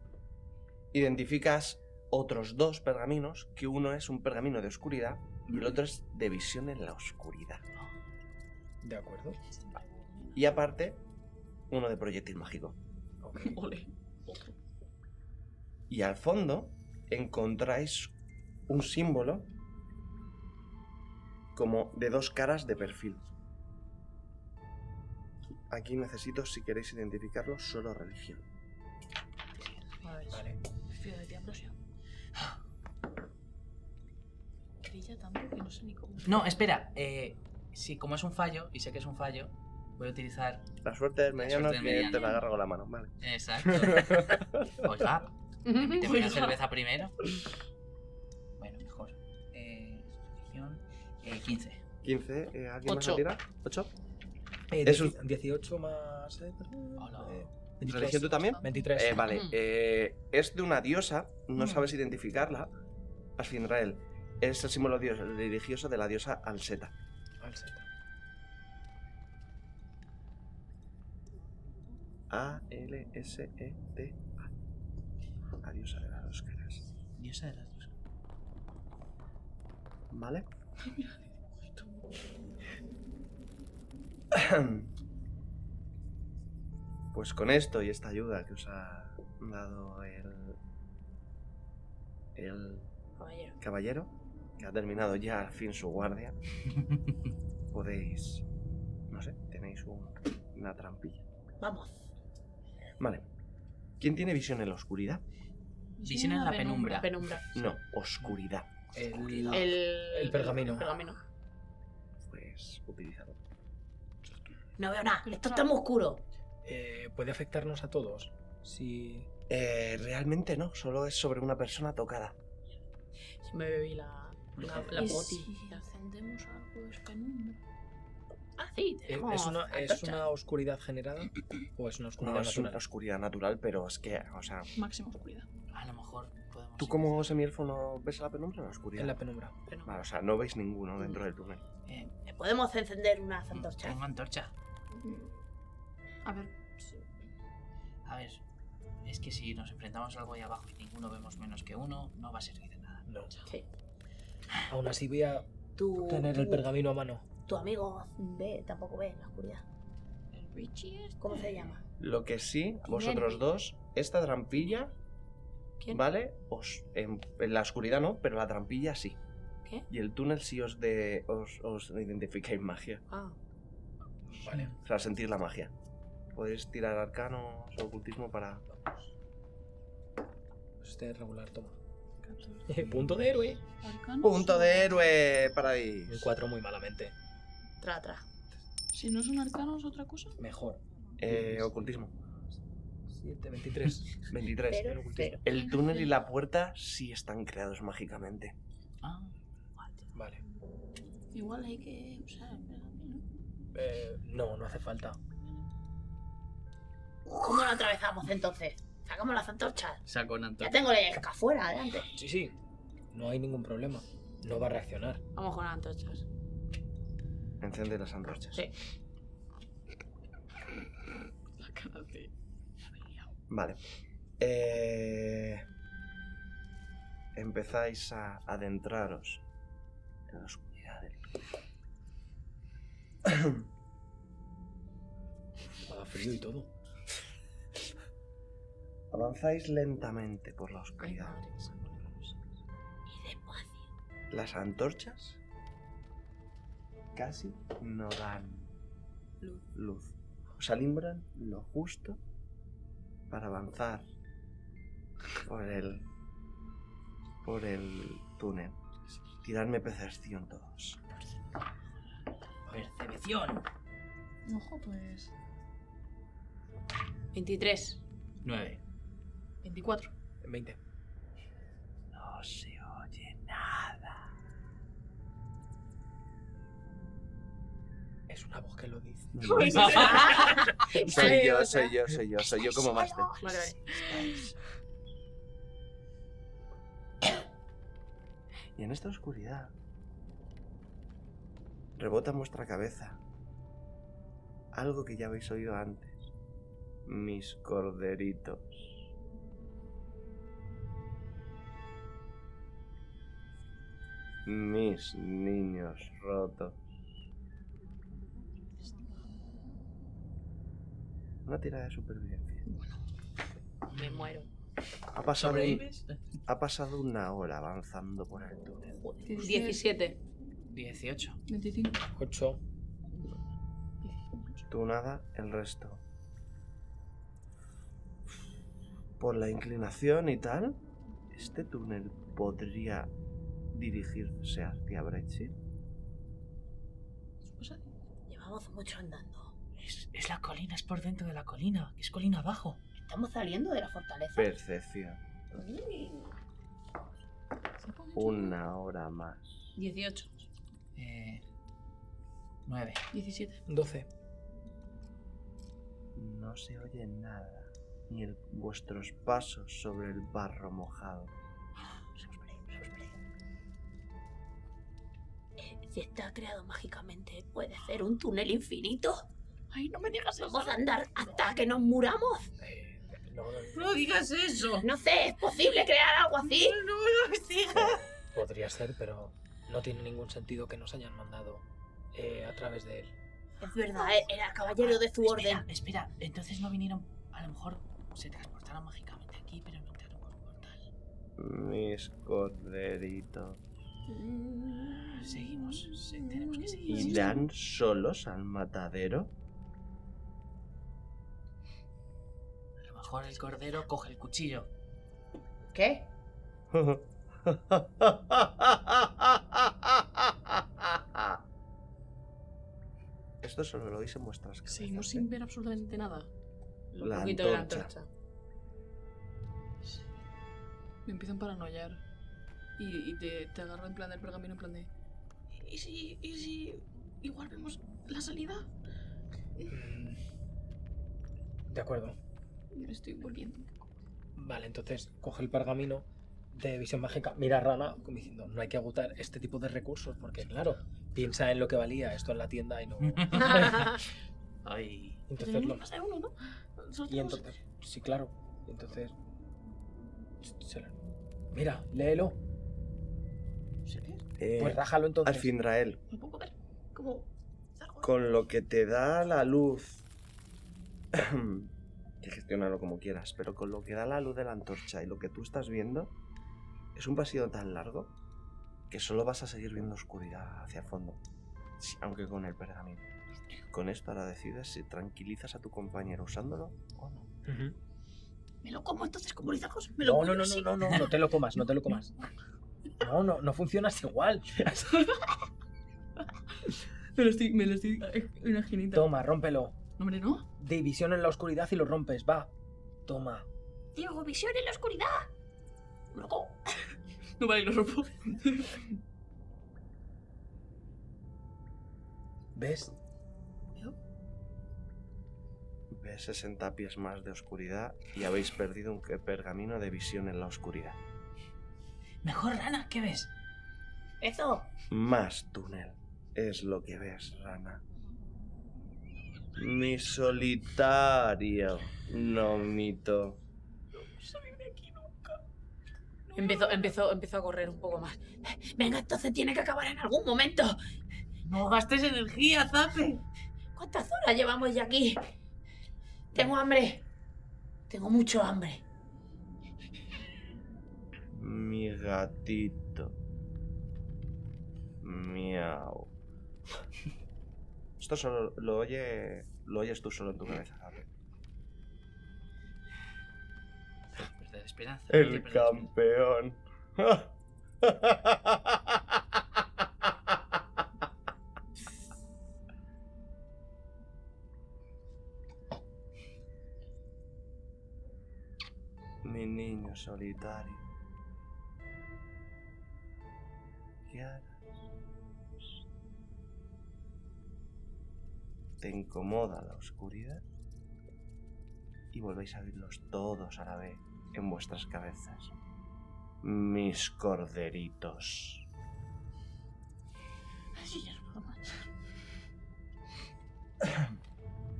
Speaker 2: identificas otros dos pergaminos, que uno es un pergamino de oscuridad y el otro es de visión en la oscuridad.
Speaker 5: De acuerdo.
Speaker 2: Y aparte, uno de proyectil mágico. Y al fondo encontráis un símbolo como de dos caras de perfil. Aquí necesito, si queréis identificarlo, solo religión.
Speaker 6: Vale. Fío de diablo, sí. Crilla tanto que no sé ni cómo.
Speaker 3: No, espera. Eh, sí, como es un fallo, y sé que es un fallo, voy a utilizar.
Speaker 2: La suerte del mediano
Speaker 3: suerte del
Speaker 2: que
Speaker 3: mediano.
Speaker 2: te la agarra con la mano, vale.
Speaker 3: Exacto. Pues Oiga, permíteme una
Speaker 2: Oiga.
Speaker 3: cerveza primero. Bueno, mejor. Eh, religión. Eh, 15.
Speaker 2: 15, eh, ¿alguien más
Speaker 3: Ocho.
Speaker 2: la tira? ¿8?
Speaker 5: Eh,
Speaker 2: Es
Speaker 5: 10 18 más. eh, eh, 23.
Speaker 2: ¿Religión tú también?
Speaker 5: 23.
Speaker 2: Eh, vale,
Speaker 5: Mm.
Speaker 2: eh, es de una diosa, no
Speaker 5: Mm.
Speaker 2: sabes identificarla. Asfindrael. Es el símbolo dios- religioso de la diosa Alseta.
Speaker 5: Al Z.
Speaker 2: E A-L-S-E-T-A. La diosa de las dos caras.
Speaker 3: Diosa de las dos.
Speaker 2: ¿Vale? Pues con esto y esta ayuda que os ha dado el. el
Speaker 9: Caballero.
Speaker 2: caballero, que ha terminado ya al fin su guardia, podéis. no sé, tenéis un- una trampilla.
Speaker 9: Vamos.
Speaker 2: Vale. ¿Quién tiene visión en la oscuridad?
Speaker 3: Visión en la penumbra.
Speaker 9: Penumbra.
Speaker 2: No, oscuridad.
Speaker 5: El,
Speaker 9: El,
Speaker 5: el pergamino.
Speaker 2: Pues utilizado.
Speaker 9: No veo nada. Esto está muy oscuro.
Speaker 5: Eh, ¿Puede afectarnos a todos? Si.
Speaker 2: Eh, realmente no, solo es sobre una persona tocada.
Speaker 9: Me bebí la, la, la
Speaker 6: ¿Y
Speaker 9: poti.
Speaker 6: si encendemos algo es cañón?
Speaker 9: Ah, sí,
Speaker 5: eh,
Speaker 9: tenemos
Speaker 5: ¿Es una, es
Speaker 9: antorchas.
Speaker 5: una oscuridad generada o es una oscuridad
Speaker 2: No es una
Speaker 5: natural?
Speaker 2: oscuridad natural, pero es que, o sea,
Speaker 6: Máxima oscuridad.
Speaker 3: A lo mejor podemos.
Speaker 2: ¿tú como semielfo no ves a la penumbra o la oscuridad?
Speaker 5: En la penumbra.
Speaker 2: Vale, o sea, no veis ninguno dentro del túnel.
Speaker 9: Podemos encender unas antorchas.
Speaker 3: Mm, Tengo antorcha.
Speaker 6: A ver. sí.
Speaker 3: A ver, es que si nos enfrentamos a algo ahí abajo y ninguno vemos menos que uno, no va a servir de nada.
Speaker 5: No.
Speaker 9: Sí.
Speaker 5: Aún así voy a
Speaker 9: Tu,
Speaker 5: tener el
Speaker 9: tu-
Speaker 5: pergamino a mano.
Speaker 9: Tu amigo ve, tampoco ve en la oscuridad. ¿Cómo se llama?
Speaker 2: Lo que sí, vosotros dos, esta trampilla,
Speaker 9: ¿Quién?
Speaker 2: ¿vale? Os, en, en la oscuridad no, pero la trampilla sí.
Speaker 9: ¿Qué?
Speaker 2: Y el túnel sí os, de, os, os identificáis magia.
Speaker 9: Ah.
Speaker 5: Vale.
Speaker 2: O sea, sentir la magia. Podéis tirar arcano o ocultismo para...
Speaker 5: Este regular toma. Punto de héroe.
Speaker 6: Arcano.
Speaker 2: Punto de héroe para ahí.
Speaker 5: Un 4 muy malamente.
Speaker 9: Tra, tra.
Speaker 6: Si no son arcanos, otra cosa.
Speaker 5: Mejor.
Speaker 2: Eh, ocultismo.
Speaker 5: 7, 23.
Speaker 2: 23.
Speaker 5: Cero,
Speaker 2: el,
Speaker 5: cero.
Speaker 2: túnel y la puerta sí están creados mágicamente.
Speaker 3: Ah,
Speaker 5: Vale.
Speaker 6: Igual hay que usar el pergamino.
Speaker 5: Eh, no, no hace falta.
Speaker 9: ¿Cómo lo atravesamos entonces? Sacamos las antorchas.
Speaker 3: Saco una
Speaker 9: Ya
Speaker 3: antorcha.
Speaker 9: tengo la esca fuera, adelante.
Speaker 5: Sí, sí. No hay ningún problema. No va a reaccionar.
Speaker 7: Vamos con las antorchas.
Speaker 2: Enciende las antorchas.
Speaker 7: Sí.
Speaker 6: La cara de.
Speaker 2: Vale. Eh, Empezáis a adentraros en la oscuridad del túnel.
Speaker 5: Haga frío y todo.
Speaker 2: Avanzáis lentamente por la oscuridad. Las antorchas casi no dan
Speaker 9: Luz.
Speaker 2: Os alimbran lo justo para avanzar por el por el túnel. Tiradme percepción todos.
Speaker 3: Percepción.
Speaker 6: Ojo, pues.
Speaker 7: 23.
Speaker 3: 9.
Speaker 7: 24.
Speaker 5: 20.
Speaker 2: No se oye nada.
Speaker 5: Es una voz que lo dice.
Speaker 2: soy yo, soy yo, soy yo, soy yo como máster.
Speaker 4: Vale, vale.
Speaker 2: Y en esta oscuridad rebota en vuestra cabeza algo que ya habéis oído antes. Mis corderitos. Mis niños rotos. Una tirada de supervivencia.
Speaker 4: Me muero.
Speaker 2: Ha pasado,
Speaker 4: ¿Sobrevives?
Speaker 2: ha pasado una hora avanzando por el túnel.
Speaker 4: 17.
Speaker 3: 18.
Speaker 6: 25.
Speaker 5: 8.
Speaker 2: Tú nada, el resto. Por la inclinación y tal, este túnel podría dirigirse hacia Brexit.
Speaker 7: Llevamos mucho andando.
Speaker 3: Es, es la colina, es por dentro de la colina. Es colina abajo.
Speaker 7: Estamos saliendo de la fortaleza.
Speaker 2: Percepción. Una hora más.
Speaker 4: 18.
Speaker 3: Eh, 9.
Speaker 4: 17.
Speaker 5: 12.
Speaker 2: No se oye nada, ni el- vuestros pasos sobre el barro mojado.
Speaker 9: Eh, si está creado mágicamente, puede ser un túnel infinito.
Speaker 6: Ay, no me digas eso.
Speaker 9: Vamos a andar hasta que nos muramos.
Speaker 4: No digas eso.
Speaker 9: No sé, ¿es posible crear algo así?
Speaker 4: No, no, digas.
Speaker 5: Podría ser, pero no tiene ningún sentido que nos hayan mandado eh, a través de él.
Speaker 9: Es verdad, eh, era caballero de su
Speaker 3: Espera,
Speaker 9: orden.
Speaker 3: Ah, Espera, entonces no vinieron. A lo mejor se transportaron mágicamente aquí, pero no entraron por un portal.
Speaker 2: Mis corderitos.
Speaker 6: Mm.
Speaker 3: Seguimos. se- tenemos que seguir.
Speaker 2: ¿Irán solos al matadero?
Speaker 3: A lo mejor el cordero coge el cuchillo.
Speaker 7: ¿Qué?
Speaker 2: Esto solo lo oís en vuestras casas.
Speaker 6: Seguimos sin ver absolutamente nada.
Speaker 2: Lo La poquito de la antorcha.
Speaker 6: Me empiezo a paranoiar. Y, y te, te agarro en plan del pergamino, en plan de. ¿Y si, y si igual vemos la salida?
Speaker 5: Mm. De acuerdo.
Speaker 6: Me estoy volviendo.
Speaker 5: Vale, entonces coge el pergamino de visión mágica, mira a Rana, como diciendo, no hay que agotar este tipo de recursos, porque claro, piensa en lo que valía esto en la tienda y no.
Speaker 3: Ay.
Speaker 5: entonces
Speaker 6: Tenemos
Speaker 5: lo-
Speaker 6: más de uno, ¿no? Solo
Speaker 5: Y
Speaker 6: tenemos-
Speaker 5: entonces, sí, claro. Entonces, se lo- mira, léelo.
Speaker 2: Eh,
Speaker 5: Pues rájalo entonces.
Speaker 2: Al Finrael,
Speaker 6: No puedo ver. Como.
Speaker 2: con lo que te da la luz. que gestionarlo como quieras, pero con lo que da la luz de la antorcha y lo que tú estás viendo, es un pasillo tan largo que solo vas a seguir viendo oscuridad hacia el fondo. Sí, Aunque con el pergamino. Con esto ahora decides si tranquilizas a tu compañero usándolo o no.
Speaker 6: Me lo como entonces, como lizajos. Me lo
Speaker 5: No,
Speaker 6: como
Speaker 5: no, no, no, no, no, no te lo comas, no te lo comas. No, no, no funcionas igual.
Speaker 6: Me lo estoy. Me lo estoy. eh, Una ginita.
Speaker 5: Toma, rómpelo.
Speaker 6: Hombre, no.
Speaker 5: División en la oscuridad y lo rompes, va. Toma.
Speaker 6: Diego, visión en la oscuridad. Loco. No vale, lo rompo.
Speaker 5: ¿Ves?
Speaker 2: Ves 60 pies más de oscuridad y habéis perdido un que- pergamino de visión en la oscuridad.
Speaker 3: Mejor rana, ¿qué ves?
Speaker 7: Eso.
Speaker 2: Más túnel es lo que ves, rana. Mi solitario nomito.
Speaker 4: Empezó, empezó, empezó a correr un poco más.
Speaker 9: Venga, entonces tiene que acabar en algún momento.
Speaker 4: No gastes energía, Zape.
Speaker 9: ¿Cuántas horas llevamos ya aquí? Tengo hambre. Tengo mucho hambre.
Speaker 2: Mi gatito. Miau. Esto solo lo oye. Lo oyes tú solo en tu cabeza, Gabriel.
Speaker 3: Perder esperanza. hay que
Speaker 2: El
Speaker 3: perder
Speaker 2: campeón. Mi niño solitario. ¿Qué harás? te incomoda la oscuridad y volvéis a abrirlos todos a la vez en vuestras cabezas. Mis corderitos.
Speaker 6: Así ya no puedo más.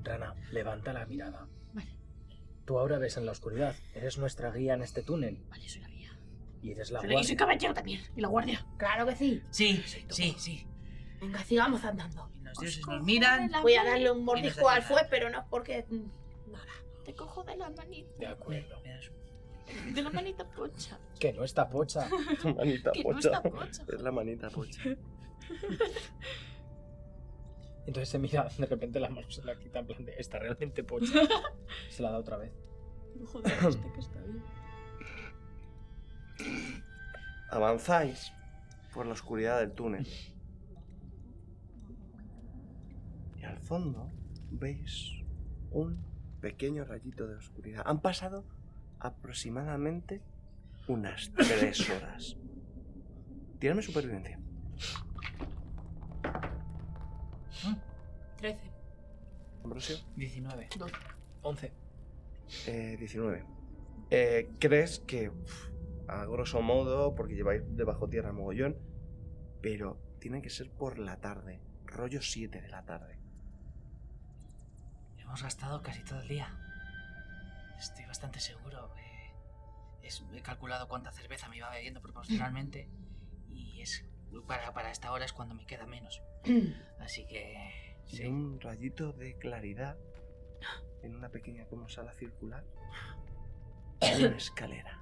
Speaker 5: Rana, levanta la mirada. Tú ahora ves en la oscuridad. Eres nuestra guía en este túnel.
Speaker 6: Vale, soy la guía.
Speaker 5: Y eres la
Speaker 6: Soy la- y
Speaker 5: guardia.
Speaker 6: soy caballero también. Y la guardia.
Speaker 9: Claro que sí.
Speaker 3: Sí, sí, sí.
Speaker 9: Venga, sigamos andando.
Speaker 3: Los dioses nos miran.
Speaker 9: Voy a darle un
Speaker 3: y nos
Speaker 9: mordisco al
Speaker 3: ayudan.
Speaker 9: fuego, pero no es porque. Nada.
Speaker 6: Te cojo de la manita.
Speaker 5: De acuerdo.
Speaker 6: De la manita pocha.
Speaker 5: Que no está pocha.
Speaker 2: Manita
Speaker 6: Que no está pocha.
Speaker 2: Es la manita pocha.
Speaker 5: Entonces se mira, de repente la mano se la quita en plan de, está realmente pocha. Se la da otra vez.
Speaker 6: Joder, este que está bien.
Speaker 2: Avanzáis por la oscuridad del túnel. Y al fondo veis un pequeño rayito de oscuridad. Han pasado aproximadamente unas tres horas. Tírame supervivencia.
Speaker 3: Ah,
Speaker 7: 13.
Speaker 2: Ambrosio.
Speaker 3: 19.
Speaker 5: 11.
Speaker 2: Eh, 19. Eh, ¿Crees que, uf, a grosso modo, porque lleváis debajo tierra mogollón, pero tiene que ser por la tarde, rollo 7 de la tarde?
Speaker 3: Hemos gastado casi todo el día. Estoy bastante seguro. eh, es- he calculado cuánta cerveza me iba bebiendo proporcionalmente. Y es para, para esta hora es cuando me queda menos. Así que.
Speaker 2: Y
Speaker 3: Sí.
Speaker 2: un rayito de claridad en una pequeña como sala circular. y una escalera.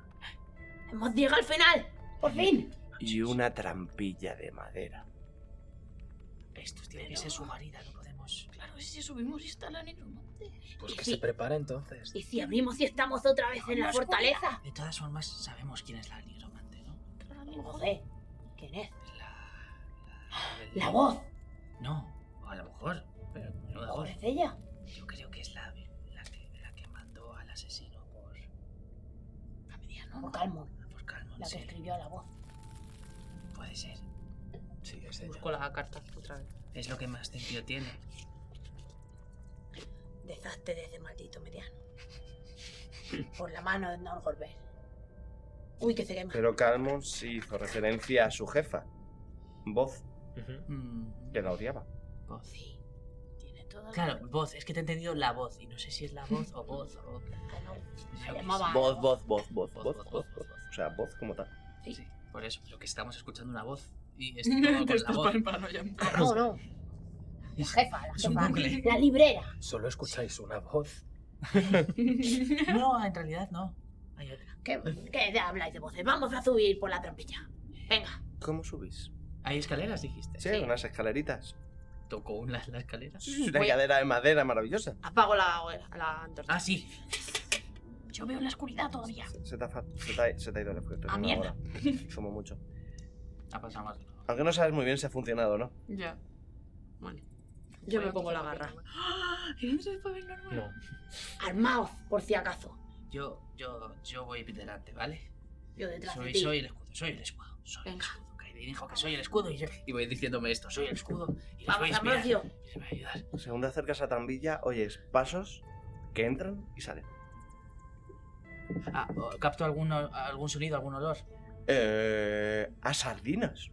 Speaker 9: Hemos llegado al final. Por fin.
Speaker 2: Y una trampilla de madera.
Speaker 3: Esto tiene que ser su guarida, no podemos.
Speaker 6: Claro, y si subimos y está la necromante.
Speaker 5: Pues
Speaker 9: ¿Y
Speaker 5: que
Speaker 9: si-
Speaker 5: se prepara entonces.
Speaker 9: ¿Y si abrimos y estamos otra vez en la
Speaker 6: Una
Speaker 9: fortaleza?
Speaker 3: De todas formas, sabemos quién es la nigromante, ¿no?
Speaker 6: Claro, a lo mejor.
Speaker 9: Joder. ¿Quién es?
Speaker 3: El-
Speaker 9: La voz.
Speaker 3: No, o a lo mejor. Pero no
Speaker 9: ¿O
Speaker 3: mejor.
Speaker 9: es ella?
Speaker 3: Yo creo que es la, la, que, la que mandó al asesino por. A mediano.
Speaker 9: O Calmon,
Speaker 3: Por Calmon,
Speaker 9: la que
Speaker 3: sí.
Speaker 9: escribió la voz.
Speaker 3: Puede ser.
Speaker 5: Sí, es ella.
Speaker 3: Busco la carta otra vez. Es lo que más sentido tiene.
Speaker 9: Deshazte de ese maldito mediano. Por la mano de Norgolver. Uy, que se quema.
Speaker 2: Pero Calmon sí hizo referencia a su jefa, Voz,
Speaker 3: Mm.
Speaker 2: que la odiaba.
Speaker 3: Voz.
Speaker 9: Tiene toda
Speaker 3: Claro, voz. Es que te he entendido la voz. Y no sé si es la voz o voz o.
Speaker 9: Se llamaba-
Speaker 2: Voz, voz, voz, voz,
Speaker 3: Voz,
Speaker 2: voz,
Speaker 3: voz,
Speaker 2: voz, voz. O sea, voz como tal.
Speaker 3: Sí, por eso. Lo que estamos escuchando una voz. Y es todo
Speaker 6: Te
Speaker 3: con la
Speaker 6: estás
Speaker 3: voz.
Speaker 6: paranoiando.
Speaker 9: Ah, No, no. La jefa, la
Speaker 3: Es un
Speaker 9: jefa.
Speaker 3: bucle.
Speaker 9: La librera.
Speaker 5: Solo escucháis una voz.
Speaker 3: No, en realidad no. Hay otra.
Speaker 9: ¿Qué, qué de- habláis de voces? Vamos a subir por la trampilla. Venga.
Speaker 2: ¿Cómo subís?
Speaker 3: Hay escaleras, dijiste.
Speaker 2: Sí, unas escaleritas.
Speaker 3: Tocó una la escalera.
Speaker 2: Una escalera de madera maravillosa.
Speaker 7: Apago la, hoguera- la antorcha.
Speaker 3: Ah, sí.
Speaker 6: Yo veo la oscuridad todavía.
Speaker 2: Se te ha, fa- se te ha- se te ha ido el efecto.
Speaker 6: Ah,
Speaker 2: en una
Speaker 6: mierda.
Speaker 2: hora. Como mucho.
Speaker 3: Ha pasado más de una hora.
Speaker 2: Aunque no sabes muy bien si ha funcionado o no.
Speaker 4: Ya. Vale.
Speaker 7: Yo me
Speaker 4: Bueno,
Speaker 7: pongo la
Speaker 4: quizá lo
Speaker 7: garra.
Speaker 6: ¡Ah! ¿Eres el normal?
Speaker 5: No.
Speaker 9: Armaos, por si acaso.
Speaker 3: Yo, yo, yo voy delante, ¿vale?
Speaker 9: Yo detrás de
Speaker 3: Soy,
Speaker 9: ti.
Speaker 3: soy el escudo, soy el escudo, soy el escudo. Kairi dijo que soy el escudo y, yo- y voy diciéndome esto, soy el escudo. Y les voy a
Speaker 9: Vamos,
Speaker 3: inspirar,
Speaker 9: Ambrosio.
Speaker 3: y les voy a ayudar.
Speaker 2: Según te acercas a la trampilla, oyes pasos que entran y salen.
Speaker 3: Ah, o- ¿Capto alguno, algún sonido, algún olor?
Speaker 2: Eh, a sardinas.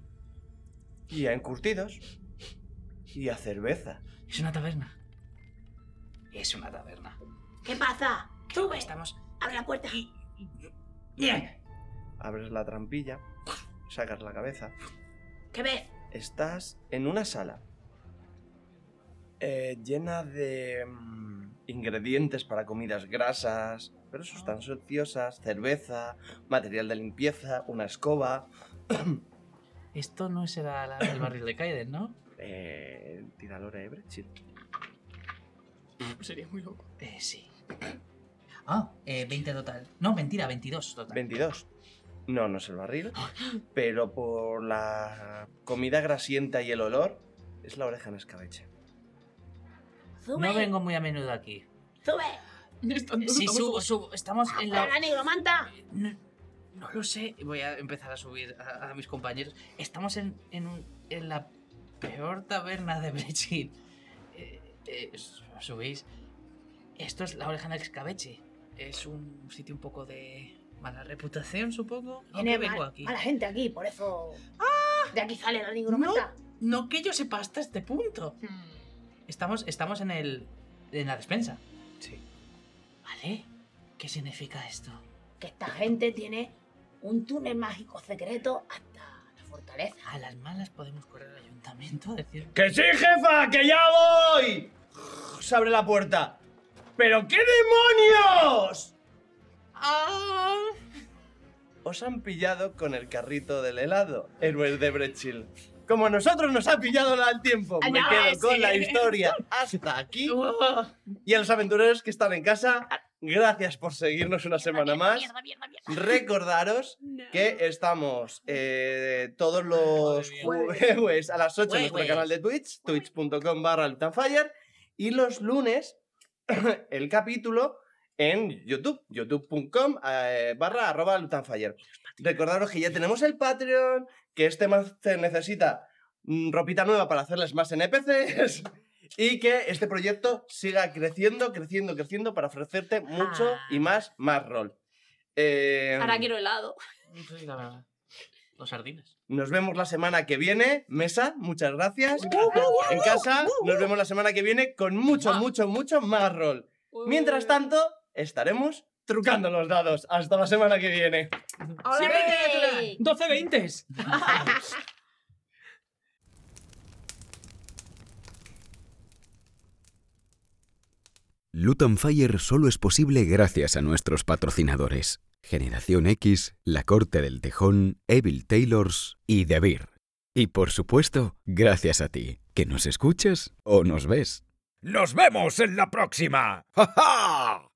Speaker 2: Y a encurtidos. Y a cerveza.
Speaker 3: Es una taberna. Es una taberna.
Speaker 9: ¿Qué pasa? Sube.
Speaker 3: Estamos...
Speaker 9: Abre la puerta.
Speaker 3: ¡Bien!
Speaker 2: Abres la trampilla, sacas la cabeza.
Speaker 9: ¿Qué ves?
Speaker 2: Estás en una sala eh, llena de mm, ingredientes para comidas grasas, pero sustancias ociosas, cerveza, material de limpieza, una escoba.
Speaker 3: Esto no será la- el barril de Kaiden, ¿no?
Speaker 2: Eh, tiradora de Brexit.
Speaker 6: Sería muy loco.
Speaker 3: Eh, sí. Ah, eh, 20 total. No, mentira, 22 total.
Speaker 2: 22. No, no es el barril, pero por la comida grasienta y el olor, es la oreja en escabeche.
Speaker 9: Sube.
Speaker 3: No vengo muy a menudo aquí.
Speaker 9: Sube.
Speaker 3: Sí, subo, subo. Estamos en
Speaker 9: Para
Speaker 3: la...
Speaker 9: la negromanta.
Speaker 3: No, no lo sé. Voy a empezar a subir a, a mis compañeros. Estamos en, en, un- en la peor taberna de Brechit. Eh, eh, s- subís. Esto es la oreja del escabeche. Es un sitio un poco de mala reputación, supongo. ¿A qué
Speaker 9: Tiene
Speaker 3: vengo
Speaker 9: mal-
Speaker 3: aquí?
Speaker 9: mala gente aquí, por eso.
Speaker 4: ¡Ah!
Speaker 9: De aquí sale la nigromanta.
Speaker 3: No que yo sepa hasta este punto.
Speaker 9: Hmm.
Speaker 3: Estamos, estamos en el. en la despensa. Sí. ¿Vale? ¿Qué significa esto?
Speaker 9: Que esta gente tiene un túnel mágico secreto hasta la fortaleza.
Speaker 3: A las malas podemos correr al ayuntamiento a decir.
Speaker 1: ¡Que sí, jefa! ¡Que ya voy! Se abre la puerta. ¡Pero qué demonios!
Speaker 2: Os han pillado con el carrito del helado, héroes de Brechil. Como a nosotros nos ha pillado la- el tiempo, me
Speaker 1: Ya
Speaker 2: quedo
Speaker 1: ves,
Speaker 2: con
Speaker 1: Ah, sí. Oh.
Speaker 2: la historia hasta aquí. Y a los aventureros que están en casa,
Speaker 1: Ah.
Speaker 2: gracias por seguirnos una semana más. Recordaros que estamos eh, todos los jueves a las 8 en nuestro
Speaker 1: Jueves.
Speaker 2: canal de Twitch, twitch.com barra Lutanfire, y los lunes el capítulo en YouTube, youtube.com eh, barra arroba Lutanfire. Recordaros que ya tenemos el Patreon, que este más se necesita mm, ropita nueva para hacerles más NPCs y que este proyecto siga creciendo, creciendo, creciendo para ofrecerte mucho y más, más rol. Eh,
Speaker 4: Ahora quiero helado.
Speaker 3: Los sardines.
Speaker 2: nos vemos la semana que viene. Mesa, muchas gracias. En casa, nos vemos la semana que viene con mucho, mucho, mucho más rol. Mientras tanto, estaremos trucando los dados. Hasta la semana que viene.
Speaker 1: ¡Hola! ¡12 veintes!
Speaker 17: Luton Fire solo es posible gracias a nuestros patrocinadores. Generación X, La Corte del Tejón, Evil Taylors y The Beer. Y por supuesto, gracias a ti, que nos escuchas o nos ves.
Speaker 1: ¡Nos vemos en la próxima! ¡Ja, ja!